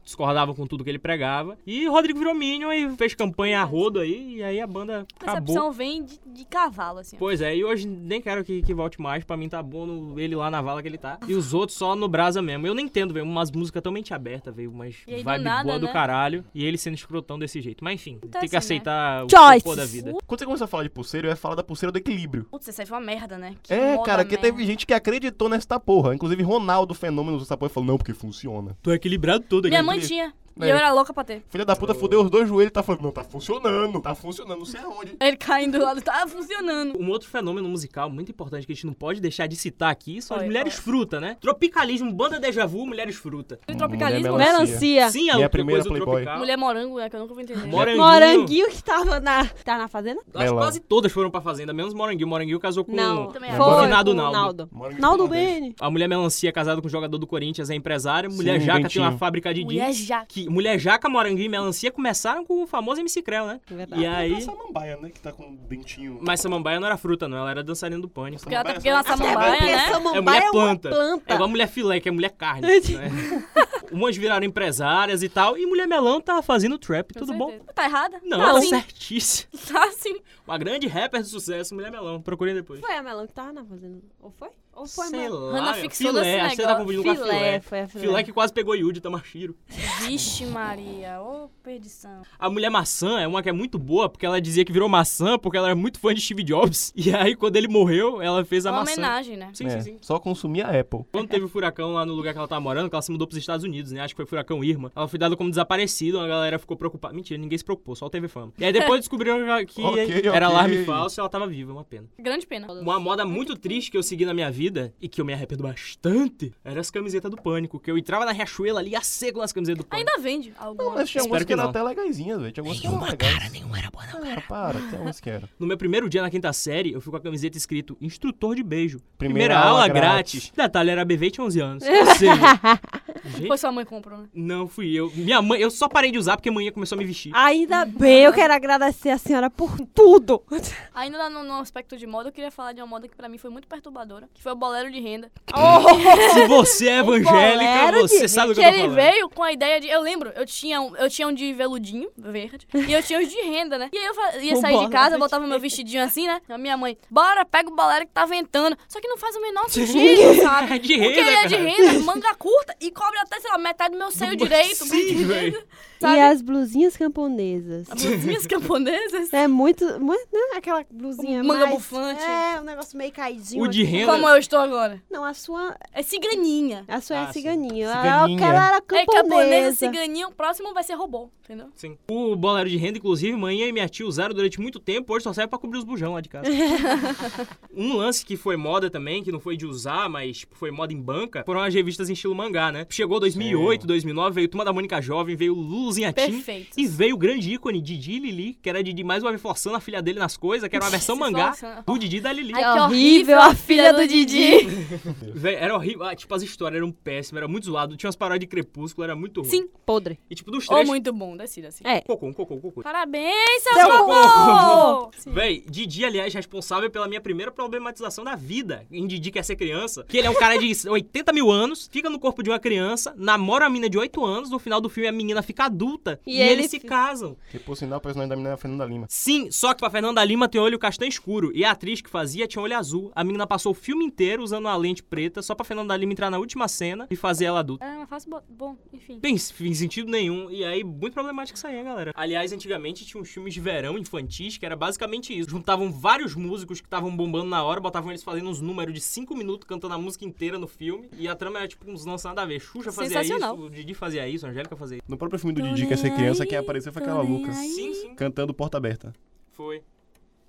Speaker 4: discordavam com tudo que ele pregava. E Rodrigo virou Minion e fez campanha a rodo aí, e aí a banda acabou.
Speaker 1: Percepção vem de, de cavalo, assim. ó.
Speaker 4: Pois é, e hoje nem quero que, que volte mais, pra mim tá bom no- ele lá na vala que ele tá. E os outros só no brasa mesmo. Eu não entendo, velho, umas músicas tão mente aberta, veio umas
Speaker 1: E aí, do
Speaker 4: vibe
Speaker 1: nada,
Speaker 4: boa do
Speaker 1: né?
Speaker 4: caralho. E ele sendo escrotão desse jeito. Mas enfim, tem que
Speaker 1: né?
Speaker 4: aceitar o
Speaker 3: Choices.
Speaker 4: corpo da vida.
Speaker 2: Quando você começou a falar de pulseira, eu ia falar da pulseira do equilíbrio.
Speaker 1: Putz, essa aí foi uma merda, né? Que
Speaker 2: é,
Speaker 1: moda
Speaker 2: cara, que
Speaker 1: merda.
Speaker 2: teve gente que acreditou nessa porra. Inclusive, Ronaldo Fenômeno usou essa porra e falou, não, porque funciona.
Speaker 4: Tô equilibrado todo aqui. né?
Speaker 1: Minha mãe tinha.
Speaker 2: né?
Speaker 1: E eu era louca pra ter.
Speaker 2: Filha da puta fudeu os dois joelhos e tá falando, não, tá funcionando, tá funcionando, não sei aonde.
Speaker 1: Ele caindo do lado, tá funcionando.
Speaker 4: Um outro fenômeno musical muito importante que a gente não pode deixar de citar aqui são as
Speaker 1: Olha,
Speaker 4: mulheres
Speaker 1: olha.
Speaker 4: fruta, né? Tropicalismo, banda déjà vu, mulheres fruta.
Speaker 1: E tropicalismo,
Speaker 2: Mulher
Speaker 1: mulher,
Speaker 3: Melancia.
Speaker 4: Sim, a
Speaker 2: Minha
Speaker 4: outra
Speaker 2: primeira
Speaker 4: coisa
Speaker 2: Playboy.
Speaker 4: tropical.
Speaker 1: morango, é que eu nunca vou entender.
Speaker 4: Moranguinho.
Speaker 3: Moranguinho que tava na. Tá na fazenda?
Speaker 4: Acho que
Speaker 2: Melão.
Speaker 4: quase todas foram pra fazenda, menos Moranguinho. Moranguinho casou com
Speaker 3: Não.
Speaker 1: Também
Speaker 3: Foi
Speaker 1: acho.
Speaker 4: com o Nado
Speaker 3: com o
Speaker 4: Naldo.
Speaker 3: Naldo.
Speaker 2: Mora em
Speaker 3: Naldo
Speaker 2: Tocantins.
Speaker 3: Bene.
Speaker 4: A mulher melancia casada com o jogador do Corinthians é empresária. Mulher
Speaker 2: Sim, um
Speaker 4: Jaca
Speaker 2: Bentinho.
Speaker 4: tem uma fábrica de
Speaker 1: Mulher
Speaker 4: jeans.
Speaker 1: jaca.
Speaker 4: Que mulher Jaca, Moranguinho e Melancia começaram com o famoso MC Creu, né?
Speaker 3: É Verdade.
Speaker 4: E
Speaker 2: Tem uma
Speaker 4: aí...
Speaker 2: samambaia, né, que tá com um dentinho.
Speaker 4: Mas Samambaia não era fruta, não. Ela era dançarina do pânico.
Speaker 1: Porque ela tá pequena
Speaker 2: Samambaia,
Speaker 1: na
Speaker 2: samambaia.
Speaker 1: samambaia,
Speaker 3: Porque
Speaker 1: né?
Speaker 4: É
Speaker 3: samambaia
Speaker 4: mulher
Speaker 3: é uma
Speaker 4: planta.
Speaker 3: planta. tipo-
Speaker 4: É igual mulher filé, que é mulher carne.
Speaker 3: Entendi.
Speaker 4: né? Umas viraram empresárias e tal. E mulher melão tá fazendo trap,
Speaker 1: Com
Speaker 4: tudo bom?
Speaker 1: certeza. Tá errada?
Speaker 4: Não,
Speaker 1: Tá
Speaker 4: tá
Speaker 1: sim.
Speaker 4: certíssimo.
Speaker 1: Tá sim.
Speaker 4: Uma grande rapper de sucesso, mulher melão. Procurem depois.
Speaker 3: Foi a Melão que tava na fazenda. Ou foi? Ou foi a
Speaker 4: Sei
Speaker 3: Melão?
Speaker 4: lá,
Speaker 1: Hannah
Speaker 4: meu.
Speaker 1: fixou
Speaker 4: filé,
Speaker 1: nesse
Speaker 4: acho que você tá
Speaker 1: negócio.
Speaker 4: confundindo com a filé.
Speaker 3: foi a filé.
Speaker 4: Filé que quase pegou Yudi Tamashiro.
Speaker 1: Vixe Maria, ô perdição.
Speaker 4: A mulher maçã é uma que é muito boa, porque ela dizia que virou maçã porque ela era muito fã de Steve Jobs. E aí, quando ele morreu, ela fez a
Speaker 1: Uma
Speaker 4: maçã.
Speaker 1: homenagem, né?
Speaker 4: Sim,
Speaker 2: É,
Speaker 4: sim, sim.
Speaker 2: Só consumia Apple.
Speaker 4: Quando teve o furacão lá no lugar que ela tava morando, que ela se mudou pros Estados Unidos, né? Acho que foi o furacão Irma. Ela foi dada como desaparecida, a galera ficou preocupada. Mentira, ninguém se preocupou, só teve fama. E aí depois descobriram <laughs> que
Speaker 2: Ok,
Speaker 4: era
Speaker 2: ok.
Speaker 4: alarme falso e ela tava viva, uma pena.
Speaker 1: Grande pena.
Speaker 4: Uma moda muito triste que eu segui na minha vida e que eu me arrependo bastante era as camisetas do pânico, que eu entrava na Riachuelo ali a seco nas camisetas do pânico.
Speaker 1: Ainda vende alguma.
Speaker 2: Mas tinha
Speaker 4: Espero
Speaker 2: algumas que
Speaker 4: que
Speaker 2: eram
Speaker 4: não.
Speaker 2: até legaisinhas, velho. Tinha algumas
Speaker 4: Oh
Speaker 2: que eram legais.
Speaker 4: nenhuma era boa, não.
Speaker 2: Ah, para, tem algumas que eram.
Speaker 4: No meu primeiro dia na quinta série, eu fui com a camiseta escrito Instrutor de Beijo.
Speaker 2: Primeira
Speaker 4: Primeira,
Speaker 2: aula
Speaker 4: aula,
Speaker 2: grátis.
Speaker 4: grátis. Detalhe, era BV e tinha 11 <laughs> anos. Ou seja, gente,
Speaker 1: Foi sua mãe comprou, né?
Speaker 4: Não, fui eu. Minha mãe, eu só parei de usar porque a manhã começou a me
Speaker 1: Ah,
Speaker 4: vestir.
Speaker 3: Ainda bem, eu quero agradecer a senhora por <laughs> tudo.
Speaker 1: Ainda no, no aspecto de moda, eu queria falar de uma moda que pra mim foi muito perturbadora, que foi o bolero de renda.
Speaker 4: Se você é evangélica,
Speaker 3: bolero de
Speaker 4: você sabe do
Speaker 1: que
Speaker 4: que eu tô
Speaker 1: ele
Speaker 4: falando.
Speaker 1: veio com a ideia de. Eu lembro, eu tinha um, eu tinha um de veludinho verde e eu tinha os de renda, né? E aí eu fa- ia
Speaker 3: O
Speaker 1: sair de
Speaker 3: bolero
Speaker 1: casa,
Speaker 3: de
Speaker 1: botava meu vestidinho assim, né? A minha mãe, bora, pega o bolero que tá ventando. Só que não faz o menor
Speaker 4: <laughs>
Speaker 1: sentido, sabe?
Speaker 4: De
Speaker 1: Porque ele
Speaker 4: renda,
Speaker 1: é de
Speaker 4: cara.
Speaker 1: renda, manga curta e cobre até, sei lá, metade do meu seio direito.
Speaker 4: Sim,
Speaker 1: <laughs>
Speaker 4: velho.
Speaker 1: Sabe?
Speaker 3: E as blusinhas camponesas.
Speaker 1: As
Speaker 4: <laughs>
Speaker 1: blusinhas camponesas.
Speaker 3: É muito, muito né? aquela blusinha
Speaker 1: Manga
Speaker 3: mais-
Speaker 1: bufante.
Speaker 3: É, um negócio meio caidinho.
Speaker 4: O de
Speaker 3: aqui.
Speaker 4: renda.
Speaker 1: Como eu estou agora.
Speaker 3: Não, a sua,
Speaker 1: É ciganinha.
Speaker 3: a sua
Speaker 4: Ah,
Speaker 3: é
Speaker 4: sim.
Speaker 3: ciganinha.
Speaker 2: Ciganinha.
Speaker 3: Aquela era
Speaker 1: É camponesa,
Speaker 3: camponesa.
Speaker 1: ciganinha, o próximo vai ser robô, entendeu?
Speaker 4: Sim. O bolero de renda, inclusive, manhã e minha tia usaram durante muito tempo, hoje só serve pra cobrir os bujão lá
Speaker 1: <laughs>
Speaker 4: de casa. um lance que foi moda também, que não foi de usar, mas tipo, foi moda em banca, foram as revistas em estilo mangá, né? Chegou 2008, 2009, veio Turma da Mônica Jovem, veio Luluzinha Tim.
Speaker 1: Perfeito.
Speaker 4: E veio o grande ícone Didi e Lili, que era Didi mais uma vez forçando a filha dele nas coisas, que era uma versão
Speaker 1: Se
Speaker 4: mangá
Speaker 1: esforçando.
Speaker 4: do Didi e da Lili.
Speaker 1: Ai,
Speaker 3: Que horrível, a filha do Didi.
Speaker 4: Véi, era horrível. Ah, tipo, as histórias eram péssimas, era muito zoado. Tinha umas paródias de crepúsculo, era muito ruim.
Speaker 1: Sim.
Speaker 3: Podre.
Speaker 4: E tipo, dos
Speaker 1: Ou
Speaker 4: três. um
Speaker 1: muito bom, decida assim.
Speaker 3: É.
Speaker 4: Cocô, cocô, cocô.
Speaker 1: Parabéns, seu
Speaker 3: Seu
Speaker 1: robô!
Speaker 4: Véi, Didi, aliás, responsável pela minha primeira problematização da vida. Em Didi quer ser criança. Que ele é um cara de <laughs> 80 mil anos, fica no corpo de uma criança, namora uma menina de 8 anos, no final do filme a menina fica adulta
Speaker 3: E
Speaker 4: e,
Speaker 3: ele
Speaker 4: eles se
Speaker 3: fi-
Speaker 4: casam.
Speaker 2: <laughs> Que por sinal, o personagem da menina era a Fernanda Lima.
Speaker 4: Sim, só que pra Fernanda Lima tem olho castanho escuro e a atriz que fazia tinha olho azul. A menina passou o filme inteiro usando uma lente preta só pra Fernanda Lima entrar na última cena e fazer ela adulta.
Speaker 1: É, mas faço bo- bom, enfim.
Speaker 4: Tem em sentido nenhum. E aí, muito problemático isso aí, hein, galera. Aliás, antigamente tinha uns filmes de verão infantis que era basicamente isso. Juntavam vários músicos que estavam bombando na hora, botavam eles fazendo uns números de 5 minutos cantando a música inteira no filme. E a trama era tipo uns lances nada a ver. Xuxa fazia isso,
Speaker 1: Sensacional.
Speaker 4: o Didi fazia isso, a Angélica fazia isso.
Speaker 2: No próprio filme do
Speaker 1: Tô
Speaker 2: Didi, que é ser
Speaker 1: nem
Speaker 2: criança,
Speaker 1: aí,
Speaker 2: quem apareceu foi
Speaker 1: tô
Speaker 2: aquela
Speaker 1: nem
Speaker 2: louca.
Speaker 1: aí.
Speaker 4: Sim, sim,
Speaker 2: Cantando Porta Aberta.
Speaker 4: foi.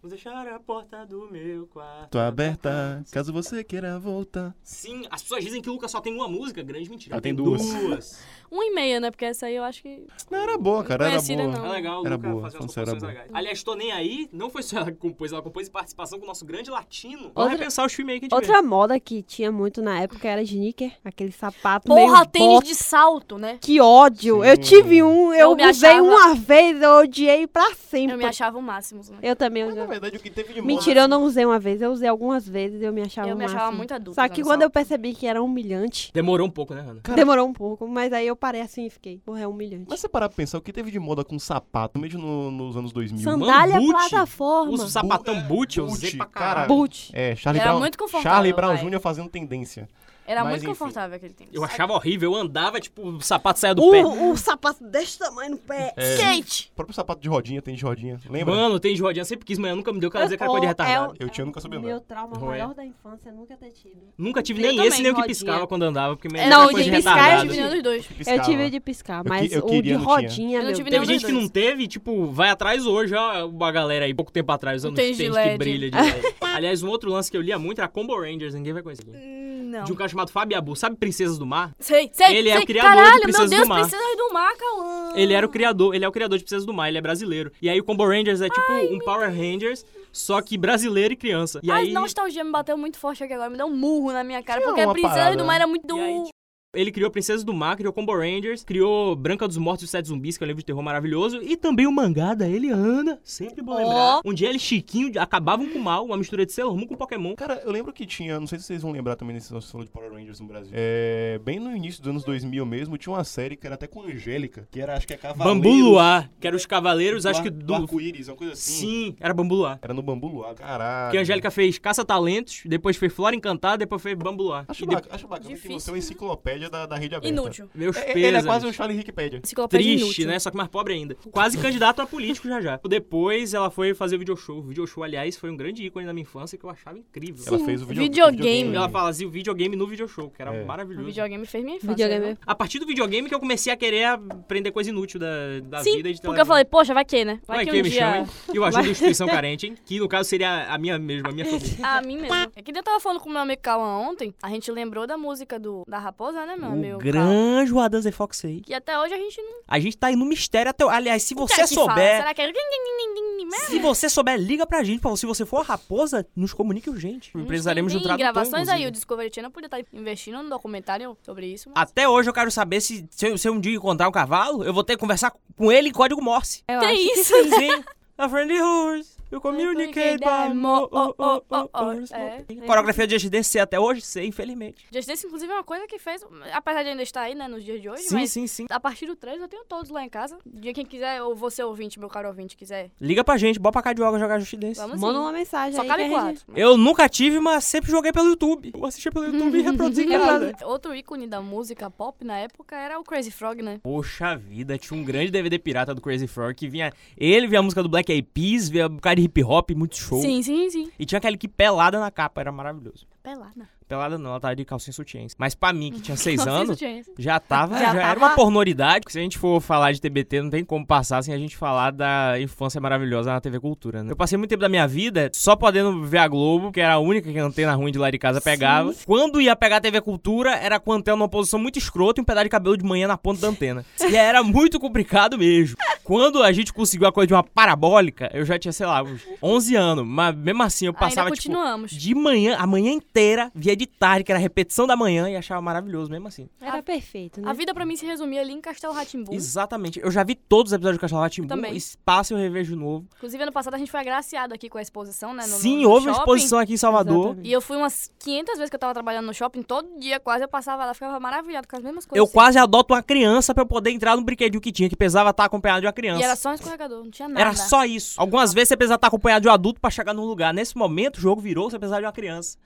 Speaker 4: Vou deixar a porta do meu quarto.
Speaker 2: Tô aberta, caso você queira voltar.
Speaker 4: Sim, as pessoas dizem que o Lucas só tem uma música, grande mentira.
Speaker 2: Ela tem
Speaker 4: duas.
Speaker 1: Um e meia, né? Porque essa aí eu acho que.
Speaker 2: Não, era boa, cara, era
Speaker 1: Conhecida,
Speaker 2: boa.
Speaker 1: não.
Speaker 4: É legal, o
Speaker 2: Então, Era
Speaker 4: Lucas
Speaker 2: boa,
Speaker 4: fazia umas
Speaker 2: Fonseca era
Speaker 4: composições
Speaker 2: boa.
Speaker 4: legais. Aliás, Tô Nem Aí, não foi só ela que compôs, ela compôs em participação com o nosso grande latino. Vamos
Speaker 3: Outra-
Speaker 4: repensar os filmes aí que a gente
Speaker 3: Outra moda que tinha muito na época era sneaker. Aquele sapato
Speaker 1: Porra,
Speaker 3: meio
Speaker 1: tênis
Speaker 3: bota.
Speaker 1: de salto, né?
Speaker 3: Que ódio.
Speaker 2: Sim.
Speaker 3: Eu tive um, eu,
Speaker 1: Eu me
Speaker 3: usei
Speaker 1: achava-
Speaker 3: uma vez, eu odiei pra
Speaker 1: Eu
Speaker 3: sempre.
Speaker 1: me achava o máximo, né?
Speaker 3: Eu também
Speaker 2: Mas, né? na
Speaker 3: odiei.
Speaker 2: verdade, o que teve de moda-
Speaker 3: Mentira, eu não usei uma vez, eu usei algumas vezes, eu me achava
Speaker 1: Eu me
Speaker 3: o
Speaker 1: achava
Speaker 3: máximo.
Speaker 1: muito adulta.
Speaker 3: Só que
Speaker 1: usando
Speaker 3: quando eu
Speaker 1: salto.
Speaker 3: percebi que era humilhante,
Speaker 4: Demorou um pouco, né, Ana?
Speaker 2: Cara-
Speaker 3: demorou um pouco, mas aí eu parei assim e fiquei, porra, é humilhante.
Speaker 2: Mas você parar pra pensar, o que teve de moda com sapato, mesmo no- nos anos 2000?
Speaker 3: Sandália
Speaker 4: Mambuti.
Speaker 3: plataforma.
Speaker 4: Usa o sapatão boot, eu usei
Speaker 2: Boot,
Speaker 4: pra caralho.
Speaker 2: caralho.
Speaker 3: Boot.
Speaker 2: É, Charlie
Speaker 1: Era
Speaker 2: Brown,
Speaker 1: muito confortável,
Speaker 2: Charlie Brown
Speaker 1: vai.
Speaker 2: Jr. fazendo tendência.
Speaker 1: Era
Speaker 2: Mas,
Speaker 1: muito
Speaker 2: enfim.
Speaker 1: confortável aquele tênis.
Speaker 4: Eu achava horrível, eu andava, tipo, o sapato saia do pé.
Speaker 3: O, o sapato desse tamanho no pé.
Speaker 2: É,
Speaker 1: Skate!
Speaker 2: O próprio sapato de rodinha, tem de rodinha. Lembra?
Speaker 4: Mano, tem de rodinha, eu sempre quis, mas eu nunca me deu, cara dizer que era coisa de
Speaker 3: Oh,
Speaker 4: retardado.
Speaker 3: é o-
Speaker 2: Eu tinha, nunca soube
Speaker 3: Meu
Speaker 2: andar.
Speaker 3: trauma
Speaker 4: Roia.
Speaker 3: maior da infância é nunca ter tido.
Speaker 4: Nunca tive
Speaker 1: Eu
Speaker 4: nem esse,
Speaker 1: também,
Speaker 4: nem o que
Speaker 1: rodinha.
Speaker 4: piscava quando andava, porque
Speaker 1: É,
Speaker 4: minha
Speaker 1: não,
Speaker 4: coisa assim.
Speaker 1: o de
Speaker 4: de
Speaker 1: piscar eu
Speaker 4: retardado.
Speaker 1: tive nenhum dos dois.
Speaker 3: Eu
Speaker 2: Piscava.
Speaker 3: tive o de piscar,
Speaker 2: que-
Speaker 3: mas
Speaker 2: eu
Speaker 3: o de
Speaker 2: queria, não tinha.
Speaker 3: rodinha,
Speaker 1: Eu não
Speaker 3: meu
Speaker 1: tive
Speaker 4: Teve
Speaker 3: Deus.
Speaker 1: nenhum dos
Speaker 4: gente que não teve, tipo, vai atrás hoje, ó, uma galera aí, pouco tempo atrás, usando
Speaker 1: Um tênis
Speaker 4: tênis
Speaker 1: de
Speaker 4: que
Speaker 1: LED.
Speaker 4: brilha de LED. Aliás, um outro lance que eu lia muito era Combo Rangers, ninguém vai conhecer. aqui.
Speaker 1: Hum, Não.
Speaker 4: De um cara chamado Fabiabu, sabe Princesas do Mar?
Speaker 1: Sei, sei,
Speaker 4: Ele é
Speaker 1: sei.
Speaker 4: o criador de
Speaker 1: Caralho,
Speaker 4: Princesas
Speaker 1: meu
Speaker 4: do
Speaker 1: Deus,
Speaker 4: Mar.
Speaker 1: Princesas do Mar, Cauã.
Speaker 4: Ele era o criador, ele é o criador de Princesas do Mar, ele é brasileiro. E aí o Combo Rangers é tipo um Power Rangers, só que brasileiro e criança. E
Speaker 1: Ai,
Speaker 4: aí
Speaker 1: nostalgia me bateu muito forte aqui agora. Me deu um murro na minha cara.
Speaker 2: Tinha
Speaker 1: Porque a
Speaker 2: uma
Speaker 1: Princesas
Speaker 2: parada.
Speaker 1: do Mar era muito...
Speaker 4: E aí, tipo, ele criou Princesas do Mar, criou Combo Rangers, criou Branca dos Mortos e os Sete Zumbis, que é um livro de terror maravilhoso, e também o mangá da Eliana, sempre bom lembrar. Onde ele e Chiquinho acabavam com o mal, uma mistura de Sailor Moon com Pokémon.
Speaker 2: Cara, eu lembro que tinha, não sei se vocês vão lembrar também nesse nosso falou de Power Rangers no Brasil. É, bem no início dos anos 2000 mesmo, tinha uma série que era até com Angélica, que era acho que é Cavaleiros.
Speaker 4: Bambu Luar, que eram os cavaleiros, acho que
Speaker 2: do,
Speaker 4: do...
Speaker 2: Arco-Íris, uma coisa assim.
Speaker 4: Sim, era Bambu Luar.
Speaker 2: Era no Bambu Luar, caralho.
Speaker 4: Que a Angélica fez Caça-Talentos, depois fez Flora Encantada, depois fez Bambu Luar.
Speaker 2: Acho,
Speaker 4: E de-
Speaker 2: bac- acho bacana que
Speaker 1: Difícil, né?
Speaker 2: você é uma enciclopédia da, da rede aberta.
Speaker 1: Inútil.
Speaker 4: Meus
Speaker 2: É,
Speaker 4: pesos.
Speaker 2: ele é quase um Charlie Wikipedia.
Speaker 1: Enciclopédia
Speaker 4: Triste,
Speaker 1: inútil.
Speaker 4: né? Só que mais pobre ainda. Quase candidato a político já já. Depois ela foi fazer o video show. O video show, aliás, foi um grande ícone na minha infância que eu achava incrível.
Speaker 2: Ela fez o video,
Speaker 1: videogame.
Speaker 4: E Ela fazia o videogame no video show, que era
Speaker 2: É.
Speaker 1: O
Speaker 4: maravilhoso.
Speaker 1: videogame fez minha infância. né?
Speaker 3: Videogame.
Speaker 4: A partir do videogame que eu comecei a querer aprender coisa inútil da, da
Speaker 1: não? Sim,
Speaker 4: vida de
Speaker 1: porque eu falei, poxa, vai que, né?
Speaker 4: Vai
Speaker 1: Vai,
Speaker 4: que,
Speaker 1: um
Speaker 4: me
Speaker 1: dia... <laughs>
Speaker 4: chamem. Eu ajudo a instituição carente, hein? Que no caso seria a minha mesma, a
Speaker 1: <laughs>
Speaker 4: minha família.
Speaker 1: A mim mesmo. É que nem eu tava falando com o meu amigo Cauã ontem, a gente lembrou da música do, da Raposa, né, meu amigo? Cauã?
Speaker 4: Adams e Fox aí.
Speaker 1: Que até hoje a gente não
Speaker 4: A gente tá aí no mistério até. Aliás, se
Speaker 1: sabe o que fala. Será que é... din, din, din, din, din mesmo?
Speaker 4: Se você souber, liga pra gente. Se você for a raposa, nos comunique urgente.
Speaker 1: A gente
Speaker 4: Precisaremos de
Speaker 1: tem
Speaker 4: um tradutor,
Speaker 1: gravações aí,
Speaker 4: inclusive.
Speaker 1: o Discovery Channel podia estar investindo num documentário sobre isso. mas-
Speaker 4: Até hoje eu quero saber se, se, eu, se eu um dia encontrar um cavalo, eu vou ter que conversar com ele em código Morse.
Speaker 3: Eu
Speaker 1: Tem
Speaker 3: acho que
Speaker 1: isso.
Speaker 4: Sim. <laughs> A friend who's you communicate by mo- oh, oh, oh, oh.
Speaker 1: É.
Speaker 4: Coreografia de SDC até hoje, sei, infelizmente.
Speaker 1: Just Dance, inclusive, é uma coisa que fez, apesar de ainda estar aí, né, nos dias de hoje, mas
Speaker 4: sim, sim.
Speaker 1: a partir do 3 eu tenho todos lá em casa. Dia quem quiser, ou você ouvinte, meu caro ouvinte, quiser,
Speaker 4: Liga pra gente, bota pra cá de yoga jogar Just Dance.
Speaker 1: vamos
Speaker 3: Manda
Speaker 1: sim.
Speaker 3: uma mensagem
Speaker 1: assim. Só
Speaker 3: aí.
Speaker 1: cabe
Speaker 3: que a gente-
Speaker 1: quatro.
Speaker 4: Eu nunca tive, mas sempre joguei pelo YouTube. Eu assistia pelo YouTube e reproduzi <laughs> em casa.
Speaker 1: Outro ícone da música pop na época era o Crazy Frog, né?
Speaker 4: Poxa vida, tinha um grande DVD pirata do Crazy Frog que vinha. Ele via a música do Black Eyed Peas, via um bocado de hip hop, muito show.
Speaker 1: Sim, sim, sim.
Speaker 4: E tinha aquele que pelada na capa, era maravilhoso.
Speaker 1: Pelada.
Speaker 4: Pelada não, ela tava de calcinha e sutiãs. Mas pra mim, que tinha
Speaker 1: <laughs> Não
Speaker 4: seis
Speaker 1: sei se
Speaker 4: anos,
Speaker 1: tinha isso.
Speaker 4: já tava, já,
Speaker 3: Já
Speaker 4: era
Speaker 3: tava-
Speaker 4: uma pornoridade. Porque se a gente for falar de TBT, não tem como passar sem a gente falar da infância maravilhosa na TV Cultura, né? Eu passei muito tempo da minha vida só podendo ver a Globo, que era a única que a antena ruim de lá de casa pegava. Quando ia pegar a TV Cultura, era com a antena numa posição muito escrota e um pedaço de cabelo de manhã na ponta da antena. E era muito complicado mesmo. Quando a gente conseguiu a coisa de uma parabólica, eu já tinha, sei lá, uns 11 anos. Mas mesmo assim, eu passava,
Speaker 1: Ainda
Speaker 4: tipo,
Speaker 1: continuamos.
Speaker 4: de manhã, a manhã inteira, via de tarde, que era a repetição da manhã, e achava maravilhoso mesmo assim.
Speaker 3: Era perfeito, né?
Speaker 1: A vida pra mim se resumia ali em Castelo Ratimbu.
Speaker 4: Exatamente. Eu já vi todos os episódios do Castelo
Speaker 1: Também.
Speaker 4: Rá-Tim-Bum, espaço eu revejo de novo.
Speaker 1: Inclusive, ano passado a gente foi agraciado aqui com a exposição, né? No,
Speaker 4: Sim,
Speaker 1: no
Speaker 4: houve uma
Speaker 1: shopping.
Speaker 4: exposição aqui em Salvador.
Speaker 3: Exatamente.
Speaker 1: E eu fui umas 500 vezes que eu tava trabalhando no shopping, todo dia quase eu passava lá, ficava maravilhado com as mesmas coisas.
Speaker 4: Eu quase adoto uma criança pra eu poder entrar no brinquedinho que tinha, que pesava estar acompanhado de uma criança.
Speaker 1: E era só um escorregador, não tinha nada.
Speaker 4: Era só isso. Algumas vezes você precisava estar acompanhado de um adulto pra chegar num lugar. Nesse momento, o jogo virou, você precisava de uma criança.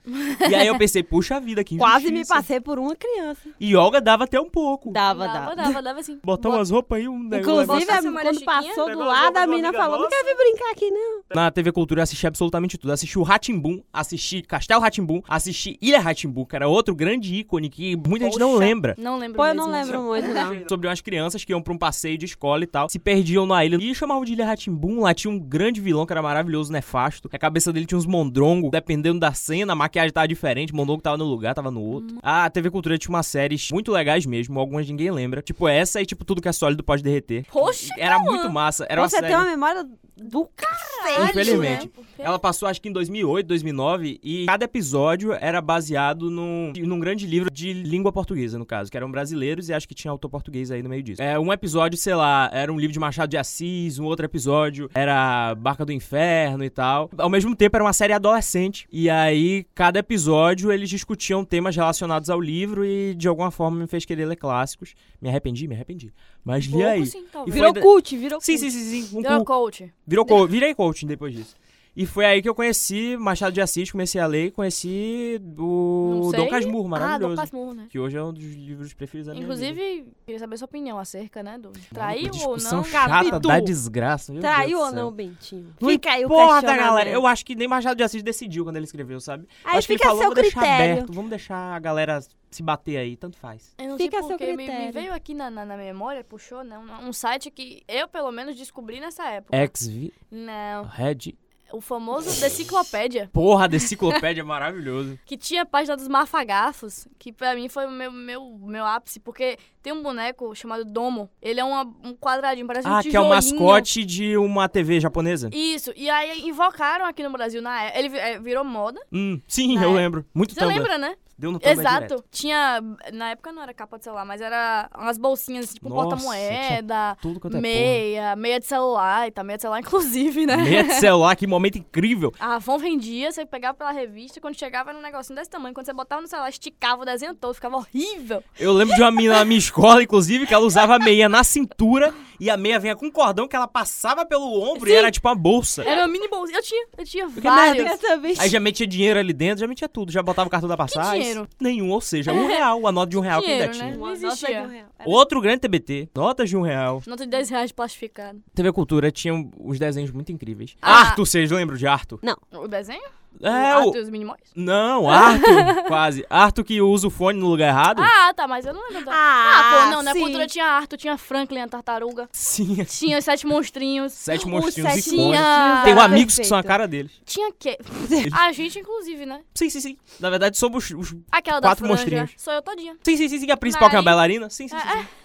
Speaker 4: E aí eu pensei, puxa vida, que
Speaker 3: Quase me
Speaker 4: injustiça.
Speaker 3: passei por uma criança.
Speaker 4: E Olga dava até um pouco.
Speaker 3: Dava,
Speaker 1: Dava,
Speaker 3: dava.
Speaker 1: dava, dava assim.
Speaker 4: Botar umas roupas aí, um negócio.
Speaker 3: Inclusive,
Speaker 1: Nossa, Maria
Speaker 3: quando
Speaker 1: Chiquinha.
Speaker 3: passou do
Speaker 6: Pegou a
Speaker 3: lado,
Speaker 6: roupa
Speaker 3: a
Speaker 6: de uma
Speaker 3: menina
Speaker 6: amiga
Speaker 3: falou: não
Speaker 6: nossa.
Speaker 3: quer vir brincar aqui, não.
Speaker 4: Na TV Cultura eu assisti absolutamente tudo. Assisti o Ratimbum, assisti Castelo Ratimbum, assisti Ilha Ratimbum, que era outro grande ícone que muita gente não
Speaker 1: Poxa,
Speaker 4: lembra.
Speaker 1: Não lembro
Speaker 3: Pô, eu não
Speaker 1: mesmo.
Speaker 3: lembro muito, não.
Speaker 4: <laughs> Sobre umas crianças que iam pra um passeio de escola e tal, se perdiam na ilha e chamavam de Ilha Ratimbum. Lá tinha um grande vilão que era maravilhoso, nefasto. que A cabeça dele tinha uns mondrongo, dependendo da cena, a maquiagem tava diferente, o mondrongo tava no lugar, tava no
Speaker 3: Hum.
Speaker 4: outro. Ah, A TV Cultura tinha umas séries muito legais mesmo, algumas ninguém lembra. Tipo essa e tipo tudo que é sólido pode derreter.
Speaker 1: Poxa,
Speaker 4: Era
Speaker 1: Cauã.
Speaker 4: muito massa, era uma
Speaker 3: Você
Speaker 4: série.
Speaker 3: tem uma memória do caralho.
Speaker 4: Infelizmente.
Speaker 1: né? Porque-
Speaker 4: Ela passou acho que em 2008, 2009 e cada episódio era baseado num, num grande livro de língua portuguesa, no caso, que eram brasileiros e acho que tinha autor português aí no meio disso. É, um episódio, sei lá, era um livro de Machado de Assis, um outro episódio era Barca do Inferno e tal. Ao mesmo tempo era uma série adolescente e aí cada episódio eles discutiam temas relacionados ao livro e de alguma forma me fez querer ler clássicos. Me arrependi, me arrependi. Mas li
Speaker 1: Pouco
Speaker 4: aí.
Speaker 1: sim, talvez.
Speaker 4: E foi
Speaker 3: Virou
Speaker 4: da-
Speaker 3: cult, virou
Speaker 4: Sim,
Speaker 3: cult.
Speaker 4: sim, sim, sim. Um
Speaker 3: Ah,
Speaker 1: Deu a
Speaker 4: cu-
Speaker 1: coach.
Speaker 4: Virou co virei coaching depois disso. E foi aí que eu conheci Machado de Assis, comecei a ler e conheci
Speaker 1: Não
Speaker 4: o
Speaker 1: sei.
Speaker 4: Dom Casmurro,
Speaker 1: Ah,
Speaker 4: maravilhoso.
Speaker 1: Dom Casmurro, né?
Speaker 4: Que hoje é um dos livros preferidos da minha vida.
Speaker 1: Inclusive, queria saber sua opinião acerca, né, do traiu
Speaker 4: Maluco,
Speaker 1: ou
Speaker 4: discussão
Speaker 1: não.
Speaker 4: chata
Speaker 3: Capitu.
Speaker 4: da desgraça. meu
Speaker 3: Traiu
Speaker 4: Deus do
Speaker 3: ou
Speaker 4: céu.
Speaker 3: não, Bentinho?
Speaker 4: Não
Speaker 3: Fica aí o
Speaker 4: Porra da
Speaker 3: questionamento.
Speaker 4: galera, eu acho que nem Machado de Assis decidiu quando ele escreveu, sabe?
Speaker 3: Aí
Speaker 4: acho que
Speaker 3: fica
Speaker 4: ele
Speaker 3: a
Speaker 4: falou,
Speaker 3: seu
Speaker 4: vamos deixar
Speaker 3: critério.
Speaker 4: aberto, vamos deixar a galera se bater aí, tanto faz.
Speaker 1: Eu não
Speaker 3: Fica a
Speaker 1: sei
Speaker 3: seu
Speaker 1: porque me, me
Speaker 3: critério.
Speaker 1: veio aqui na, na, na memória, puxou, né? Um, um site que eu, pelo menos, descobri nessa época.
Speaker 4: É. Ex
Speaker 1: Não.
Speaker 4: Red.
Speaker 1: O famoso da enciclopédia,
Speaker 4: Porra, da enciclopédia <laughs> é maravilhoso.
Speaker 1: que tinha a página dos mafagafos, que pra mim foi o meu, meu, meu ápice, porque tem um boneco chamado Domo. Ele é uma- um quadradinho, parece um
Speaker 4: Ah, que é o
Speaker 1: tijolinho.
Speaker 4: mascote de uma TV japonesa?
Speaker 1: Isso, e aí invocaram aqui no Brasil na época. Ele vi- eh, virou moda.
Speaker 4: Hum, sim,
Speaker 1: Na
Speaker 4: eu
Speaker 1: época.
Speaker 4: lembro. Muito
Speaker 1: Você
Speaker 4: Tumblr.
Speaker 1: lembra, né?
Speaker 4: Deu no Tumblr
Speaker 1: Exato.
Speaker 4: direto.
Speaker 1: Tinha. Na época não era capa de celular, mas era umas bolsinhas, tipo um
Speaker 4: Nossa,
Speaker 1: porta-moeda,
Speaker 4: Tudo quanto é
Speaker 1: meia, meia de celular e tal. Meia de celular, <laughs> inclusive, né?
Speaker 4: porra. Meia de celular, que momento incrível.
Speaker 1: A Avon vendia, você pegava pela revista, quando chegava era um negocinho desse tamanho. Quando você botava no celular, esticava o desenho todo, ficava horrível.
Speaker 4: Eu lembro de uma menina na minha escola, inclusive, que ela usava a meia na cintura e a meia vinha com um cordão que ela passava pelo ombro e
Speaker 1: Sim. É.
Speaker 4: era tipo uma bolsa.
Speaker 1: Era uma mini bolsinha. Eu tinha, eu tinha
Speaker 4: Porque
Speaker 1: vários.
Speaker 4: merda.
Speaker 3: Essa bicha.
Speaker 4: Aí já metia dinheiro ali dentro, já metia tudo, já botava o cartão da passagem.
Speaker 1: dinheiro? É.
Speaker 4: Nenhum, ou seja, um real, a nota de um real que ainda
Speaker 1: Dinheiro,
Speaker 4: tinha.
Speaker 1: né? Não
Speaker 3: Nossa,
Speaker 1: existia.
Speaker 3: de um real. Era-
Speaker 4: Outro grande TBT, notas de um real.
Speaker 1: Nota de 10 reais de plastificado.
Speaker 4: TV Cultura tinha uns desenhos muito incríveis.
Speaker 1: Ah.
Speaker 4: Arthur, vocês lembram de Arthur?
Speaker 1: O desenho?
Speaker 4: É,
Speaker 1: o
Speaker 4: o,
Speaker 1: Arthur e os Minimóis?
Speaker 4: Não, Arthur, quase. Arthur que usa o fone no lugar errado?
Speaker 1: Ah, tá, mas eu não lembro. Ah, ah pô, não, na
Speaker 3: sim.
Speaker 1: cultura tinha Arthur, tinha Franklin, a tartaruga.
Speaker 4: Sim.
Speaker 1: Tinha os sete monstrinhos.
Speaker 4: Sete
Speaker 3: Os
Speaker 4: monstrinhos
Speaker 3: sete
Speaker 4: icônicos.
Speaker 1: Tinha.
Speaker 4: Tenho
Speaker 3: era
Speaker 4: amigos que são a
Speaker 3: perfeito.
Speaker 4: cara deles.
Speaker 1: Tinha que.
Speaker 4: <laughs>
Speaker 1: A gente, inclusive, né?
Speaker 4: Sim, sim, sim. Na verdade, somos os...
Speaker 1: Aquela
Speaker 4: Quatro
Speaker 1: da franja.
Speaker 4: monstrinhos.
Speaker 1: Sou eu todinha.
Speaker 4: Sim, sim, sim, sim. A principal que é uma
Speaker 1: Nariz.
Speaker 4: bailarina. Sim, sim, sim. sim.
Speaker 3: <laughs>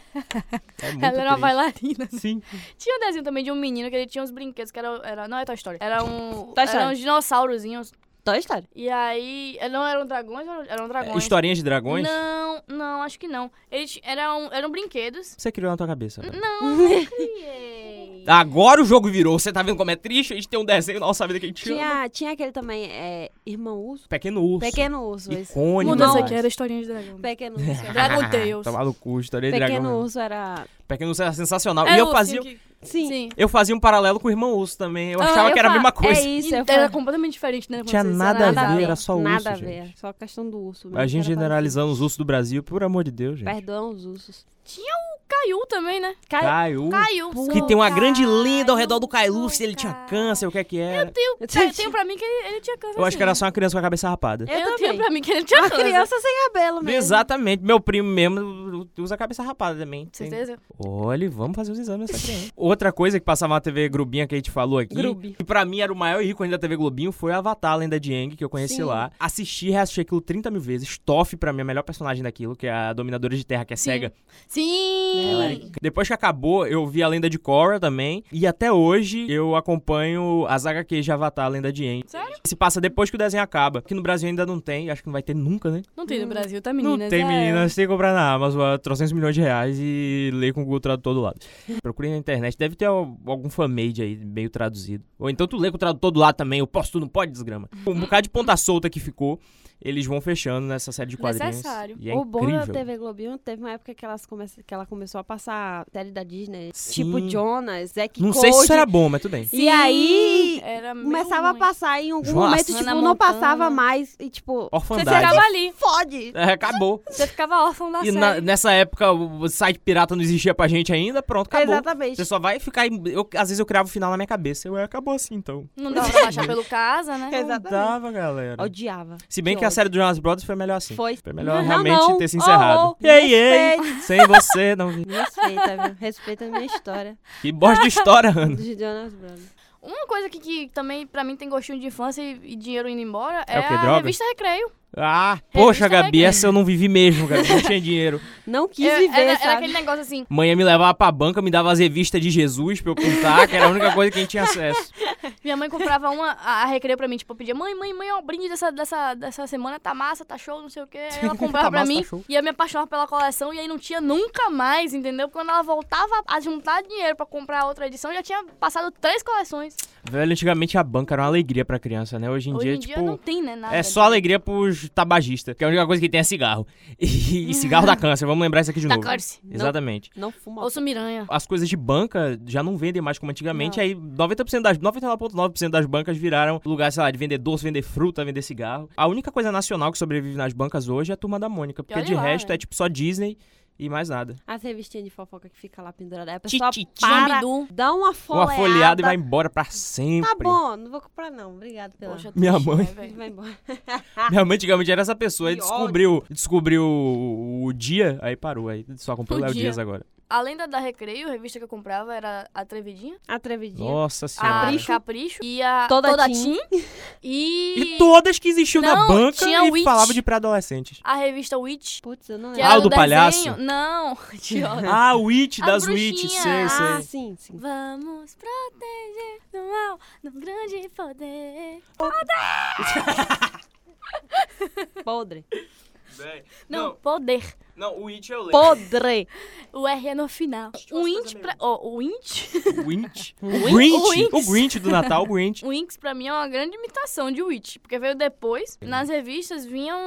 Speaker 4: É muito
Speaker 1: Ela era uma
Speaker 4: triste.
Speaker 1: bailarina. <laughs>
Speaker 4: Sim.
Speaker 1: Tinha um desenho também de um menino que ele tinha uns brinquedos que era. era não é Toy Story. Era um.
Speaker 3: Toy Story.
Speaker 1: Eram uns dinossaurozinhos.
Speaker 3: Toy Story.
Speaker 1: E aí. eh, Não eram dragões, eram, eram dragões.
Speaker 4: Historinhas de dragões?
Speaker 1: um Não, não, acho que não. Eles eram, um, eram
Speaker 3: <laughs>
Speaker 1: brinquedos.
Speaker 4: Você criou na tua cabeça. velho.
Speaker 1: Criei.
Speaker 4: Agora o jogo virou. Você tá vendo como é triste? A gente tem um desenho na nossa vida que a gente ama.
Speaker 3: Tinha, tinha aquele também, é, Irmão Urso.
Speaker 4: Pequeno urso.
Speaker 3: Pequeno Urso. esse.
Speaker 4: Icônico.
Speaker 1: Mudou isso
Speaker 3: Animais.
Speaker 1: aqui, era historinha de dragão.
Speaker 3: Pequeno Urso. era-
Speaker 1: Dragon Tales.
Speaker 4: Tomar no cu, historinha de dragão.
Speaker 3: Pequeno
Speaker 4: mesmo.
Speaker 3: Urso É era...
Speaker 4: Pequeno urso era sensacional.
Speaker 1: Era
Speaker 4: e
Speaker 1: o
Speaker 4: eu fazia...
Speaker 1: ursinho que-
Speaker 3: Sim.
Speaker 1: Sim.
Speaker 4: Eu fazia um paralelo com o Irmão Urso também. Eu
Speaker 3: Ah,
Speaker 4: achava
Speaker 3: eu
Speaker 4: que era a
Speaker 3: fa-
Speaker 4: mesma coisa.
Speaker 3: É isso, eu
Speaker 1: Era
Speaker 3: falo-
Speaker 1: completamente diferente, né? quando
Speaker 4: Tinha
Speaker 1: você-
Speaker 4: nada
Speaker 3: nada
Speaker 4: a
Speaker 3: a
Speaker 4: ver,
Speaker 3: ver,
Speaker 4: era só urso,
Speaker 3: Nada a
Speaker 4: gente.
Speaker 3: ver, só questão do urso. mesmo,
Speaker 4: A gente
Speaker 3: que era
Speaker 4: generalizando os ursos do Brasil, por amor de Deus,
Speaker 3: parecido.
Speaker 4: gente.
Speaker 3: Perdão os ursos.
Speaker 1: Caiu também, né?
Speaker 4: Caiu.
Speaker 3: Caiu.
Speaker 1: Caiu.
Speaker 4: Que tem uma grande
Speaker 1: Caiu,
Speaker 4: lenda ao redor do Caiu, se ele
Speaker 1: cara.
Speaker 4: tinha câncer, o que é que era.
Speaker 1: Eu tenho, tenho pra mim que ele, ele tinha câncer.
Speaker 4: Eu acho
Speaker 1: sim.
Speaker 4: que era só uma criança com a cabeça rapada.
Speaker 1: Eu,
Speaker 3: Eu
Speaker 1: tenho
Speaker 3: também.
Speaker 1: <laughs> pra mim que ele tinha
Speaker 3: Uma
Speaker 1: câncer.
Speaker 3: criança sem cabelo mesmo.
Speaker 4: Exatamente. Meu primo mesmo usa a cabeça rapada também.
Speaker 1: Certeza?
Speaker 4: Olha, vamos fazer os exames nessa criança. Outra coisa que passava na TV Grubinha que a gente falou aqui,
Speaker 3: Grubi.
Speaker 4: que pra mim era o maior ícone da TV Globinho, foi Avatar, a Lenda de Aang, que eu conheci
Speaker 3: Sim.
Speaker 4: lá. Assisti, reassisti aquilo 30 mil vezes. Toff, pra mim, é a melhor personagem daquilo, que é a Dominadora de Terra, que é
Speaker 1: Sim.
Speaker 4: cega.
Speaker 1: Sim!
Speaker 3: Ela
Speaker 4: é- Depois que acabou, eu vi a Lenda de Korra também. E até hoje, eu acompanho as HQs de Avatar, a Lenda de Aang.
Speaker 1: Sério?
Speaker 4: Se passa depois que o desenho acaba. Que no Brasil ainda não tem, acho que não vai ter nunca, né?
Speaker 1: Não
Speaker 3: Hum.
Speaker 1: tem no Brasil, tá, meninas?
Speaker 4: não tem,
Speaker 1: É.
Speaker 4: meninas. Tem que comprar na Amazon a 300 milhões de reais e ler com o Google Tradutor
Speaker 1: <laughs>
Speaker 4: do lado. Procure na internet. Deve ter al- algum fanmade aí, meio traduzido. Ou então tu lê com o tradutor do lado também. Eu posso, tu não pode, desgrama.
Speaker 1: <laughs>
Speaker 4: Um bocado de ponta solta que ficou, eles vão fechando nessa série de quadrinhos.
Speaker 1: Necessário.
Speaker 4: E é
Speaker 3: o bom
Speaker 4: incrível.
Speaker 3: da TV Globinho teve uma época que, elas come- que ela começou a passar série da Disney.
Speaker 4: Sim.
Speaker 3: Tipo Jonas, Zack
Speaker 4: Não
Speaker 3: Cody.
Speaker 4: sei se isso era bom, mas tudo bem.
Speaker 3: E aí,
Speaker 1: Era meio
Speaker 3: Começava
Speaker 1: ruim.
Speaker 3: a passar em algum
Speaker 4: Jonas.
Speaker 3: momento, tipo,
Speaker 1: Hannah
Speaker 3: não
Speaker 1: Montana.
Speaker 3: passava mais. E tipo,
Speaker 1: Você
Speaker 4: Orfandade.
Speaker 1: ficava ali,
Speaker 3: fode!
Speaker 4: É, acabou.
Speaker 1: você ficava órfão da
Speaker 4: E
Speaker 1: série.
Speaker 4: na- nessa época o o site pirata não existia pra gente ainda, pronto, acabou.
Speaker 3: Exatamente.
Speaker 4: Você só vai ficar. em- Eu, às vezes eu criava o final na minha cabeça. Eu, é, acabou assim então.
Speaker 1: Não dava pra
Speaker 4: <laughs>
Speaker 1: baixar pelo casa, né?
Speaker 4: Não
Speaker 3: Exatamente.
Speaker 4: dava, galera.
Speaker 3: Odiava.
Speaker 4: Se bem que,
Speaker 3: Que
Speaker 4: a
Speaker 3: ódio.
Speaker 4: série do Jonas Brothers foi melhor assim.
Speaker 3: Foi.
Speaker 4: Foi melhor
Speaker 3: Não,
Speaker 4: realmente
Speaker 3: não.
Speaker 4: ter se
Speaker 3: Oh,
Speaker 4: encerrado.
Speaker 3: oh,
Speaker 4: ei, ei!
Speaker 3: respeito.
Speaker 4: Sem você, não vi.
Speaker 3: Me respeita, viu? Respeita a minha história
Speaker 4: Que bosta de história, Ana.
Speaker 3: dos Jonas Brothers.
Speaker 1: Uma coisa que, que também pra mim tem gostinho de infância e, e dinheiro indo embora é,
Speaker 4: É o quê,
Speaker 1: a
Speaker 4: droga?
Speaker 1: revista Recreio.
Speaker 4: Ah, poxa, Gabi,
Speaker 1: Recreio.
Speaker 4: essa eu não vivi mesmo, Gabi. Não tinha dinheiro.
Speaker 3: Não quis
Speaker 1: É, Era,
Speaker 3: viver,
Speaker 1: era- era
Speaker 3: sabe?
Speaker 1: aquele negócio assim,
Speaker 4: Mãe ia me levava pra banca, me dava as revistas de Jesus pra eu pintar, que era a única coisa que a gente tinha acesso.
Speaker 1: Minha mãe comprava uma, a, a recreio pra mim, tipo, eu pedia, mãe, mãe, mãe, ó, o brinde dessa, dessa, dessa semana tá massa, tá show, não sei o quê. Aí ela comprava
Speaker 4: <laughs> Tá
Speaker 1: pra
Speaker 4: massa,
Speaker 1: mim
Speaker 4: tá show.
Speaker 1: e eu me apaixonava pela coleção e aí não tinha nunca mais, entendeu? Quando ela voltava a juntar dinheiro pra comprar outra edição, já tinha passado três coleções.
Speaker 4: Velho, antigamente a banca era uma alegria pra criança, né? Hoje em
Speaker 1: Hoje
Speaker 4: dia,
Speaker 1: em dia
Speaker 4: tipo.
Speaker 1: não tem, né, nada.
Speaker 4: É só alegria pros tabagistas, que a única coisa que tem é cigarro. é <laughs> E, e cigarro dá câncer, vamos Vamos lembrar isso aqui de
Speaker 1: Da
Speaker 4: novo.
Speaker 1: Corse. Não.
Speaker 4: Exatamente.
Speaker 3: Não fuma.
Speaker 1: Ouço miranha.
Speaker 4: As coisas de banca já não vendem mais como antigamente,
Speaker 3: Não.
Speaker 4: aí 90% das 99.9% das bancas viraram lugar, sei lá, de vender doce, vender fruta, vender cigarro. A única coisa nacional que sobrevive nas bancas hoje é a turma da Mônica, porque
Speaker 1: olha
Speaker 4: de
Speaker 1: lá,
Speaker 4: resto é
Speaker 1: velho.
Speaker 4: tipo só Disney e mais nada.
Speaker 3: As revistinhas de fofoca que fica lá pendurada. Aí a
Speaker 4: Ti,
Speaker 3: pessoa
Speaker 4: ti, ti.
Speaker 3: para,
Speaker 1: Jambidu.
Speaker 3: dá uma folheada.
Speaker 4: Uma folheada e vai embora pra sempre.
Speaker 3: é Tá
Speaker 4: <laughs>
Speaker 3: bom, não vou comprar não. Obrigado pela...
Speaker 1: Poxa,
Speaker 4: Minha
Speaker 1: triste,
Speaker 4: mãe.
Speaker 1: né, velho?
Speaker 3: Vai embora.
Speaker 4: Minha mãe antigamente era essa pessoa, aí
Speaker 3: Que
Speaker 4: descobriu, descobriu o, o dia, aí parou, aí só comprou o
Speaker 1: O
Speaker 4: Léo
Speaker 1: dia.
Speaker 4: Dias agora.
Speaker 1: Além da da Recreio, a revista que eu comprava era a Trevidinha,
Speaker 3: <laughs> Atrevidinha.
Speaker 4: Nossa
Speaker 1: a
Speaker 4: senhora.
Speaker 1: Capricho, e a
Speaker 3: Toda
Speaker 1: Tim. E,
Speaker 4: <laughs> E todas que existiam na
Speaker 1: Não,
Speaker 4: banca
Speaker 1: tinha
Speaker 4: e
Speaker 1: Witch.
Speaker 4: falava de
Speaker 1: <laughs>
Speaker 4: pré-adolescentes.
Speaker 1: a revista Witch.
Speaker 3: Putz, eu não
Speaker 1: Que
Speaker 4: Ah,
Speaker 1: era
Speaker 4: o
Speaker 1: um
Speaker 4: do
Speaker 1: desenho.
Speaker 4: palhaço?
Speaker 1: Não, <laughs> idiota.
Speaker 4: Ah, Witch
Speaker 1: A
Speaker 4: das
Speaker 1: bruxinha.
Speaker 4: Witch, sei,
Speaker 3: Ah,
Speaker 4: sei.
Speaker 3: sim, sim.
Speaker 1: Vamos proteger do mal, do grande poder.
Speaker 3: <laughs> Podre.
Speaker 6: Bem,
Speaker 1: Não,
Speaker 6: Não.
Speaker 1: poder.
Speaker 6: Não, o It eu lembro.
Speaker 3: Podre.
Speaker 1: O R é no final. O
Speaker 6: fazer
Speaker 1: Int
Speaker 6: meio-
Speaker 1: pra... Ó, o Int... <laughs>
Speaker 4: Witch.
Speaker 3: Witch?
Speaker 1: O
Speaker 4: Grinch.
Speaker 1: Witch.
Speaker 4: O Grinch do Natal, o
Speaker 1: <laughs>
Speaker 4: Grinch.
Speaker 1: O Inks pra mim é uma grande imitação de Witch, porque veio depois, nas revistas vinham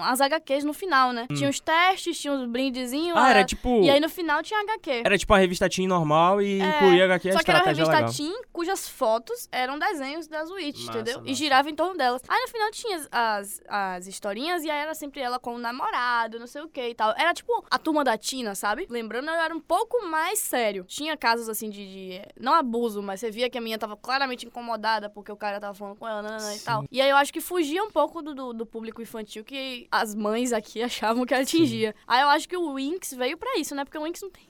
Speaker 1: as HQs no final, né? Tinha os testes, tinha os brindezinhos.
Speaker 4: Hum. Ah,
Speaker 1: a-
Speaker 4: era tipo...
Speaker 1: E aí no final tinha HQ.
Speaker 4: Era tipo a revista Teen normal e
Speaker 1: É,
Speaker 4: incluía aqui a
Speaker 1: Só que era uma
Speaker 4: estratégia
Speaker 1: revista
Speaker 4: legal.
Speaker 1: Teen cujas fotos eram desenhos das Witch,
Speaker 4: Massa,
Speaker 1: entendeu?
Speaker 4: massa.
Speaker 1: E girava em torno delas. Aí no final tinha as- as, as historinhas e aí era sempre ela com o namorado, não sei o que e tal. Era tipo a turma da Tina, sabe? Lembrando, eu era um pouco mais sério. Tinha casos assim de, de- Não abuso, mas você via que a minha tava claramente incomodada porque o cara tava falando com ela nanana, e
Speaker 4: Sim.
Speaker 1: tal. E aí eu acho que fugia um pouco do, do, do público infantil que as mães aqui <laughs> achavam que atingia. Aí eu acho que o Winx veio pra isso, né? Porque o Winx não tem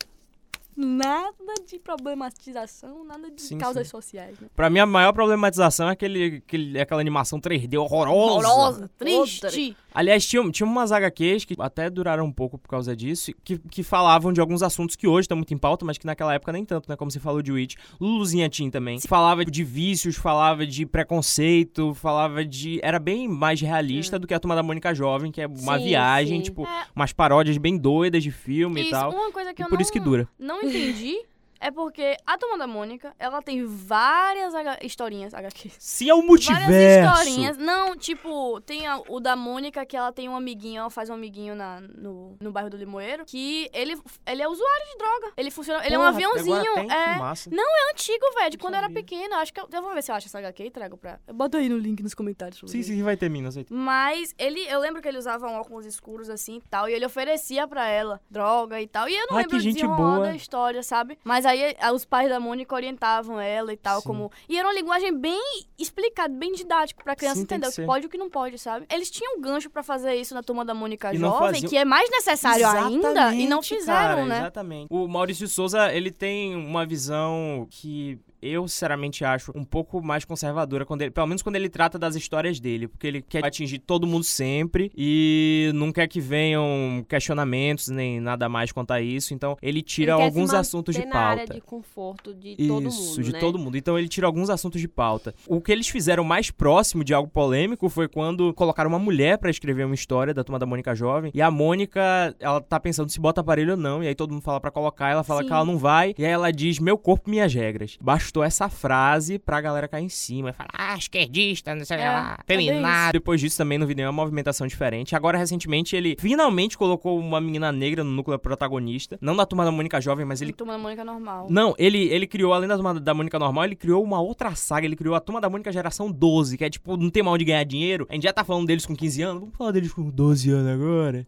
Speaker 1: nada de problematização, nada de
Speaker 4: Sim,
Speaker 1: causas
Speaker 4: sim.
Speaker 1: sociais. Né?
Speaker 4: Pra mim, a maior problematização é aquele, aquele, aquela animação 3D horrorosa.
Speaker 1: Horrorosa, triste.
Speaker 4: Aliás, tinha, tinha umas HQs que até duraram um pouco por causa disso, que, que falavam de alguns assuntos que hoje estão muito em pauta, mas que naquela época nem tanto, né? Como você falou de Witch. Luluzinha Tim também. Falava de vícios, falava de preconceito, falava de. Era bem mais realista do que a Turma da Mônica Jovem, que é uma
Speaker 3: Sim,
Speaker 4: viagem,
Speaker 3: sim.
Speaker 4: tipo,
Speaker 1: Hum. É.
Speaker 4: umas paródias bem doidas de filme e
Speaker 1: Isso,
Speaker 4: tal.
Speaker 1: uma coisa que
Speaker 4: E
Speaker 1: eu
Speaker 4: por
Speaker 1: não,
Speaker 4: isso que dura. <laughs>
Speaker 1: não entendi é porque a Turma da Mônica, ela tem várias H- historinhas, HQs.
Speaker 4: Se é o
Speaker 1: Várias
Speaker 4: multiverso.
Speaker 1: historinhas. Não, tipo, tem a- o da Mônica que ela tem um amiguinho, ela faz um amiguinho na, no, no bairro do Limoeiro, que ele, ele é usuário de droga. Ele funciona, ele é um
Speaker 4: Porra,
Speaker 1: aviãozinho.
Speaker 4: agora tem?
Speaker 1: é,
Speaker 4: Que massa.
Speaker 1: antigo, velho, de quando eu era
Speaker 4: sabia.
Speaker 1: pequena. Acho que eu, eu vou ver se eu acho essa HQ e trago pra. Bota aí no link nos comentários. por
Speaker 4: Sim,
Speaker 1: favor.
Speaker 4: sim, vai ter Minas aí.
Speaker 1: Mas ele, eu lembro que ele usava um óculos escuros assim e tal, e ele oferecia pra ela droga e tal. E eu não
Speaker 4: Ai,
Speaker 1: lembro
Speaker 4: que gente
Speaker 1: desenrolar
Speaker 4: boa.
Speaker 1: da história, sabe? Mas aí a- os pais da Mônica orientavam ela e tal,
Speaker 4: Sim.
Speaker 1: como. E era uma linguagem bem explicada, bem didática pra criança
Speaker 4: Sim, tem
Speaker 1: entender
Speaker 4: que
Speaker 1: o que
Speaker 4: ser.
Speaker 1: pode e o que não pode, sabe? Eles tinham um gancho pra fazer isso na turma da Mônica
Speaker 4: E não
Speaker 1: Jovem,
Speaker 4: faziam.
Speaker 1: que é mais necessário ainda, e não
Speaker 4: Exatamente,
Speaker 1: fizeram,
Speaker 4: cara,
Speaker 1: né?
Speaker 4: Exatamente. O Maurício de Souza, ele tem uma visão que eu, sinceramente, acho um pouco mais conservadora, quando ele- pelo menos quando ele trata das histórias dele, porque ele quer atingir todo mundo sempre e não quer que venham questionamentos nem nada mais quanto a isso, então ele tira
Speaker 3: Ele quer se
Speaker 4: alguns
Speaker 3: manter
Speaker 4: assuntos de pauta.
Speaker 3: na área de conforto de todo
Speaker 4: Isso,
Speaker 3: mundo,
Speaker 4: de
Speaker 3: né? <laughs>
Speaker 4: todo mundo. Então ele tira alguns assuntos de pauta. O que eles fizeram mais próximo de algo polêmico foi quando colocaram uma mulher pra escrever uma história da turma da Mônica Jovem. E a Mônica, ela tá pensando se bota aparelho ou não. E aí todo mundo fala pra colocar, ela fala
Speaker 1: Sim.
Speaker 4: que ela não vai. E aí ela diz: Meu corpo, minhas regras. Bastou essa frase pra galera cair em cima e falar: Ah, esquerdista, não sei o que
Speaker 1: É,
Speaker 4: lá,
Speaker 1: é bem
Speaker 4: feminazi." Depois disso também não vi nenhuma movimentação diferente. Agora, recentemente, ele finalmente colocou uma menina negra no núcleo protagonista. Não da turma da Mônica Jovem, mas ele
Speaker 1: Turma da Mônica normal.
Speaker 4: não, ele, ele criou, além da Turma da Mônica normal, ele criou uma outra saga. Ele criou a Turma da Mônica Geração 12, que é tipo, não tem mal de ganhar dinheiro. A gente já tá falando deles com 15 anos, vamos falar deles com 12 anos
Speaker 1: <laughs>
Speaker 4: agora.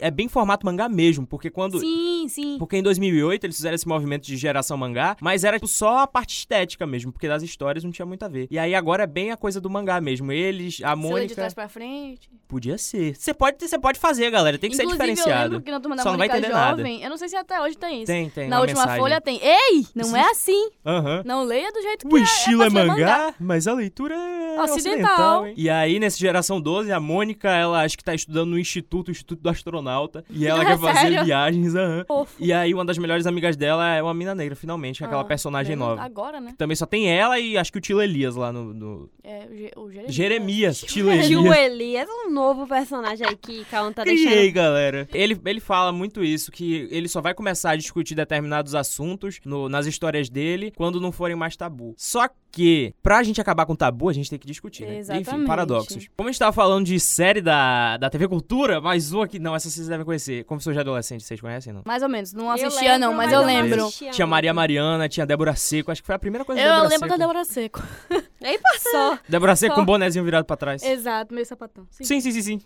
Speaker 4: é bem formato mangá mesmo, porque quando.
Speaker 1: Sim, sim.
Speaker 4: Porque em 2008 eles fizeram esse movimento de geração mangá, mas era tipo, só a parte estética mesmo, porque das histórias não tinha muito a ver. E aí agora é bem a coisa do mangá mesmo. Eles,
Speaker 1: Você
Speaker 4: a
Speaker 1: lê de
Speaker 4: Mônica.
Speaker 1: trás pra frente.
Speaker 4: Podia ser. Você pode, você pode fazer, galera, tem que
Speaker 1: Inclusive,
Speaker 4: ser
Speaker 1: eu lembro
Speaker 4: diferenciado.
Speaker 1: que na turma da
Speaker 4: Só não vai
Speaker 1: Mônica
Speaker 4: entender nada.
Speaker 1: Jovem, eu não sei se até hoje tem isso.
Speaker 4: Tem, tem.
Speaker 1: na
Speaker 4: uma
Speaker 1: última
Speaker 4: mensagem.
Speaker 1: folha tem. Ei, não
Speaker 4: Isso-
Speaker 1: é assim.
Speaker 4: Aham.
Speaker 1: Não leia do jeito que
Speaker 4: O
Speaker 1: é.
Speaker 4: estilo é,
Speaker 1: pra ser
Speaker 4: mangá, mas a leitura é
Speaker 1: Ocidental.
Speaker 4: ocidental. hein? E aí, nesse Geração 12, a Mônica, ela acho que tá estudando no Instituto, o Instituto do Astronauta.
Speaker 1: <laughs>
Speaker 4: E ela quer fazer
Speaker 1: É Sério?
Speaker 4: viagens, aham.
Speaker 1: Fofo.
Speaker 4: E aí, uma das melhores amigas dela é uma mina negra, finalmente, aquela
Speaker 1: Ah,
Speaker 4: personagem
Speaker 1: menos
Speaker 4: nova.
Speaker 1: Agora, né?
Speaker 4: Também só tem ela e acho que o Tilo Elias lá no... no-
Speaker 1: É, o, Ge o Jeremias.
Speaker 4: Jeremias, Tilo
Speaker 1: <laughs>
Speaker 3: Tio
Speaker 4: Elias.
Speaker 3: Elias é um novo personagem aí que Kaon tá
Speaker 4: Criei,
Speaker 3: deixando.
Speaker 4: galera. Ele, ele fala muito isso, que ele só vai começar a discutir determinados assuntos no- nas histórias dele quando não forem mais tabu. Só que, pra gente acabar com tabu, a gente tem que que discutir, né? Enfim,
Speaker 1: Exatamente.
Speaker 4: paradoxos. Como a gente tava falando de série da, da TV Cultura, mais uma que. Não, essa vocês devem conhecer. Confissões de Adolescente, vocês conhecem, não?
Speaker 1: Mais ou menos. Não
Speaker 3: Eu
Speaker 1: assistia, não, mas eu
Speaker 4: menos.
Speaker 1: lembro.
Speaker 4: Tinha Maria Mariana, tinha Débora Seco. Acho que foi a primeira coisa da
Speaker 1: Eu
Speaker 4: Débora
Speaker 1: lembro da
Speaker 4: Seco.
Speaker 1: Débora Seco.
Speaker 3: Nem passou.
Speaker 4: Débora Seco
Speaker 1: Só.
Speaker 4: com o bonezinho virado pra trás.
Speaker 1: Exato, meio sapatão. Sim.
Speaker 4: Sim, sim, sim, sim.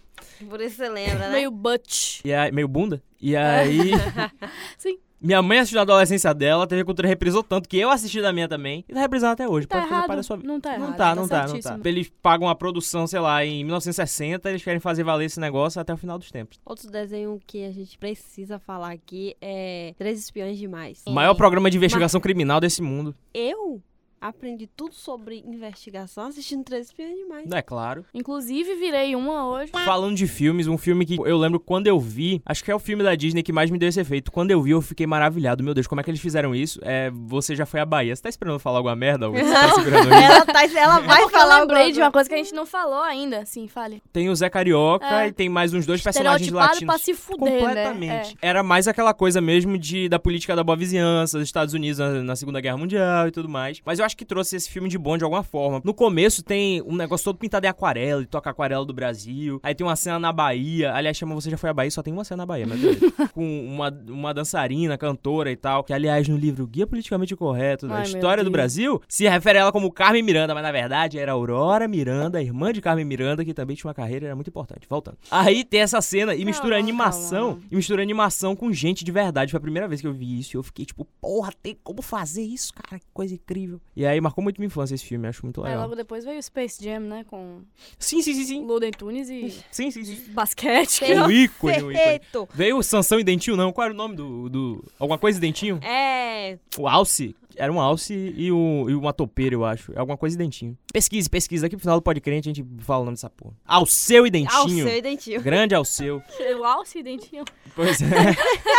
Speaker 3: Por isso você lembra, né?
Speaker 1: Meio butch.
Speaker 4: E aí, meio bunda. E aí.
Speaker 1: <laughs> Sim.
Speaker 4: Minha mãe assistiu na adolescência dela, a TV Cultura reprisou tanto que eu assisti da minha também. E tá reprisando até hoje.
Speaker 1: Tá
Speaker 4: pode fazer parte da
Speaker 1: errado.
Speaker 4: sua vida.
Speaker 1: Não tá errado.
Speaker 4: Não tá, não tá, não
Speaker 1: certíssimo.
Speaker 4: tá. Eles pagam a produção, sei lá, em 1960, eles querem fazer valer esse negócio até o final dos tempos.
Speaker 3: Outro desenho que a gente precisa falar aqui é Três Espiões Demais.
Speaker 4: Maior programa de investigação criminal desse mundo.
Speaker 3: Eu aprendi tudo sobre investigação assistindo Três Espiões Demais.
Speaker 4: Não é claro.
Speaker 1: Inclusive, virei uma hoje.
Speaker 4: Falando de filmes, um filme que eu lembro quando eu vi, acho que é o filme da Disney que mais me deu esse efeito. Quando eu vi, eu fiquei maravilhado. Meu Deus, como é que eles fizeram isso? É, você já foi à Bahia. Você tá esperando eu falar alguma merda?
Speaker 1: <laughs>
Speaker 4: Augusto? Você tá segurando aí?
Speaker 3: Ela, tá,
Speaker 4: <laughs>
Speaker 3: ela vai
Speaker 1: Porque
Speaker 3: falar
Speaker 1: eu lembrei
Speaker 3: alguma
Speaker 1: de uma coisa que a gente não falou ainda. Sim, fale.
Speaker 4: Tem o Zé Carioca
Speaker 1: É.
Speaker 4: e tem mais uns dois personagens
Speaker 1: Estereotipado pra
Speaker 4: latinos.
Speaker 1: se fuder, né?
Speaker 4: Completamente. Era mais aquela coisa mesmo de, da política da boa vizinhança, dos Estados Unidos na, na Segunda Guerra Mundial e tudo mais. Mas eu acho que trouxe esse filme de bom de alguma forma. No começo tem um negócio todo pintado em aquarela, e toca aquarela do Brasil. Aí tem uma cena na Bahia. Aliás, chama Você Já Foi à Bahia, só tem uma cena na Bahia, meu Deus.
Speaker 1: <laughs>
Speaker 4: Com uma, uma dançarina, cantora e tal. Que, aliás, no livro Guia Politicamente Correto, na
Speaker 1: Ai, meu
Speaker 4: História do
Speaker 1: Deus.
Speaker 4: Brasil, se refere a ela como Carmen Miranda, mas na verdade era Aurora Miranda, irmã de Carmen Miranda, que também tinha uma carreira, era muito importante. Voltando. Aí tem essa cena e mistura
Speaker 1: Calma,
Speaker 4: animação
Speaker 1: calma.
Speaker 4: e mistura animação com gente de verdade. Foi a primeira vez que eu vi isso e eu fiquei tipo, porra, tem como fazer isso, cara? Que coisa incrível. E aí marcou muito minha infância esse filme, acho muito
Speaker 1: É. Aí
Speaker 4: legal.
Speaker 1: logo depois veio o Space Jam, né? Com
Speaker 4: Sim, sim, sim, sim.
Speaker 1: Loden Tunes e
Speaker 4: Sim, sim, sim.
Speaker 1: basquete.
Speaker 3: Tem-
Speaker 4: Um ícone,
Speaker 3: <laughs>
Speaker 4: um ícone.
Speaker 3: Perfeito.
Speaker 4: Veio o Sansão e Dentinho, não? Qual era o nome do. do... Alguma coisa e Dentinho?
Speaker 3: É.
Speaker 4: O Alce? Era um Alce e, um, e uma topeira, eu acho. É Alguma coisa e Dentinho. Pesquise, pesquise. Aqui pro final do podcast a gente fala o nome dessa porra. Alceu e Dentinho.
Speaker 3: Ao seu dentinho.
Speaker 4: Grande Alceu.
Speaker 1: <laughs> O Alce e Dentinho.
Speaker 4: Pois é.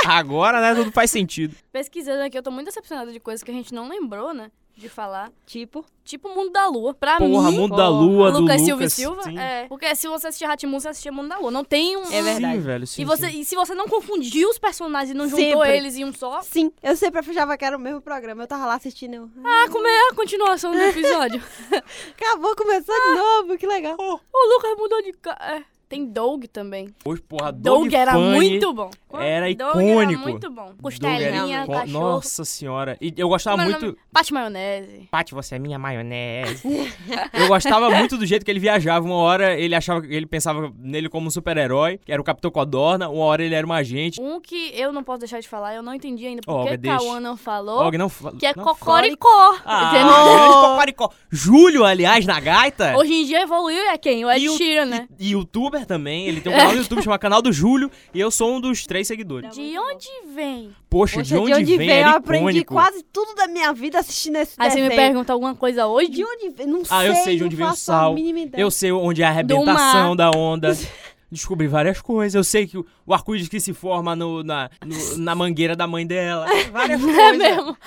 Speaker 4: Agora, né, tudo faz sentido.
Speaker 1: Pesquisando aqui, eu tô muito decepcionada de coisas que a gente não lembrou, né? De falar.
Speaker 3: Tipo.
Speaker 1: Tipo Mundo da Lua. Pra
Speaker 4: Porra,
Speaker 1: mim,
Speaker 4: Mundo da
Speaker 3: porra.
Speaker 4: Lua, do
Speaker 1: Ah, Lucas
Speaker 4: Lucas.
Speaker 1: Silva e Silva.
Speaker 4: Sim.
Speaker 1: É. Porque se você assistir Ratimun, você assistia Mundo da Lua. Não tem um.
Speaker 3: É verdade.
Speaker 4: Sim, velho, sim,
Speaker 1: E, você,
Speaker 4: sim.
Speaker 1: e se você não confundiu os personagens e não juntou
Speaker 3: Sempre.
Speaker 1: eles em um só,
Speaker 3: Sim, eu sempre achava que era o mesmo programa. Eu tava lá assistindo. eu,
Speaker 1: ah, como é a continuação do episódio?
Speaker 3: Acabou, começou de novo, que legal.
Speaker 1: <laughs> o Lucas mudou de ca... é. Tem Doug também.
Speaker 4: Hoje, porra, Doug,
Speaker 1: Doug, era
Speaker 4: Funny.
Speaker 1: muito bom.
Speaker 4: era
Speaker 1: Doug era
Speaker 4: icônico.
Speaker 1: muito bom.
Speaker 4: Doug era
Speaker 1: Costelinha,
Speaker 4: icô-
Speaker 1: cachorro.
Speaker 4: Nossa senhora. E eu gostava
Speaker 1: Como era o
Speaker 4: muito.
Speaker 1: Pate maionese.
Speaker 4: Pati, você é minha maionese. <laughs> eu gostava muito do jeito que ele viajava. Uma hora ele achava ele pensava nele como um super-herói, que era o Capitão Codorna, uma hora ele era um agente.
Speaker 1: Um que eu não posso deixar de falar, eu não entendi ainda
Speaker 4: Ó,
Speaker 1: porque
Speaker 4: mas
Speaker 1: o
Speaker 4: deixa.
Speaker 1: Cauã não falou.
Speaker 4: Og, não fa-
Speaker 1: Que é
Speaker 4: não
Speaker 1: Cocoricó.
Speaker 4: Ah,
Speaker 1: entendeu?
Speaker 4: grande Cocoricó. Júlio, aliás, na gaita.
Speaker 1: Hoje em dia evoluiu é quem? O Ed
Speaker 4: Ah, E o-
Speaker 1: Sheeran, né?
Speaker 4: E youtuber também, ele tem um canal no
Speaker 1: <laughs>
Speaker 4: YouTube chamado Canal do Júlio, e eu sou um dos três seguidores.
Speaker 1: De onde vem?
Speaker 4: Poxa,
Speaker 3: Poxa,
Speaker 4: de onde, vem,
Speaker 3: eu
Speaker 4: era
Speaker 3: aprendi
Speaker 4: icônico.
Speaker 3: quase tudo da minha vida assistindo esse
Speaker 1: Aí você
Speaker 3: desenho.
Speaker 1: me pergunta alguma coisa hoje?
Speaker 3: De onde vem? Não sei.
Speaker 4: Ah, eu sei de onde
Speaker 3: não
Speaker 4: vem o
Speaker 3: faço
Speaker 4: sal.
Speaker 3: A mínima ideia.
Speaker 4: Eu sei onde é a arrebentação da onda. Descobri várias coisas. Eu sei que o o arco-íris que se forma no- na, no- na mangueira da mãe dela. Várias
Speaker 1: É
Speaker 4: coisas.
Speaker 1: mesmo.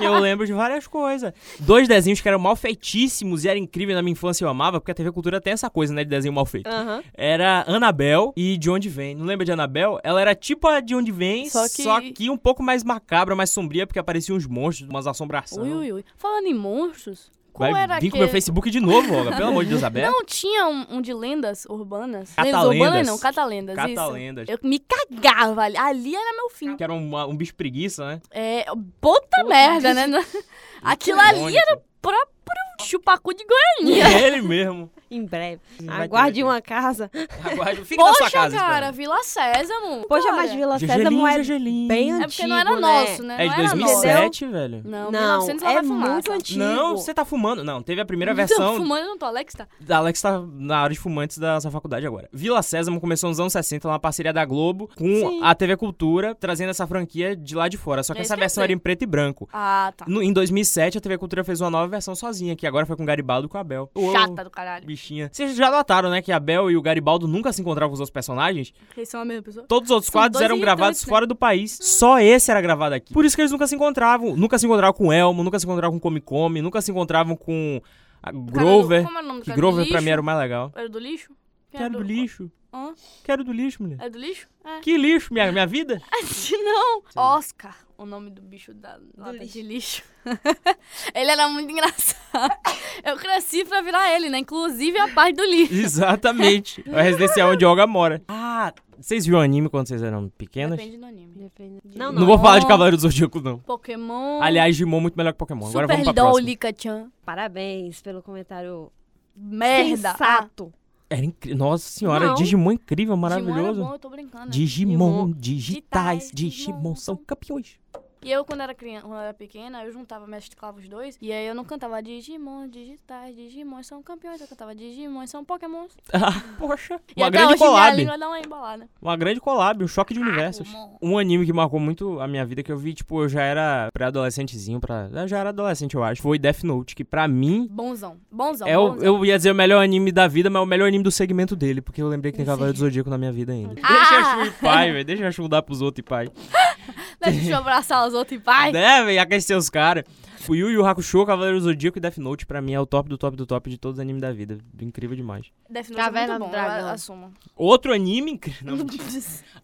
Speaker 4: Eu lembro de várias coisas. Dois desenhos que eram mal feitíssimos e era incrível na minha infância eu amava, porque a TV Cultura tem essa coisa, né, de desenho mal feito.
Speaker 3: Aham.
Speaker 4: Era Annabelle e De Onde Vem. Não lembra de Annabelle? Ela era tipo a De Onde Vem, só
Speaker 1: Só
Speaker 4: que,
Speaker 1: que-
Speaker 4: um pouco mais macabra, mais sombria, porque apareciam uns monstros, umas assombrações.
Speaker 1: Ui, ui, ui. Falando em monstros, qual
Speaker 4: Vai vir
Speaker 1: era
Speaker 4: com meu
Speaker 1: aquele-
Speaker 4: Facebook de novo, Olga. Pelo amor de
Speaker 1: <laughs>
Speaker 4: Deus, aberto.
Speaker 1: Não tinha um, um de lendas urbanas?
Speaker 4: Catalendas.
Speaker 1: Lendas urbanas não, catalendas.
Speaker 4: Catalendas.
Speaker 1: Isso. Eu me cagava ali. Ali era meu fim.
Speaker 4: Que era uma- um bicho preguiça, né?
Speaker 1: É, puta merda,
Speaker 4: <laughs>
Speaker 1: né? Aquilo ali era próprio chupacu de Goiânia.
Speaker 4: É <laughs> ele mesmo.
Speaker 3: Em breve.
Speaker 4: Vai
Speaker 3: Aguarde
Speaker 4: ter-
Speaker 3: uma casa.
Speaker 4: Aguarde, fica na
Speaker 1: Poxa,
Speaker 4: sua casa.
Speaker 1: cara,
Speaker 4: esperando.
Speaker 1: Vila Sésamo.
Speaker 3: Poxa,
Speaker 1: cara.
Speaker 3: mas Vila Sésamo
Speaker 4: Gergelim,
Speaker 3: é
Speaker 4: Gergelim.
Speaker 3: bem
Speaker 1: É
Speaker 3: antigo,
Speaker 1: porque não era
Speaker 3: né?
Speaker 1: nosso, né?
Speaker 4: É de
Speaker 1: não era
Speaker 4: 2007, velho.
Speaker 1: Nosso. Não,
Speaker 3: Não,
Speaker 1: 1900 lá
Speaker 3: é
Speaker 1: vai fumar.
Speaker 3: muito antigo.
Speaker 4: Não, você tá fumando. Não, teve a primeira
Speaker 1: Não,
Speaker 4: versão
Speaker 1: fumando não tô, Alex tá.
Speaker 4: da Alex tá na área de fumantes da sua faculdade agora. Vila Sésamo começou nos anos 60, uma parceria da Globo com
Speaker 3: Sim.
Speaker 4: a TV Cultura, trazendo essa franquia de lá de fora. Só que
Speaker 1: É isso
Speaker 4: essa
Speaker 1: que eu
Speaker 4: versão
Speaker 1: sei.
Speaker 4: era em preto e branco.
Speaker 1: Ah, tá.
Speaker 4: No- em 2007, a TV Cultura fez uma nova versão sozinha, que agora foi com Garibaldo e com a Bel.
Speaker 1: Chata do caralho.
Speaker 4: Bichinha. Vocês já notaram, né, que a Bel e o Garibaldo nunca se encontravam com os outros personagens?
Speaker 1: Eles são a mesma pessoa?
Speaker 4: Todos os outros
Speaker 1: São
Speaker 4: quadros
Speaker 1: dois
Speaker 4: eram
Speaker 1: irritantes,
Speaker 4: gravados
Speaker 1: né?
Speaker 4: fora do país. Só esse era gravado aqui. Por isso que eles nunca se encontravam. Nunca se encontravam com Elmo, nunca se encontravam com Come Come, nunca se encontravam com a
Speaker 1: Cara,
Speaker 4: Grover.
Speaker 1: Como é o nome do
Speaker 4: Que
Speaker 1: cara do
Speaker 4: Grover pra
Speaker 1: lixo?
Speaker 4: mim era o mais legal.
Speaker 1: Era do lixo? Quem
Speaker 4: Que era do lixo.
Speaker 1: Hã? Não.
Speaker 4: Que era do lixo, mulher.
Speaker 1: É do <laughs> lixo? É.
Speaker 4: Que lixo, minha,
Speaker 1: <laughs>
Speaker 4: minha vida?
Speaker 1: Não. Oscar, o nome do bicho da lata de lixo. <laughs> ele era muito engraçado. <laughs> Eu cresci pra virar ele, né? Inclusive a parte do lixo.
Speaker 4: Exatamente. É o residencial onde Olga mora. Ah, vocês viram anime quando vocês eram pequenas?
Speaker 1: Depende do anime.
Speaker 3: Não,
Speaker 4: Não vou falar de Cavaleiro do Zodíaco, não.
Speaker 1: Pokémon.
Speaker 4: Aliás, Digimon é muito melhor que Pokémon. Agora
Speaker 1: Super
Speaker 4: vamos pra próxima.
Speaker 1: Dolica-chan.
Speaker 3: Parabéns pelo comentário
Speaker 1: Merda. Ah,
Speaker 3: sensato.
Speaker 4: Era incrível. Nossa senhora,
Speaker 3: Não.
Speaker 4: Digimon é incrível,
Speaker 1: Digimon era
Speaker 4: maravilhoso.
Speaker 1: bom, eu tô brincando. né?
Speaker 4: Digimon,
Speaker 3: Digimon.
Speaker 4: digitais,
Speaker 1: Digitais,
Speaker 4: Digimon
Speaker 1: Digimon são
Speaker 4: são campeões.
Speaker 1: E eu, quando era criança, quando eu era pequena, eu juntava, mesclava os dois. E aí eu não cantava Digimon, digitais, Digimon são campeões. Eu cantava Digimon, são Pokémons.
Speaker 4: Poxa.
Speaker 1: E
Speaker 4: Uma
Speaker 1: até
Speaker 4: grande
Speaker 1: hoje minha
Speaker 4: collab.
Speaker 1: língua Ah, dá uma embolada.
Speaker 4: Uma grande collab, um choque de universos. Um anime que marcou muito a minha vida, que eu vi, tipo, eu já era pré-adolescentezinho, pra... eu já era adolescente, eu acho. Foi Death Note, que pra mim...
Speaker 1: Bonzão. Bonzão.
Speaker 4: É o,
Speaker 1: bonzão.
Speaker 4: eu ia dizer o melhor anime da vida, mas é o melhor anime do segmento dele, porque eu lembrei que tem Cavaleiro do Zodíaco na minha
Speaker 1: <laughs>
Speaker 4: vida ainda.
Speaker 1: Ah,
Speaker 4: Deixa eu achar o pai, velho. Deixa eu achar mudar pros outros e pai.
Speaker 1: Deixa eu abraçar os outros e vai.
Speaker 4: É, velho, aquecer os caras. O Yu Yu Hakusho, Cavaleiro do Zodíaco e Death Note, pra mim, é o top do top do top de todos os animes da vida. Incrível demais.
Speaker 1: Death Note é
Speaker 3: Caverna
Speaker 1: muito bom,
Speaker 3: do Dragão.
Speaker 1: eu assumo.
Speaker 4: Outro anime incrível. Não,
Speaker 3: <laughs>
Speaker 4: mentira.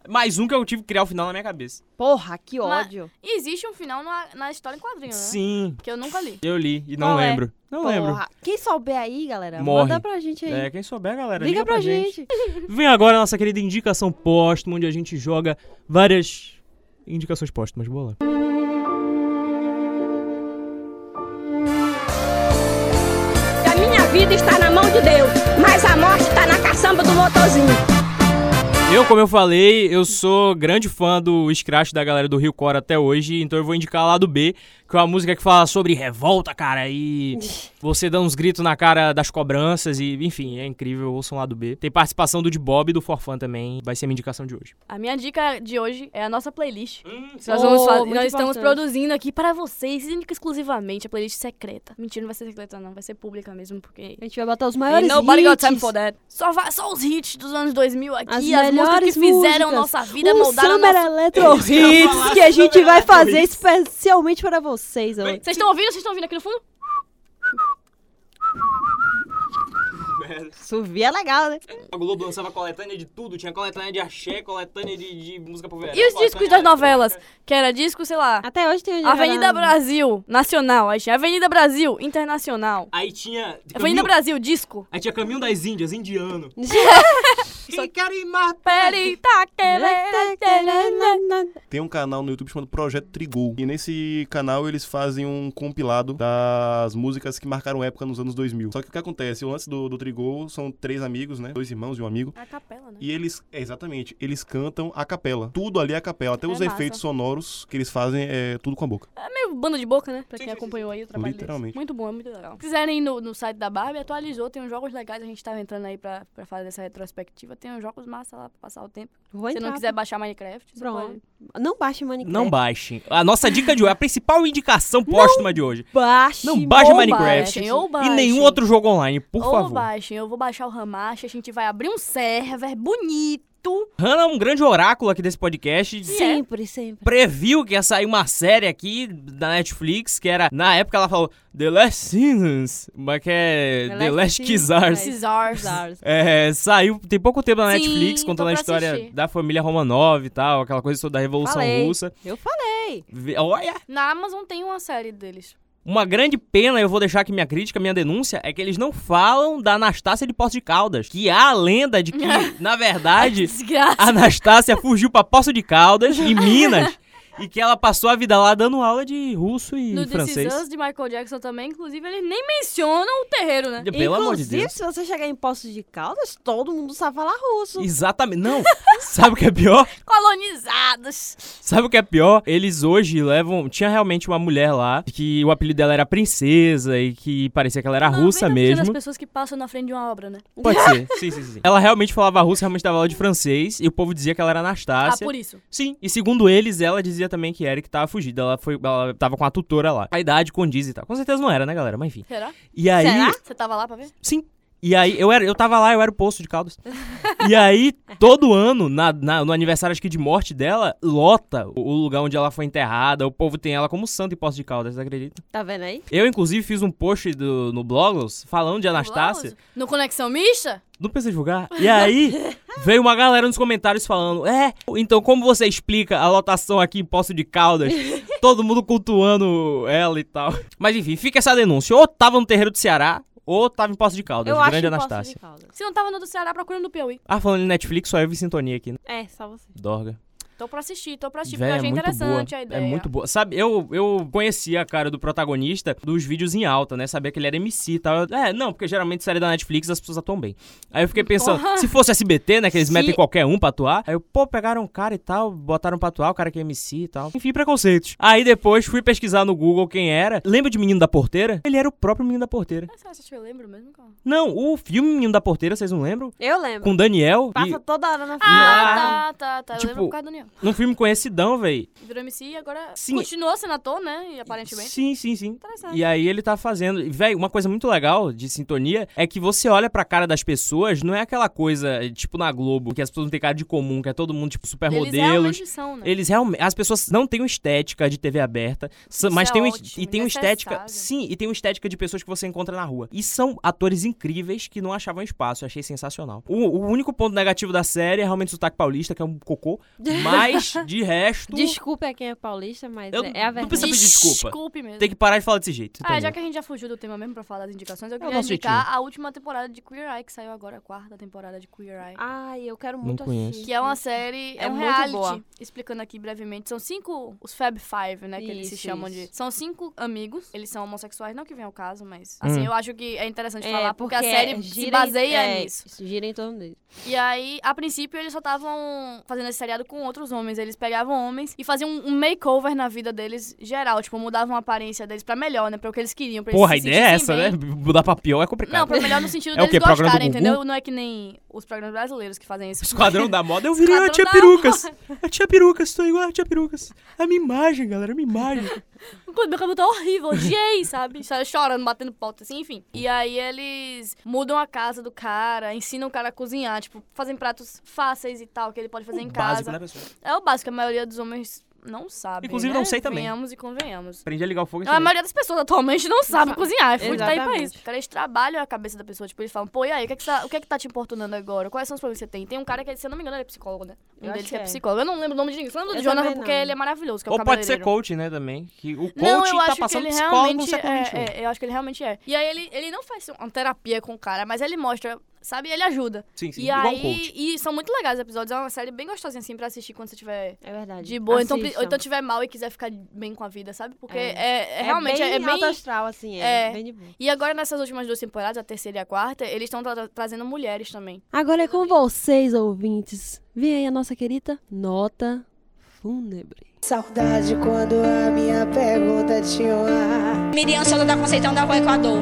Speaker 4: mais um que eu tive que criar o final na minha cabeça.
Speaker 3: Porra, que
Speaker 1: Mas-
Speaker 3: ódio.
Speaker 1: E existe um final na, na história em quadrinho, né?
Speaker 4: Sim.
Speaker 1: Que eu nunca li.
Speaker 4: Eu li e não
Speaker 3: Qual é?
Speaker 4: lembro. Não lembro.
Speaker 3: Porra. Quem souber aí, galera,
Speaker 4: Morre.
Speaker 3: manda pra gente aí.
Speaker 4: É, quem souber, galera,
Speaker 3: Liga pra gente.
Speaker 4: Vem agora a nossa querida indicação póstuma, onde a gente joga várias indicações póstumas. Boa lá.
Speaker 7: A minha vida está na mão de Deus, mas a morte
Speaker 3: tá
Speaker 7: está na caçamba do motorzinho.
Speaker 4: Eu, como eu falei, eu sou grande fã do Scratch da galera do Rio Core até hoje, então eu vou indicar lá do B, que é uma música que fala sobre revolta, cara, e você dá uns gritos na cara das cobranças e, enfim, é incrível, ouçam lá do B. Tem participação do de Bob e do Forfan também, vai ser minha indicação de hoje.
Speaker 1: A minha dica de hoje é a nossa playlist.
Speaker 4: Hum,
Speaker 3: sim.
Speaker 1: nós vamos
Speaker 3: Oh,
Speaker 1: fa-
Speaker 3: muito
Speaker 1: nós estamos
Speaker 3: importante.
Speaker 1: produzindo aqui para vocês, única e exclusivamente, a playlist secreta. Mentira, não vai ser secreta não, vai ser pública mesmo, porque...
Speaker 3: A gente vai botar os
Speaker 1: Ain't
Speaker 3: maiores
Speaker 1: Nobody got time
Speaker 3: hits.
Speaker 1: for that. Só, va- só os hits dos anos 2000 aqui,
Speaker 3: As
Speaker 1: as, músicas que
Speaker 3: melhores
Speaker 1: fizeram
Speaker 3: músicas.
Speaker 1: nossa vida,
Speaker 3: um
Speaker 1: moldaram
Speaker 3: Summer
Speaker 1: nossa...
Speaker 3: Electro Hits que a gente vai fazer especialmente para vocês. ó.
Speaker 1: Vocês estão ouvindo? Vocês estão ouvindo aqui no fundo?
Speaker 3: Subir é legal, né?
Speaker 6: A Globo lançava coletânea de tudo, tinha coletânea de axé, coletânea de, de música pro verão.
Speaker 1: E os discos das novelas? Que era disco, sei lá...
Speaker 3: Até hoje tem... né?
Speaker 1: Avenida Brasil, nacional. Aí tinha Avenida Brasil, internacional.
Speaker 6: Aí tinha.
Speaker 1: Avenida Brasil, disco.
Speaker 6: Aí tinha Caminho das Índias, indiano.
Speaker 1: Só-
Speaker 6: Quem quer ir mais
Speaker 1: Peri, tá, taquele, telele.
Speaker 2: Tem um canal no YouTube chamado Projeto Trigol. E nesse canal eles fazem um compilado das músicas que marcaram época nos anos 2000. Só que o que acontece? O lance do, do Trigol são três amigos, né? Dois irmãos e um amigo.
Speaker 1: A capela, né?
Speaker 2: E eles, é, exatamente, eles cantam a capela. Tudo ali é a capela. Até
Speaker 1: É
Speaker 2: os
Speaker 1: massa.
Speaker 2: efeitos sonoros que eles fazem é tudo com a boca.
Speaker 1: É meio banda de boca, né? Pra
Speaker 6: Sim,
Speaker 1: quem
Speaker 6: sim,
Speaker 1: acompanhou aí o trabalho deles.
Speaker 2: Literalmente.
Speaker 1: Muito bom, é muito legal. Se quiserem ir no, no site da Barbie, atualizou, tem uns jogos legais, a gente tava entrando aí pra, pra fazer essa retrospectiva. Tem uns jogos massa lá pra passar o tempo.
Speaker 3: Vou
Speaker 1: Se
Speaker 3: entrar.
Speaker 1: não quiser baixar Minecraft, você
Speaker 3: Pronto.
Speaker 1: pode.
Speaker 3: Não baixe Minecraft.
Speaker 4: Não baixem. A nossa dica de hoje, a principal indicação póstuma de hoje.
Speaker 3: baixe.
Speaker 4: Não baixe
Speaker 1: ou
Speaker 4: Minecraft
Speaker 1: baixem, ou
Speaker 4: e
Speaker 1: baixem.
Speaker 4: nenhum outro jogo online, por
Speaker 1: Ou
Speaker 4: favor.
Speaker 1: baixem, eu vou baixar o Ramache, a gente vai abrir um server bonito.
Speaker 4: Hannah é um grande oráculo aqui desse podcast.
Speaker 3: é. Sempre, sempre.
Speaker 4: Previu que ia sair uma série aqui da Netflix, que era. Na época ela falou The Last Seasons, mas que é The, Last Kizars.
Speaker 1: Esses ars.
Speaker 3: Zars.
Speaker 4: É, saiu tem pouco tempo na
Speaker 1: Sim,
Speaker 4: Netflix,
Speaker 1: tô
Speaker 4: contando a
Speaker 1: pra
Speaker 4: história
Speaker 1: assistir.
Speaker 4: da família Romanov e tal, aquela coisa toda da Revolução
Speaker 3: Falei.
Speaker 4: Russa.
Speaker 3: Eu falei.
Speaker 4: Vê- Olha!
Speaker 1: Na Amazon tem uma série deles.
Speaker 4: Uma grande pena, eu vou deixar aqui minha crítica, minha denúncia, é que eles não falam da Anastácia de Poço de Caldas, que há a
Speaker 1: <laughs>
Speaker 4: lenda de que, na verdade,
Speaker 1: Desgraça.
Speaker 4: a <laughs> Anastácia fugiu pra Poço de Caldas, em Minas, e que ela passou a vida lá dando aula de russo e
Speaker 1: No This Is
Speaker 4: francês.
Speaker 1: Us de Michael Jackson também, inclusive, eles nem mencionam o terreiro, né?
Speaker 4: Pelo amor de
Speaker 3: Inclusive,
Speaker 4: Deus.
Speaker 3: se você chegar em Poços de Caldas, todo mundo sabe falar russo.
Speaker 4: Exatamente. Não, sabe o que é pior?
Speaker 1: Colonizados.
Speaker 4: Sabe o que é pior? Eles hoje levam. Tinha realmente uma mulher lá que o apelido dela era princesa e que parecia que ela era russa
Speaker 1: 90% das
Speaker 4: mesmo.
Speaker 1: pessoas que passam na frente de uma obra, né?
Speaker 4: <laughs> Pode ser. sim, sim, sim. Ela realmente falava russo, realmente dava aula de francês e o povo dizia que ela era
Speaker 1: Ah,
Speaker 4: Anastácia.
Speaker 1: por isso.
Speaker 4: Sim, e segundo eles, ela dizia também que Eric tava fugida. Ela, foi, ela tava com a tutora lá. A idade condiz e tal. Com certeza não era, né, galera? Mas enfim.
Speaker 1: Será?
Speaker 4: E aí.
Speaker 1: Você tava lá pra ver?
Speaker 4: Sim. E aí, eu, era, eu tava lá, eu era o posto de
Speaker 3: <laughs>
Speaker 4: Caldas. E aí, todo ano, na, na- no aniversário acho que de morte dela, lota o, o lugar onde ela foi enterrada. O povo tem ela como santo em posto de Caldas, você acredita?
Speaker 3: Tá vendo aí?
Speaker 4: Eu, inclusive, fiz um post do- no Blogos falando de Anastácia.
Speaker 1: No Conexão Mista?
Speaker 4: Não precisa julgar. E
Speaker 3: <laughs>
Speaker 4: aí, veio uma galera nos comentários falando: É, então como você explica a lotação aqui em Poço de
Speaker 3: <laughs>
Speaker 4: Caldas? Todo mundo cultuando ela e tal. Mas enfim, fica essa denúncia. Ou tava no terreiro do Ceará, ou tava em Poço de Caldas.
Speaker 3: Eu acho
Speaker 4: grande
Speaker 3: que
Speaker 4: Anastácia.
Speaker 3: Poço de Caldas.
Speaker 1: Se não tava no do Ceará, procura no Piauí.
Speaker 4: Ah, falando em Netflix, só eu vi sintonia aqui, né?
Speaker 3: É, só você.
Speaker 4: Dorga.
Speaker 1: Tô pra assistir, tô pra assistir,
Speaker 4: Véi,
Speaker 1: porque eu tipo, achei
Speaker 4: é muito
Speaker 1: interessante
Speaker 4: boa.
Speaker 1: a ideia.
Speaker 4: É muito boa. Sabe, eu, eu conhecia a cara do protagonista dos vídeos em alta, né? Sabia que ele era MC e tal. Eu- É, não, porque geralmente série da Netflix as pessoas atuam bem. Aí eu fiquei pensando, se fosse SBT, né? Que eles
Speaker 3: Se-
Speaker 4: metem qualquer um pra atuar. Aí eu, pô, pegaram um cara e tal, botaram pra atuar, o cara que é MC e tal. Enfim, preconceitos. Aí depois fui pesquisar no Google quem era. Lembra de Menino da Porteira? Ele era o próprio Menino da Porteira.
Speaker 1: Mas Ah, Você acha que eu lembro mesmo? cara?
Speaker 4: Não, o filme Menino da Porteira, vocês não lembram?
Speaker 3: Eu lembro.
Speaker 4: Com Daniel.
Speaker 3: Passa
Speaker 4: E,
Speaker 3: toda hora na
Speaker 1: Ah, tá, tá, tá. Eu lembro
Speaker 4: Tipo-
Speaker 1: por causa do Daniel.
Speaker 4: num filme conhecidão, véi.
Speaker 1: Virou MC e agora
Speaker 4: Sim.
Speaker 1: continuou sendo ator, né? E aparentemente.
Speaker 4: Sim, sim, sim.
Speaker 1: Interessante.
Speaker 4: E aí ele tá fazendo. E, Véi, uma coisa muito legal de sintonia é que você olha pra cara das pessoas, não é aquela coisa, tipo na Globo, que as pessoas não têm cara de comum, que é todo mundo, tipo, super
Speaker 1: Eles
Speaker 4: modelos.
Speaker 1: realmente são, né?
Speaker 4: Eles realmente. As pessoas não têm uma estética de TV aberta, sa-
Speaker 1: Isso
Speaker 4: mas
Speaker 1: é
Speaker 4: tem uma-
Speaker 1: ótimo,
Speaker 4: e tem uma estética.
Speaker 1: necessário.
Speaker 4: Sim, e tem uma estética de pessoas que você encontra na rua. E são atores incríveis que não achavam espaço. Eu achei sensacional. O, o único ponto negativo da série é realmente o sotaque paulista, que é um cocô.
Speaker 1: <laughs>
Speaker 4: Mas, de resto.
Speaker 3: Desculpa a quem é paulista, mas
Speaker 4: Eu-
Speaker 3: é é a
Speaker 4: não
Speaker 3: verdade.
Speaker 4: precisa- pedir desculpa.
Speaker 1: Desculpe mesmo.
Speaker 4: Tem que parar de falar desse jeito.
Speaker 1: Ah,
Speaker 4: entendeu?
Speaker 1: já que a gente já fugiu do tema mesmo pra falar das indicações, eu queria
Speaker 4: É nosso
Speaker 1: indicar
Speaker 4: jeitinho.
Speaker 1: a última temporada de Queer Eye, que saiu agora, a quarta temporada de Queer
Speaker 4: Ah,
Speaker 1: Eye.
Speaker 3: Ai, eu quero muito
Speaker 4: conheço.
Speaker 3: assistir.
Speaker 1: Que é uma série, é,
Speaker 3: É
Speaker 1: um
Speaker 3: muito
Speaker 1: reality.
Speaker 3: boa.
Speaker 1: Explicando aqui brevemente, são cinco, os Fab Five, né, que eles se
Speaker 3: Isso,
Speaker 1: chamam
Speaker 3: isso.
Speaker 1: de. São cinco amigos, eles são homossexuais, não que venha ao caso, mas assim,
Speaker 4: Hum.
Speaker 1: eu acho que é interessante
Speaker 3: É,
Speaker 1: falar porque, a série se
Speaker 3: gira em-
Speaker 1: baseia
Speaker 3: é,
Speaker 1: nisso.
Speaker 3: isso, Gira em torno dele.
Speaker 1: E aí, a princípio, eles só estavam fazendo esse seriado com outros homens. Eles pegavam homens e faziam um makeover na vida deles geral. Tipo, mudavam a aparência deles pra melhor, né? Pra o que eles queriam. Pra
Speaker 4: Porra, a
Speaker 1: eles se
Speaker 4: ideia é essa,
Speaker 1: sentissem bem.
Speaker 4: né? Mudar pra pior é complicado.
Speaker 1: Não, pra melhor no sentido
Speaker 4: É o
Speaker 1: deles
Speaker 4: quê? Programa do
Speaker 1: gostarem,
Speaker 4: Gugu?
Speaker 1: entendeu? Não é que nem os programas brasileiros que fazem isso.
Speaker 4: <laughs>
Speaker 1: <laughs>
Speaker 4: Esquadrão da moda, eu virei a
Speaker 1: Esquadrão
Speaker 4: tia
Speaker 1: da
Speaker 4: <laughs> perucas. A tia perucas, tô igual a tia perucas. A minha imagem, galera, a minha imagem.
Speaker 1: Quando meu cabelo tá horrível, odiei, sabe? Só Chorando, batendo pauta, assim, enfim. E aí eles mudam a casa do cara, ensinam o cara a cozinhar, tipo, fazem pratos fáceis e tal, que ele pode fazer <laughs> em casa.
Speaker 4: né, pessoal?
Speaker 1: É o básico, a maioria dos homens não sabe.
Speaker 4: Inclusive,
Speaker 1: né?
Speaker 4: não sei também.
Speaker 1: Venhamos e convenhamos. Então,
Speaker 4: Aprendi a ligar o fogo.
Speaker 1: A maioria das pessoas atualmente não sabe
Speaker 3: sabe.
Speaker 1: cozinhar. iFood tá aí pra
Speaker 3: Exatamente.
Speaker 1: isso. Cara, eles trabalham a cabeça da pessoa. Tipo, eles falam, pô, e aí, o que, é que, tá, o que é que tá te importunando agora? Quais são os problemas que você tem? Tem um cara que, se eu não me engano, ele é psicólogo, né? Um
Speaker 3: Eu
Speaker 1: deles
Speaker 3: acho
Speaker 1: que é
Speaker 3: que é.
Speaker 1: psicólogo. Eu não lembro o nome de ninguém. Só lembro do
Speaker 3: Eu
Speaker 1: Jonathan
Speaker 3: também
Speaker 1: porque
Speaker 3: não.
Speaker 1: ele é maravilhoso, que é o
Speaker 4: Ou pode ser
Speaker 1: cabeleireiro.
Speaker 4: coach, né, também. Que o coach
Speaker 1: Não, eu
Speaker 4: tá
Speaker 1: acho
Speaker 4: passando
Speaker 1: que ele
Speaker 4: psicólogo no
Speaker 1: realmente
Speaker 4: século
Speaker 1: é,
Speaker 4: XXI.
Speaker 1: é, eu acho que ele realmente é. E aí ele, ele não faz uma terapia com o cara, mas ele mostra, sabe, ele ajuda.
Speaker 4: Sim, sim,
Speaker 1: e
Speaker 4: igual
Speaker 1: aí,
Speaker 4: um coach.
Speaker 1: e são muito legais os episódios, é uma série bem gostosinha assim pra assistir quando você tiver
Speaker 3: É verdade.
Speaker 1: de boa, então,
Speaker 3: Assistam.
Speaker 1: ou então tiver mal e quiser ficar bem com a vida, sabe? Porque é,
Speaker 3: É.
Speaker 1: é realmente
Speaker 3: bem
Speaker 1: é bem
Speaker 3: alto astral, assim, é,
Speaker 1: é.
Speaker 3: bem de boa.
Speaker 1: E agora, nessas últimas duas temporadas, a terceira e a quarta, eles estão tra- trazendo mulheres também.
Speaker 3: Agora é com vocês, ouvintes. Vem aí a nossa querida nota fúnebre.
Speaker 8: Saudade quando a minha pergunta tinha um ar.
Speaker 7: Miriam, se ela da Conceição da Equador.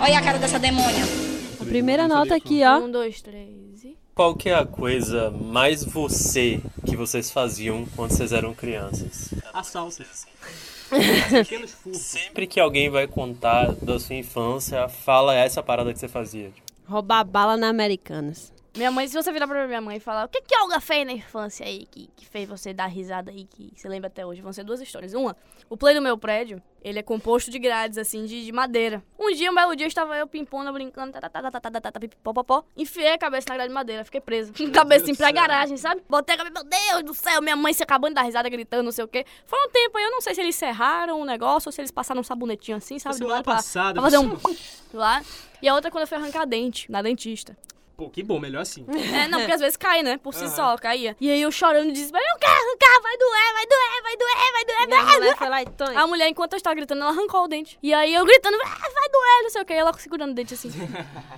Speaker 7: Olha a cara dessa demônia.
Speaker 3: A primeira nota aqui, ó.
Speaker 1: Um, dois, três e.
Speaker 9: Qual que é a coisa mais você que vocês faziam quando vocês eram crianças?
Speaker 4: Assaltos.
Speaker 6: Pequenos furtos.
Speaker 9: Sempre que alguém vai contar da sua infância, fala essa parada que você fazia. Tipo,
Speaker 3: Roubar bala na Americanas.
Speaker 1: Minha mãe, se você virar pra minha mãe e falar, o que que Olga fez na infância aí que, que fez você dar risada aí, que você lembra até hoje? Vão ser duas histórias. Uma, o play do meu prédio, ele é composto de grades, assim, de, de madeira. Um dia, um belo dia, estava eu pimpondo, brincando, tá, tá, tá, tá, tá, tá, tá, tá, pipi, pó, pó, pó. enfiei a cabeça na grade de madeira, fiquei presa. cabeça assim pra garagem, sabe? Botei a cabeça, meu Deus do céu, minha mãe se acabando de dar risada, gritando, não sei o quê. Foi um tempo aí, eu não sei se eles serraram o negócio ou se eles passaram um sabonetinho assim, sabe? do lado pra,
Speaker 4: passada.
Speaker 1: pra fazer um <laughs> lá. E a outra é quando eu fui arrancar dente, na dentista.
Speaker 4: Pô, que bom, melhor assim.
Speaker 1: É, não, porque às vezes cai, né? Por si só, caía. E aí eu chorando, desesperado, eu quero arrancar, vai doer, vai doer, vai doer, vai doer.
Speaker 3: Minha mulher foi lá e tonha.
Speaker 1: A mulher, enquanto eu estava gritando, ela arrancou o dente. E aí eu gritando, "Ah, vai doer, não sei o que. E ela segurando o
Speaker 3: <laughs>
Speaker 1: dente assim.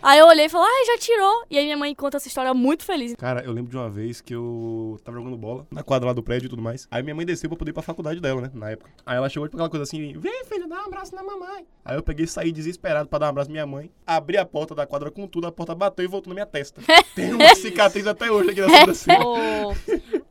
Speaker 1: aí eu olhei e falei, ai, já tirou. E aí minha mãe conta essa história muito feliz.
Speaker 2: Cara, eu lembro de uma vez que eu tava jogando bola na quadra lá do prédio e tudo mais. Aí minha mãe desceu pra poder ir pra faculdade dela, né? Na época. Aí ela chegou tipo aquela coisa assim: vem, filho, dá um abraço na mamãe. Aí eu peguei e saí desesperado pra dar um abraço na minha mãe. Abri a porta da quadra com tudo, a porta bateu e voltou na
Speaker 1: <laughs>
Speaker 2: minha testa. Tem uma cicatriz até hoje aqui na sobrancelha.
Speaker 3: Ô,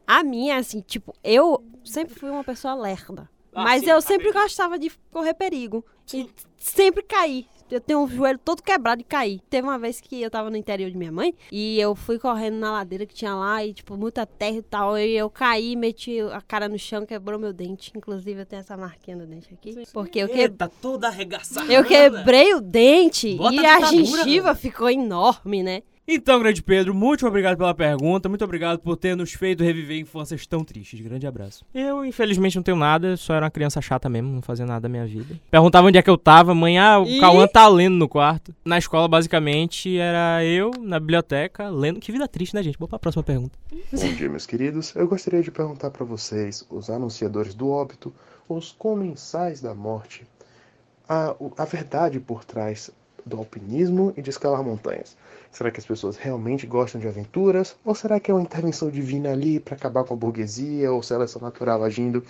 Speaker 3: a minha, assim, tipo, eu sempre fui uma pessoa lerda.
Speaker 4: Ah,
Speaker 3: mas
Speaker 4: sim,
Speaker 3: eu
Speaker 4: tá
Speaker 3: sempre
Speaker 4: bem.
Speaker 3: gostava de correr perigo. E sempre caí. eu tenho o joelho todo quebrado de cair. Teve uma vez que eu tava no interior de minha mãe e eu fui correndo na ladeira que tinha lá e, tipo, muita terra e tal. E eu caí, meti a cara no chão, quebrou meu dente. Inclusive, eu tenho essa marquinha do dente aqui. Porque eu, que-
Speaker 6: Eita, toda arregaçada.
Speaker 3: eu quebrei o dente
Speaker 6: Bota
Speaker 3: e a
Speaker 6: ditadura,
Speaker 3: gengiva ficou enorme, né?
Speaker 4: Então, grande Pedro, muito obrigado pela pergunta, muito obrigado por ter nos feito reviver infâncias tão tristes. Grande abraço. Eu, infelizmente, não tenho nada, só era uma criança chata mesmo, não fazia nada da minha vida. <laughs> Perguntava onde é que eu tava, mãe, ah, o
Speaker 3: E?
Speaker 4: Cauã tá lendo no quarto. Na escola, basicamente, era eu na biblioteca lendo. Que vida triste, né, gente? Vou pra próxima pergunta.
Speaker 10: Bom dia, meus queridos. Eu gostaria de perguntar para vocês, os anunciadores do óbito, os comensais da morte, a, o- a verdade por trás do alpinismo e de escalar montanhas. Será que as pessoas realmente gostam de aventuras? Ou será que é uma intervenção divina ali para acabar com a burguesia ou seleção natural agindo?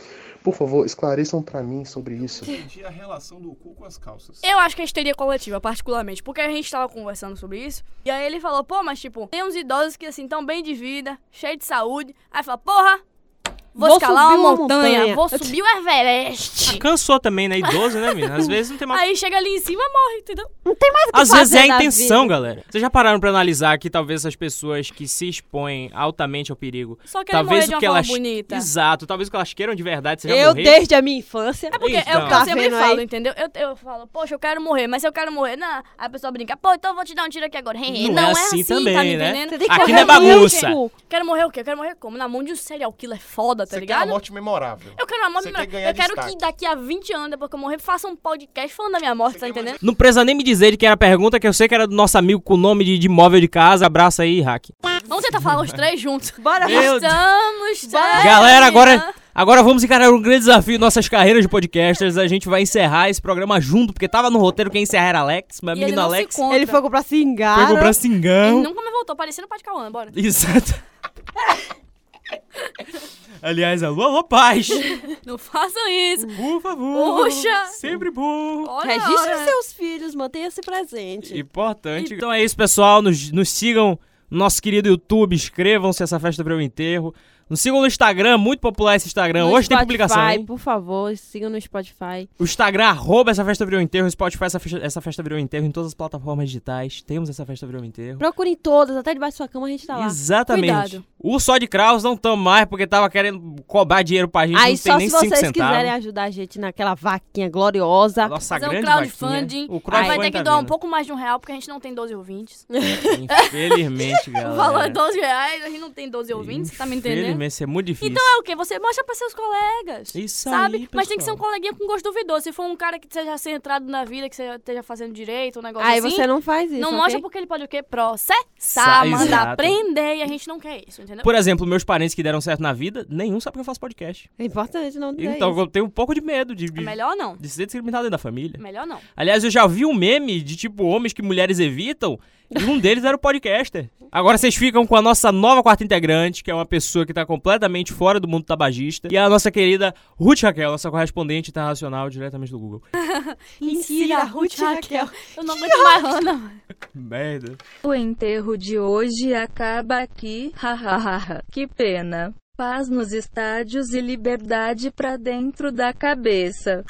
Speaker 10: Por favor, esclareçam para mim sobre isso.
Speaker 2: a relação do cu com as calças.
Speaker 1: Eu tá acho que a histeria coletiva, particularmente, porque a gente tava conversando sobre isso, e aí ele falou, pô, mas tipo, tem uns idosos que assim, tão bem de vida, cheio de saúde, aí fala, porra, vou,
Speaker 3: Vou
Speaker 1: escalar
Speaker 3: subir
Speaker 1: uma
Speaker 3: uma
Speaker 1: montanha,
Speaker 3: montanha.
Speaker 1: vou subir o
Speaker 4: <laughs>
Speaker 1: Everest.
Speaker 4: Cansou também, né? Idoso, né, menina? Às vezes não <laughs> tem mais.
Speaker 1: Aí chega ali em cima e morre, entendeu?
Speaker 4: Às
Speaker 3: fazer
Speaker 4: vezes é a
Speaker 3: da
Speaker 4: intenção, galera. Vocês já pararam pra analisar que talvez essas pessoas que se expõem altamente ao perigo.
Speaker 1: Só que ele morrer
Speaker 4: Talvez
Speaker 1: de
Speaker 4: o
Speaker 1: uma
Speaker 4: que
Speaker 1: forma
Speaker 4: elas.
Speaker 1: bonita.
Speaker 4: Exato, talvez o que elas queiram de verdade seja
Speaker 3: Eu,
Speaker 4: morrer.
Speaker 3: desde a minha infância.
Speaker 1: É porque é o que
Speaker 4: Então.
Speaker 1: eu
Speaker 3: Tá
Speaker 1: sempre
Speaker 3: vendo aí?
Speaker 1: falo, entendeu? Eu, eu falo, poxa, eu quero morrer, mas se eu quero morrer, não. Aí a pessoa brinca, pô, então eu vou te dar um tiro aqui agora.
Speaker 4: Não é assim também,
Speaker 1: tá me
Speaker 4: né?
Speaker 1: entendendo?
Speaker 3: Você tem que
Speaker 4: Aqui
Speaker 3: correr
Speaker 4: não é
Speaker 3: muito.
Speaker 4: bagunça.
Speaker 1: Quero morrer o quê? Eu quero morrer como? Na mão de um serial killer foda, tá
Speaker 2: Você quer
Speaker 1: ligado?
Speaker 2: uma morte memorável.
Speaker 1: Eu quero uma morte
Speaker 2: Você
Speaker 1: melhor.
Speaker 2: quer ganhar
Speaker 1: Eu quero que
Speaker 2: destaque.
Speaker 1: daqui a 20 anos, depois que eu morrer, faça um podcast falando da minha morte, tá entendendo?
Speaker 4: Não precisa nem me dizer de quem era a pergunta, que eu sei que era do nosso amigo com o nome de, de móvel de casa. Abraça aí, hack.
Speaker 1: Vamos tentar falar os três juntos.
Speaker 3: <laughs> Bora,
Speaker 4: Meu Deus.
Speaker 1: Estamos três.
Speaker 4: Galera, agora, é agora vamos encarar um grande desafio em nossas carreiras de podcasters. A gente vai encerrar esse programa junto, porque tava no roteiro quem encerrar era Alex, meu
Speaker 1: E ele
Speaker 4: menino
Speaker 1: não
Speaker 4: Alex.
Speaker 1: se conta.
Speaker 3: Ele foi comprar
Speaker 4: Foi
Speaker 3: cingara.
Speaker 4: comprar
Speaker 1: Ele
Speaker 4: cingão.
Speaker 1: nunca me voltou, parecendo o Pai de Cauã, bora.
Speaker 4: Exato. Aliás, alô, alô,
Speaker 1: <laughs>
Speaker 4: paz.
Speaker 1: Não façam isso.
Speaker 4: Por favor.
Speaker 1: Puxa.
Speaker 4: Sempre bom.
Speaker 1: Olha a
Speaker 3: Registre
Speaker 1: hora.
Speaker 3: seus filhos, mantenha-se presente.
Speaker 4: Importante. Então é isso, pessoal. Nos, nos sigam no nosso querido YouTube. Inscrevam-se essa festa para o enterro. Nos sigam no Instagram, muito popular esse Instagram.
Speaker 3: No
Speaker 4: né, Hoje tem
Speaker 3: Spotify,
Speaker 4: publicação. hein?
Speaker 3: Por favor, sigam no Spotify.
Speaker 4: O Instagram, arroba essa festa virou um enterro. O Spotify, essa festa, essa festa virou um enterro. Em todas as plataformas digitais, temos essa festa virou um enterro.
Speaker 3: Procurem todas, até debaixo da sua cama a gente tá lá.
Speaker 4: Exatamente.
Speaker 1: Cuidado.
Speaker 4: O só de Kraus não tão mais porque tava querendo cobrar dinheiro pra gente. não
Speaker 3: Aí
Speaker 4: tem
Speaker 3: só
Speaker 4: nem
Speaker 3: se
Speaker 4: 5
Speaker 3: vocês
Speaker 4: centavos.
Speaker 3: quiserem ajudar a gente naquela vaquinha gloriosa.
Speaker 4: A nossa
Speaker 1: Fazer um
Speaker 4: grande
Speaker 1: crowdfunding.
Speaker 4: vaquinha. O
Speaker 1: Aí vai ter
Speaker 4: crowdfunding
Speaker 1: que
Speaker 4: tá
Speaker 1: doar um
Speaker 4: vindo.
Speaker 1: pouco mais de um real, porque a gente não tem 12 ouvintes.
Speaker 3: É.
Speaker 4: Infelizmente,
Speaker 1: <laughs>
Speaker 4: galera.
Speaker 1: O valor é 12 reais, a gente não tem 12 ouvintes, você tá me entendendo?
Speaker 4: Infelizmente, isso é muito difícil.
Speaker 1: É o quê? Você mostra pra seus colegas.
Speaker 4: Isso
Speaker 1: sabe?
Speaker 4: aí,
Speaker 1: Mas tem que ser um
Speaker 4: pessoal.
Speaker 1: coleguinha com gosto duvidoso. Se for um cara que seja centrado na vida, que seja- esteja fazendo direito, um negócio
Speaker 3: Aí
Speaker 1: assim.
Speaker 3: você não faz isso.
Speaker 1: Não
Speaker 3: ok?
Speaker 1: mostra porque ele pode o quê?
Speaker 4: Sa-
Speaker 1: Processar,
Speaker 4: exato.
Speaker 1: mandar prender e a gente não quer isso, entendeu?
Speaker 4: Por exemplo, meus parentes que deram certo na vida, nenhum sabe que eu faço podcast.
Speaker 3: É importante não dizer
Speaker 4: então
Speaker 3: isso.
Speaker 4: eu tenho um pouco de medo de,
Speaker 1: É
Speaker 4: de,
Speaker 1: melhor não.
Speaker 4: de ser discriminado dentro da família.
Speaker 1: Melhor não.
Speaker 4: Aliás, eu já vi um meme de tipo homens que mulheres evitam e um deles era o podcaster. Agora vocês ficam com a nossa nova quarta integrante, que é uma pessoa que tá completamente fora do mundo tabagista, e a nossa querida Ruth Raquel, nossa correspondente internacional diretamente do Google.
Speaker 1: Mentira, Ruth e Raquel. Eu não aguento mais,
Speaker 3: <laughs>
Speaker 1: Ana.
Speaker 4: Merda.
Speaker 11: O enterro de hoje acaba aqui, hahaha. que pena. Paz nos estádios e liberdade pra dentro da cabeça.